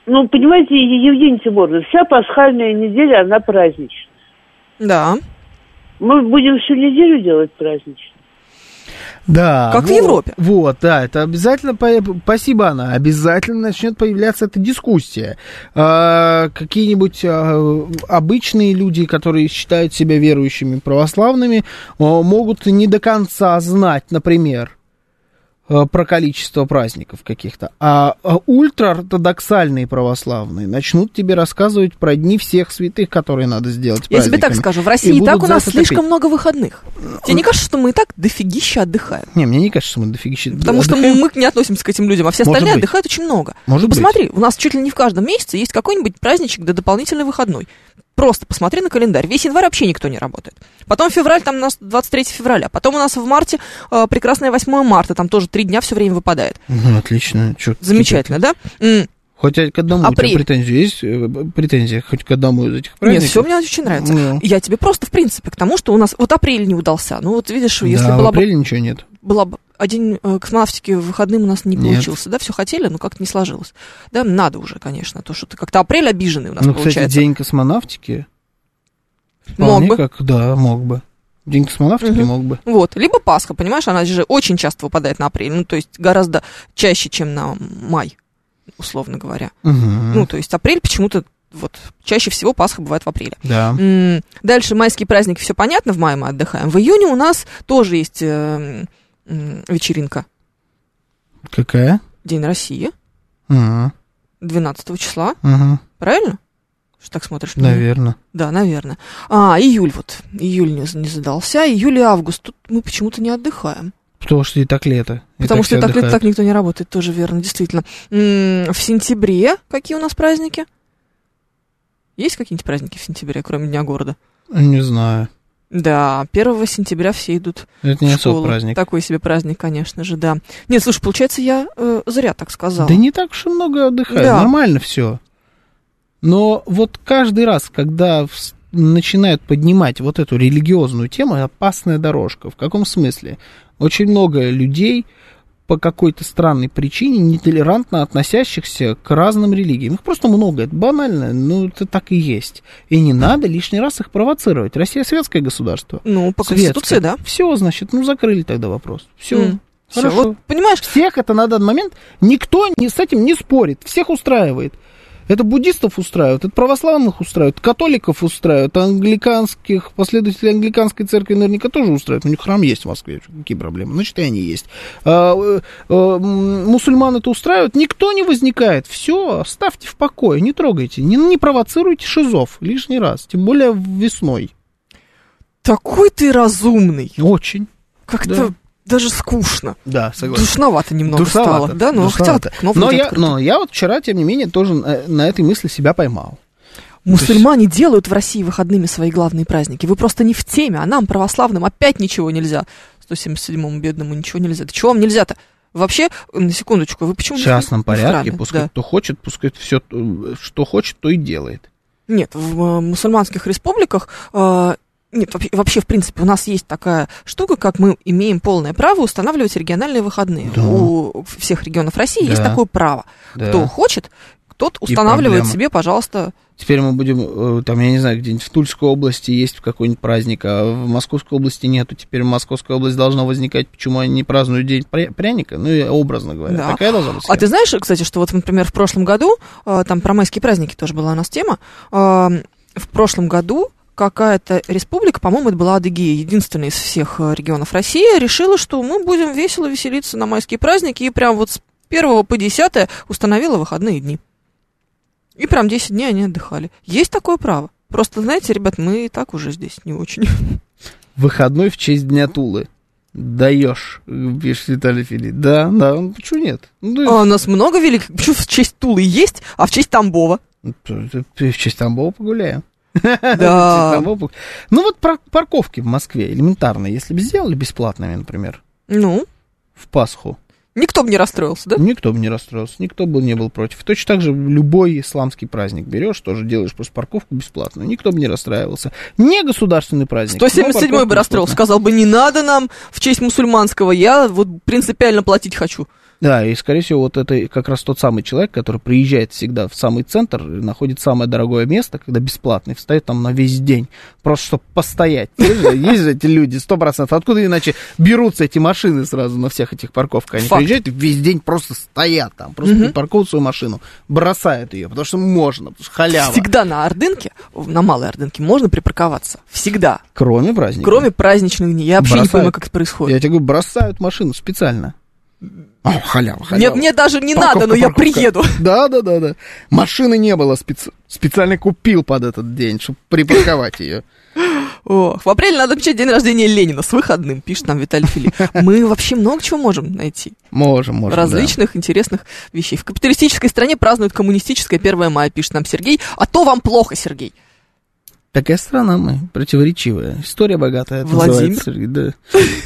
Speaker 8: Ну, понимаете, Е- Евгения Тимуровна, вся пасхальная неделя, она праздничная.
Speaker 3: Да,
Speaker 8: Мы будем всю неделю делать праздничную.
Speaker 2: Да.
Speaker 3: Как в
Speaker 2: вот,
Speaker 3: Европе.
Speaker 2: Вот, да, это обязательно, по- спасибо, Анна, обязательно начнет появляться эта дискуссия. А, какие-нибудь а, обычные люди, которые считают себя верующими православными, а, могут не до конца знать, например, а, э, про количество праздников каких-то, а э, ультраортодоксальные православные начнут тебе рассказывать про дни всех святых, которые надо сделать
Speaker 3: Я тебе так
Speaker 2: праздниками.
Speaker 3: скажу, в России и
Speaker 2: будут
Speaker 3: так у нас
Speaker 2: за это
Speaker 3: слишком много выходных. Тебе не кажется, что мы и так дофигища отдыхаем?
Speaker 2: Не, мне не кажется, что мы дофигища...
Speaker 3: Потому что мы, мы не относимся к этим людям, а все
Speaker 2: Может
Speaker 3: остальные
Speaker 2: быть.
Speaker 3: отдыхают очень много.
Speaker 2: Может
Speaker 3: Ну,
Speaker 2: быть.
Speaker 3: Посмотри, у нас чуть ли не в каждом месяце есть какой-нибудь праздничек до дополнительной выходной. Просто посмотри на календарь. Весь январь вообще никто не работает. Потом февраль, там у нас 23 февраля. Потом у нас в марте э, прекрасное 8 марта. Там тоже три дня все время выпадает.
Speaker 2: Ну, отлично. чё ты-
Speaker 3: Замечательно, да? М,
Speaker 2: Хоть к одному у
Speaker 3: Апрель.
Speaker 2: тебя претензии есть? э, б- Претензии хоть к одному из этих
Speaker 3: Нет,
Speaker 2: праздников?
Speaker 3: все мне очень нравится.
Speaker 2: Ну.
Speaker 3: Я тебе просто, в принципе, к тому, что у нас... Вот апрель не удался. Ну вот видишь, если
Speaker 2: да, в
Speaker 3: была бы
Speaker 2: апреле ничего нет.
Speaker 3: была бы один э, космонавтики в выходным у нас не
Speaker 2: Нет.
Speaker 3: получился, да, все хотели, но как-то не сложилось. Да, надо уже, конечно, то, что ты как-то апрель обиженный у нас
Speaker 2: ну, кстати,
Speaker 3: получается.
Speaker 2: день космонавтики
Speaker 3: Мог
Speaker 2: вполне
Speaker 3: бы.
Speaker 2: как... Да, мог бы. День космонавтики
Speaker 3: Мгм.
Speaker 2: мог бы.
Speaker 3: Вот, либо Пасха, понимаешь, она же очень часто выпадает на апрель, ну, то есть гораздо чаще, чем на май, условно говоря.
Speaker 2: Мгм.
Speaker 3: Ну, то есть апрель почему-то, вот, чаще всего Пасха бывает в апреле.
Speaker 2: да.
Speaker 3: М, Дальше майские праздники, все понятно, в мае мы отдыхаем. В июне у нас тоже есть э, м, вечеринка.
Speaker 2: Какая?
Speaker 3: День России,
Speaker 2: Мгм.
Speaker 3: 12 числа,
Speaker 2: Мгм.
Speaker 3: правильно? Что так смотришь? на меня?
Speaker 2: Наверное.
Speaker 3: Да, наверное. А, июль вот. Июль не, не задался. Июль и август. Тут мы почему-то не отдыхаем.
Speaker 2: Потому что и так лето. И
Speaker 3: потому
Speaker 2: все
Speaker 3: что так, лет-
Speaker 2: отдыхают.
Speaker 3: так никто не работает, тоже верно, действительно. М, в сентябре какие у нас праздники? Есть какие-нибудь праздники в сентябре, кроме Дня города?
Speaker 2: Не знаю.
Speaker 3: Да, 1 сентября все идут
Speaker 2: Это не
Speaker 3: в школу.
Speaker 2: особо праздник.
Speaker 3: Такой себе праздник, конечно же, да. Нет, слушай, получается, я э, зря так сказала.
Speaker 2: Да не так уж и много отдыхаю.
Speaker 3: Да.
Speaker 2: Нормально все. Но вот каждый раз, когда вс- начинают поднимать вот эту религиозную тему, опасная дорожка. В каком смысле? Очень много людей по какой-то странной причине нетолерантно относящихся к разным религиям. Их просто много, это банально, ну это так и есть. И не надо лишний раз их провоцировать. Россия светское государство.
Speaker 3: Ну, по Конституции, да.
Speaker 2: Все, значит, ну закрыли тогда вопрос. Все.
Speaker 3: М, всё.
Speaker 2: Хорошо.
Speaker 3: Вот, понимаешь,
Speaker 2: Всех это на данный момент никто не, с этим не спорит, всех устраивает. Это буддистов устраивает, это православных устраивает, католиков устраивает, англиканских, последователей англиканской церкви наверняка тоже устраивает. У них храм есть в Москве, какие проблемы, Ну, значит и они есть. А, э, э, м, мусульман это устраивает, никто не возникает, все, ставьте в покое, не трогайте, не, не провоцируйте шизов лишний раз, тем более весной.
Speaker 3: такой ты разумный.
Speaker 2: Очень.
Speaker 3: Как-то даже скучно.
Speaker 2: Да,
Speaker 3: Душновато немного
Speaker 2: Душновато,
Speaker 3: стало, да, но
Speaker 2: душновато.
Speaker 3: хотя кнопка
Speaker 2: но
Speaker 3: не
Speaker 2: я,
Speaker 3: открыта.
Speaker 2: но я вот вчера, тем не менее, тоже на, на этой мысли себя поймал.
Speaker 3: Мусульмане делают в России выходными свои главные праздники. Вы просто не в теме, а нам, православным, опять ничего нельзя. 177-му бедному ничего нельзя. Да чего вам нельзя-то? Вообще, на секундочку, вы
Speaker 2: В
Speaker 3: почему... не
Speaker 2: частном
Speaker 3: в
Speaker 2: порядке,
Speaker 3: храме?
Speaker 2: пускай
Speaker 3: ну, Да.
Speaker 2: кто хочет, пускай все, что хочет, то и делает.
Speaker 3: Нет, в э, мусульманских республиках... э, нет, вообще, вообще, в принципе, у нас есть такая штука, как мы имеем полное право устанавливать региональные выходные.
Speaker 2: Да.
Speaker 3: У всех регионов России есть
Speaker 2: Да.
Speaker 3: такое право.
Speaker 2: Да.
Speaker 3: Кто хочет, тот
Speaker 2: И
Speaker 3: устанавливает
Speaker 2: проблема.
Speaker 3: себе, пожалуйста,
Speaker 2: Теперь мы будем, э, там, я не знаю, где-нибудь в Тульской области есть какой-нибудь праздник, а в Московской области нету. Теперь Московская область должна возникать, почему они не празднуют День пря- пряника, ну, и образно говоря.
Speaker 3: Да.
Speaker 2: Такая должна быть.
Speaker 3: А ты знаешь, кстати, что вот, например, в прошлом году, э, там про майские праздники тоже была у нас тема, э, в прошлом году какая-то республика, по-моему, это была Адыгея, единственная из всех э, регионов России, решила, что мы будем весело веселиться на майские праздники, и прям вот с 1 по 10 установила выходные дни. И прям 10 дней они отдыхали. Есть такое право. Просто, знаете, ребят, мы и так уже здесь не очень.
Speaker 2: Выходной в честь Дня Тулы. Даешь, пишет Виталий Фили. Да, да, ну, почему нет? Ну, то есть-
Speaker 3: А у нас много великих. Почему в честь Тулы есть, а в честь Тамбова?
Speaker 2: В честь Тамбова погуляем. В честь
Speaker 3: Да.
Speaker 2: Тамбова пог- Ну вот пар- парковки в Москве элементарно, если бы сделали бесплатными, например,
Speaker 3: Ну,
Speaker 2: в Пасху,
Speaker 3: никто бы не расстроился, да?
Speaker 2: никто бы не расстроился, никто бы не был против. Точно так же любой исламский праздник берешь, тоже делаешь просто парковку бесплатную, никто бы не расстраивался. Не государственный праздник. но
Speaker 3: 177
Speaker 2: парковка
Speaker 3: бы расстроился,
Speaker 2: бесплатная.
Speaker 3: сказал бы, не надо нам в честь мусульманского, я вот принципиально платить хочу.
Speaker 2: Да, и скорее всего вот это как раз тот самый человек, который приезжает всегда в самый центр, находит самое дорогое место, когда бесплатный, встает там на весь день, просто чтобы постоять. Есть же, есть же эти люди, сто процентов. Откуда иначе берутся эти машины сразу на всех этих парковках? Они
Speaker 3: Факт.
Speaker 2: приезжают и весь день просто стоят там, просто
Speaker 3: Мгм.
Speaker 2: паркуют свою машину, бросают ее, потому что можно, потому что халява.
Speaker 3: Всегда на Ордынке, на Малой Ордынке, можно припарковаться. Всегда.
Speaker 2: Кроме праздника.
Speaker 3: Кроме праздничных дней. Я вообще не
Speaker 2: Бросают.
Speaker 3: понимаю, как это происходит.
Speaker 2: Я тебе говорю, бросают машину специально. А, халява, халява.
Speaker 3: Мне, мне даже не
Speaker 2: Парковка,
Speaker 3: надо, но я
Speaker 2: парковка.
Speaker 3: приеду.
Speaker 2: Да, да, да, да. Машины не было, специ- специально купил под этот день, чтобы припарковать ее.
Speaker 3: Ох, в апреле надо отмечать день рождения Ленина с выходным, пишет нам Виталий Фили. Мы вообще много чего можем найти.
Speaker 2: Можем, можем. да.
Speaker 3: различных интересных вещей. В капиталистической стране празднуют коммунистическое 1 мая, пишет нам Сергей. А то вам плохо, Сергей.
Speaker 2: Такая страна мы, противоречивая. История богатая. это
Speaker 3: Владимир?
Speaker 2: называется, Сергей, да.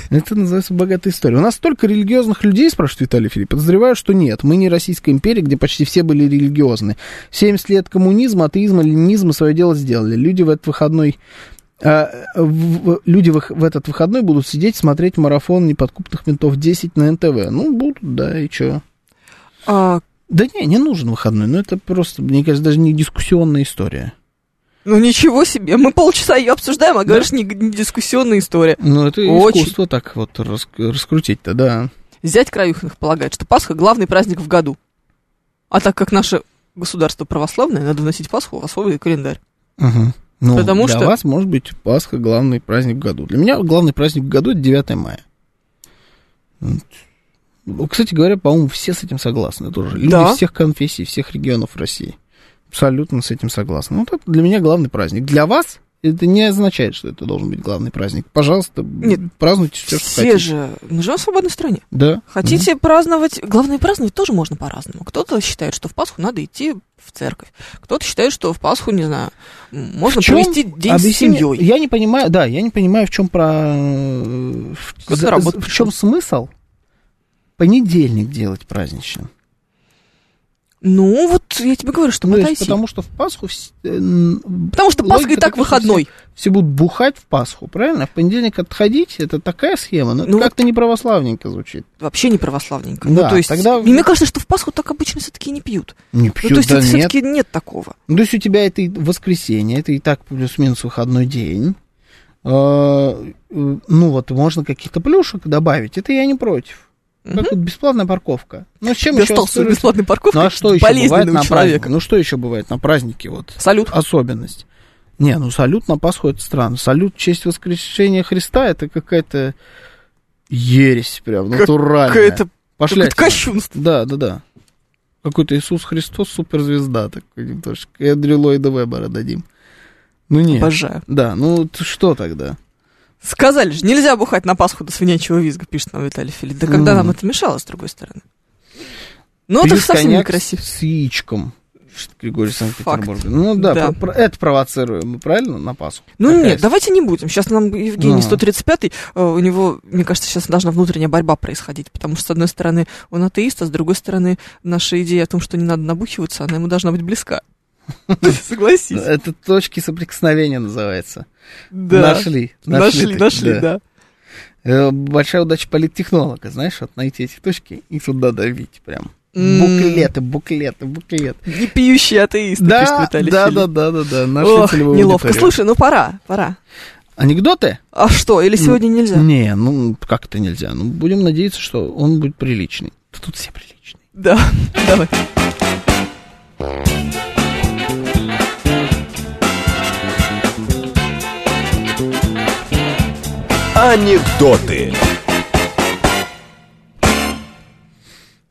Speaker 2: Это называется богатая история. У нас столько религиозных людей, спрашивает Виталий Филипп. Подозреваю, что нет. Мы не Российская империя, где почти все были религиозны. 70 лет коммунизма, атеизма, ленинизма свое дело сделали. Люди в этот выходной... а, в- в- люди в, их- в этот выходной будут сидеть, смотреть марафон неподкупных ментов 10 на НТВ. Ну, будут, да, и чё?
Speaker 3: А,
Speaker 2: Да не, не нужен выходной. Ну, это просто, мне кажется, даже не дискуссионная история.
Speaker 3: ну ничего себе, мы полчаса ее обсуждаем, а говоришь, не, не дискуссионная история.
Speaker 2: Ну, это
Speaker 3: Очень.
Speaker 2: искусство так вот рас- раскрутить-то, да.
Speaker 3: Зять Краюхиных полагает, что Пасха – главный праздник в году. А так как наше государство православное, надо вносить Пасху в особый календарь.
Speaker 2: Мгм. Ну,
Speaker 3: Потому
Speaker 2: для
Speaker 3: что-
Speaker 2: вас, может быть, Пасха главный праздник в году. Для меня главный праздник в году это 9 мая. Вот. Ну, Кстати говоря, по-моему, все с этим согласны тоже. Люди
Speaker 3: Да.
Speaker 2: всех конфессий, всех регионов России. Абсолютно с этим согласны. Вот это для меня главный праздник. Для вас это не означает, что это должен быть главный праздник. Пожалуйста,
Speaker 3: Нет,
Speaker 2: празднуйте все,
Speaker 3: Все,
Speaker 2: что хотите.
Speaker 3: же, мы живем в свободной стране.
Speaker 2: Да.
Speaker 3: Хотите праздновать? Главное, праздновать тоже можно по-разному. Кто-то считает, что в Пасху надо идти в церковь. Кто-то считает, что в Пасху, не знаю, м, можно
Speaker 2: В чём?
Speaker 3: провести день с
Speaker 2: Объясни мне,
Speaker 3: семьей.
Speaker 2: Я не понимаю, да, я не понимаю, в чем про... э,
Speaker 3: Как
Speaker 2: В,
Speaker 3: на работу
Speaker 2: в
Speaker 3: пришёл.
Speaker 2: чем смысл понедельник делать праздничным?
Speaker 3: Ну, вот я тебе говорю, что
Speaker 2: Ну, то
Speaker 3: подойти.
Speaker 2: есть потому
Speaker 3: Потому...
Speaker 2: что в Пасху вс- э, н-
Speaker 3: что Пасха и
Speaker 2: логика такая,
Speaker 3: так
Speaker 2: что
Speaker 3: выходной.
Speaker 2: Все, все будут бухать в Пасху, правильно? А в понедельник отходить, это такая схема, ну,
Speaker 3: Ну,
Speaker 2: как-то неправославненько звучит.
Speaker 3: Вообще не православненько.
Speaker 2: Да,
Speaker 3: ну, то есть,
Speaker 2: тогда-
Speaker 3: и мне кажется, что в Пасху так обычно все-таки не пьют.
Speaker 2: Не
Speaker 3: Ну, то есть, это все-таки нет такого.
Speaker 2: Ну, то есть у тебя это и воскресенье, это и так плюс-минус выходной день. Э, э, Ну вот, можно каких-то плюшек добавить, это я не против. Как вот бесплатная парковка. Ну, с чем
Speaker 3: Я
Speaker 2: еще
Speaker 3: стал свою
Speaker 2: ассоциируется-
Speaker 3: бесплатной парковкой
Speaker 2: Ну, а что еще бывает
Speaker 3: болезненного
Speaker 2: на
Speaker 3: человека.
Speaker 2: празднике? Ну, что еще бывает на празднике? Вот
Speaker 3: Салют.
Speaker 2: особенность. Не, ну салют на Пасху это странно. Салют в честь воскрешения Христа это какая-то ересь прям натуральная.
Speaker 3: Какое-то
Speaker 2: Пошлятина.
Speaker 3: какое-то кощунство.
Speaker 2: Да, да, да. Какой-то Иисус Христос суперзвезда такой немножко. И Эндрю Ллойда Вебера дадим. Ну нет.
Speaker 3: Обожаю.
Speaker 2: Да, ну т- что тогда?
Speaker 3: Сказали же, нельзя бухать на Пасху до свинячьего визга, пишет нам Виталий Филипп. Да когда
Speaker 2: М.
Speaker 3: нам это мешало, с другой стороны? Ну, это
Speaker 2: Пьют
Speaker 3: же совсем
Speaker 2: коньяк
Speaker 3: некрасиво.
Speaker 2: С с яичком. Пишет Григорий Санкт-Петербурга.
Speaker 3: Факт.
Speaker 2: Ну да,
Speaker 3: Да.
Speaker 2: про- про- это провоцируем, правильно, на Пасху?
Speaker 3: Ну
Speaker 2: Какая
Speaker 3: нет, давайте не будем. Сейчас нам Евгений
Speaker 2: Да.
Speaker 3: 135-й, э, у него, мне кажется, сейчас должна внутренняя борьба происходить, потому что, с одной стороны, он атеист, а с другой стороны, наша идея о том, что не надо набухиваться, она ему должна быть близка.
Speaker 2: Ну,
Speaker 3: Согласись.
Speaker 2: Это точки соприкосновения называется.
Speaker 3: Да.
Speaker 2: Нашли.
Speaker 3: Нашли,
Speaker 2: таки,
Speaker 3: нашли, да.
Speaker 2: Э, Большая удача политтехнолога, знаешь, вот найти эти точки и туда давить прям.
Speaker 3: М.
Speaker 2: Буклеты, буклеты, буклеты.
Speaker 3: Не пьющие атеисты, пишет
Speaker 2: Да,
Speaker 3: Виталий
Speaker 2: да, да,
Speaker 3: Филипп.
Speaker 2: да, да, да, нашли
Speaker 3: Ох,
Speaker 2: целевую
Speaker 3: неловко.
Speaker 2: аудиторию.
Speaker 3: Слушай, ну пора, пора.
Speaker 2: Анекдоты?
Speaker 3: А что, или сегодня нельзя?
Speaker 2: Не, ну как-то нельзя. Ну, будем надеяться, что он будет приличный. Да тут все приличные.
Speaker 3: Да, давай.
Speaker 1: Анекдоты.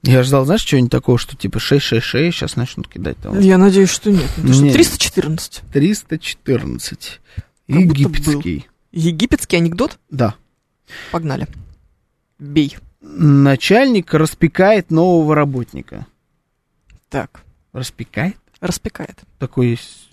Speaker 2: Я ждал, знаешь, чего-нибудь такого, что типа 666 сейчас начнут кидать там.
Speaker 3: Я надеюсь, что нет. Ну, ты что,
Speaker 2: Не.
Speaker 3: 314.
Speaker 2: 314.
Speaker 3: Как будто
Speaker 2: Египетский.
Speaker 3: Египетский анекдот?
Speaker 2: Да.
Speaker 3: Погнали. Бей.
Speaker 2: Начальник распекает нового работника.
Speaker 3: Так,
Speaker 2: Распекает?
Speaker 3: распекает.
Speaker 2: Такой есть.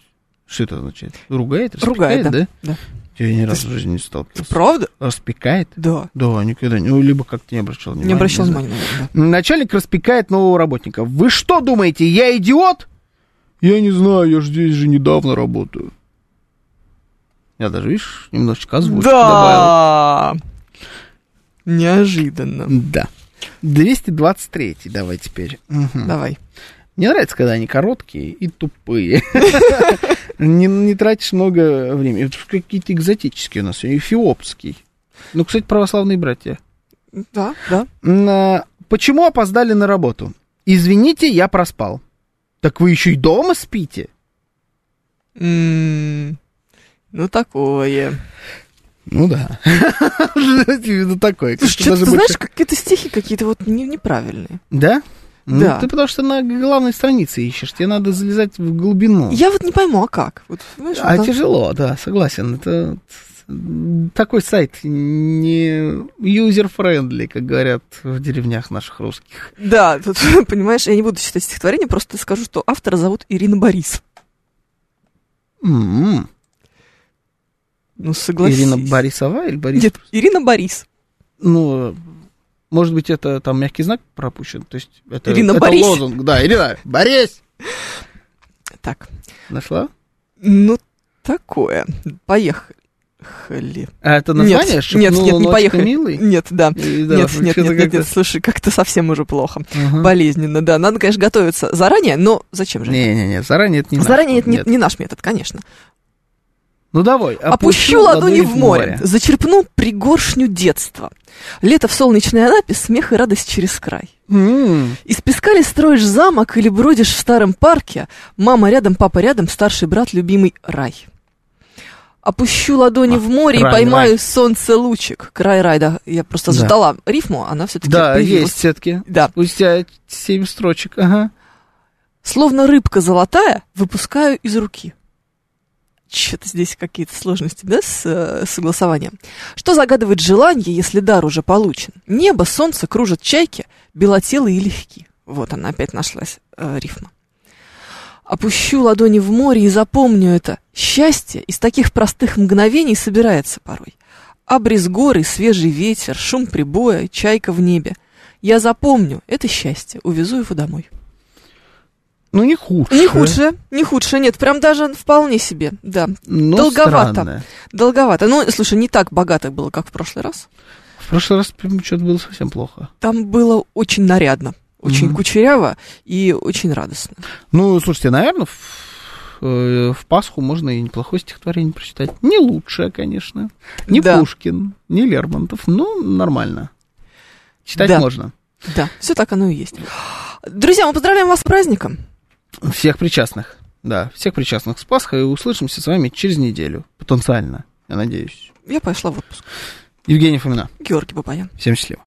Speaker 2: Что это означает? Ругает?
Speaker 3: Ругает,
Speaker 2: Распекает, да?
Speaker 3: да.
Speaker 2: Я ни разу
Speaker 3: Ты
Speaker 2: в жизни не сталкивался.
Speaker 3: Правда?
Speaker 2: Распекает?
Speaker 3: Да.
Speaker 2: Да, никогда. не- Ну, либо как-то не обращал внимания.
Speaker 3: Не обращал
Speaker 2: знаю.
Speaker 3: внимания на это.
Speaker 2: Начальник распекает нового работника. Вы что думаете, я идиот? Я не знаю, я же здесь же недавно работаю. Я даже, видишь, немножечко озвучки добавил.
Speaker 3: Да. Неожиданно.
Speaker 2: Да. 223 давай теперь. Мгм.
Speaker 3: Давай.
Speaker 2: Мне нравится, когда они короткие и тупые. Не, не тратишь много времени. Вот Какие-то экзотические у нас. сегодня. Эфиопский. Ну, кстати, православные братья.
Speaker 3: Да, да.
Speaker 2: М, э, Почему опоздали на работу? Извините, я проспал. Так вы еще и дома спите?
Speaker 3: М, Ну, М-м-м. такое.
Speaker 2: Ну да. Именно такой.
Speaker 3: Слушай,
Speaker 2: Ну, Даже
Speaker 3: что ты
Speaker 2: больше-
Speaker 3: знаешь, какие-то стихи какие-то вот не- неправильные.
Speaker 2: Да? Ну,
Speaker 3: Да.
Speaker 2: ты потому что на главной странице ищешь, тебе надо залезать в глубину.
Speaker 3: Я вот не пойму, а как? Вот, понимаешь,
Speaker 2: А
Speaker 3: вот там-
Speaker 2: тяжело, да, согласен. Это м, такой сайт не юзер-френдли, как говорят в деревнях наших русских.
Speaker 3: Да, тут, понимаешь, я не буду читать стихотворение, просто скажу, что автора зовут Ирина Борис.
Speaker 2: М,
Speaker 3: Ну, согласись.
Speaker 2: М-м-м. Ирина Борисова или Борис?
Speaker 3: Нет, Ирина Борис.
Speaker 2: Ну, может быть, это там мягкий знак пропущен. То есть это,
Speaker 3: Ирина
Speaker 2: это
Speaker 3: Борис.
Speaker 2: лозунг. Да, Ирина, Борис!
Speaker 3: Так,
Speaker 2: Нашла?
Speaker 3: ну, такое. Поехали.
Speaker 2: А это название?
Speaker 3: нет, нет,
Speaker 2: «Шепнула
Speaker 3: нет, не
Speaker 2: ночка
Speaker 3: поехали.
Speaker 2: типа, милый»?
Speaker 3: Нет, да.
Speaker 2: И да,
Speaker 3: нет, нет,
Speaker 2: что-то
Speaker 3: нет, нет,
Speaker 2: как-то-
Speaker 3: нет, слушай, как-то совсем уже плохо.
Speaker 2: Ага.
Speaker 3: Болезненно, да. Надо, конечно, готовиться заранее, но зачем же?
Speaker 2: Не-не-не, заранее это не наш.
Speaker 3: заранее это не,
Speaker 2: Нет.
Speaker 3: не наш метод, конечно.
Speaker 2: Ну давай.
Speaker 3: Опущу ладони в море, зачерпну пригоршню детства. Лето в солнечной Анапе, смех и радость через край.
Speaker 2: М,
Speaker 3: Из песка ли строишь замок или бродишь в старом парке? Мама рядом, папа рядом, старший брат, любимый рай. Опущу ладони
Speaker 2: А,
Speaker 3: в море
Speaker 2: рай,
Speaker 3: и поймаю солнце лучик. Край рай, да. Я просто
Speaker 2: Да.
Speaker 3: ждала рифму, она все-таки
Speaker 2: Да, есть все-таки.
Speaker 3: Да.
Speaker 2: Спустя семь строчек, ага.
Speaker 3: Словно рыбка золотая, выпускаю из руки. Что-то здесь какие-то сложности, да, с э, согласованием. Что загадывает желание, если дар уже получен? Небо, солнце, кружат чайки, белотелые и легки. Вот она опять нашлась, э, рифма. Опущу ладони в море и запомню это. Счастье из таких простых мгновений собирается порой. Обрез горы, свежий ветер, шум прибоя, чайка в небе. Я запомню это счастье, увезу его домой.
Speaker 2: Ну, не хуже.
Speaker 3: Не худшее, не худшее, нет, прям даже вполне себе, да,
Speaker 2: Но
Speaker 3: Долговато.
Speaker 2: странное.
Speaker 3: долговато. Ну, слушай, не так богато было, как в прошлый раз.
Speaker 2: В прошлый раз прям что-то было совсем плохо.
Speaker 3: Там было очень нарядно, очень
Speaker 2: Мгм.
Speaker 3: кучеряво и очень радостно.
Speaker 2: Ну, слушайте, наверное, в, э, в Пасху можно и неплохое стихотворение прочитать. Не лучшее, конечно. Не
Speaker 3: Да.
Speaker 2: Пушкин, не Лермонтов, но нормально. Читать
Speaker 3: Да.
Speaker 2: можно.
Speaker 3: Да, все так оно и есть. Друзья, мы поздравляем вас с праздником.
Speaker 2: Всех причастных. Да, всех причастных с Пасхой. И услышимся с вами через неделю. Потенциально, я надеюсь.
Speaker 3: Я пошла в отпуск.
Speaker 2: Евгений Фомина.
Speaker 3: Георгий Бабаян.
Speaker 2: Всем счастливо.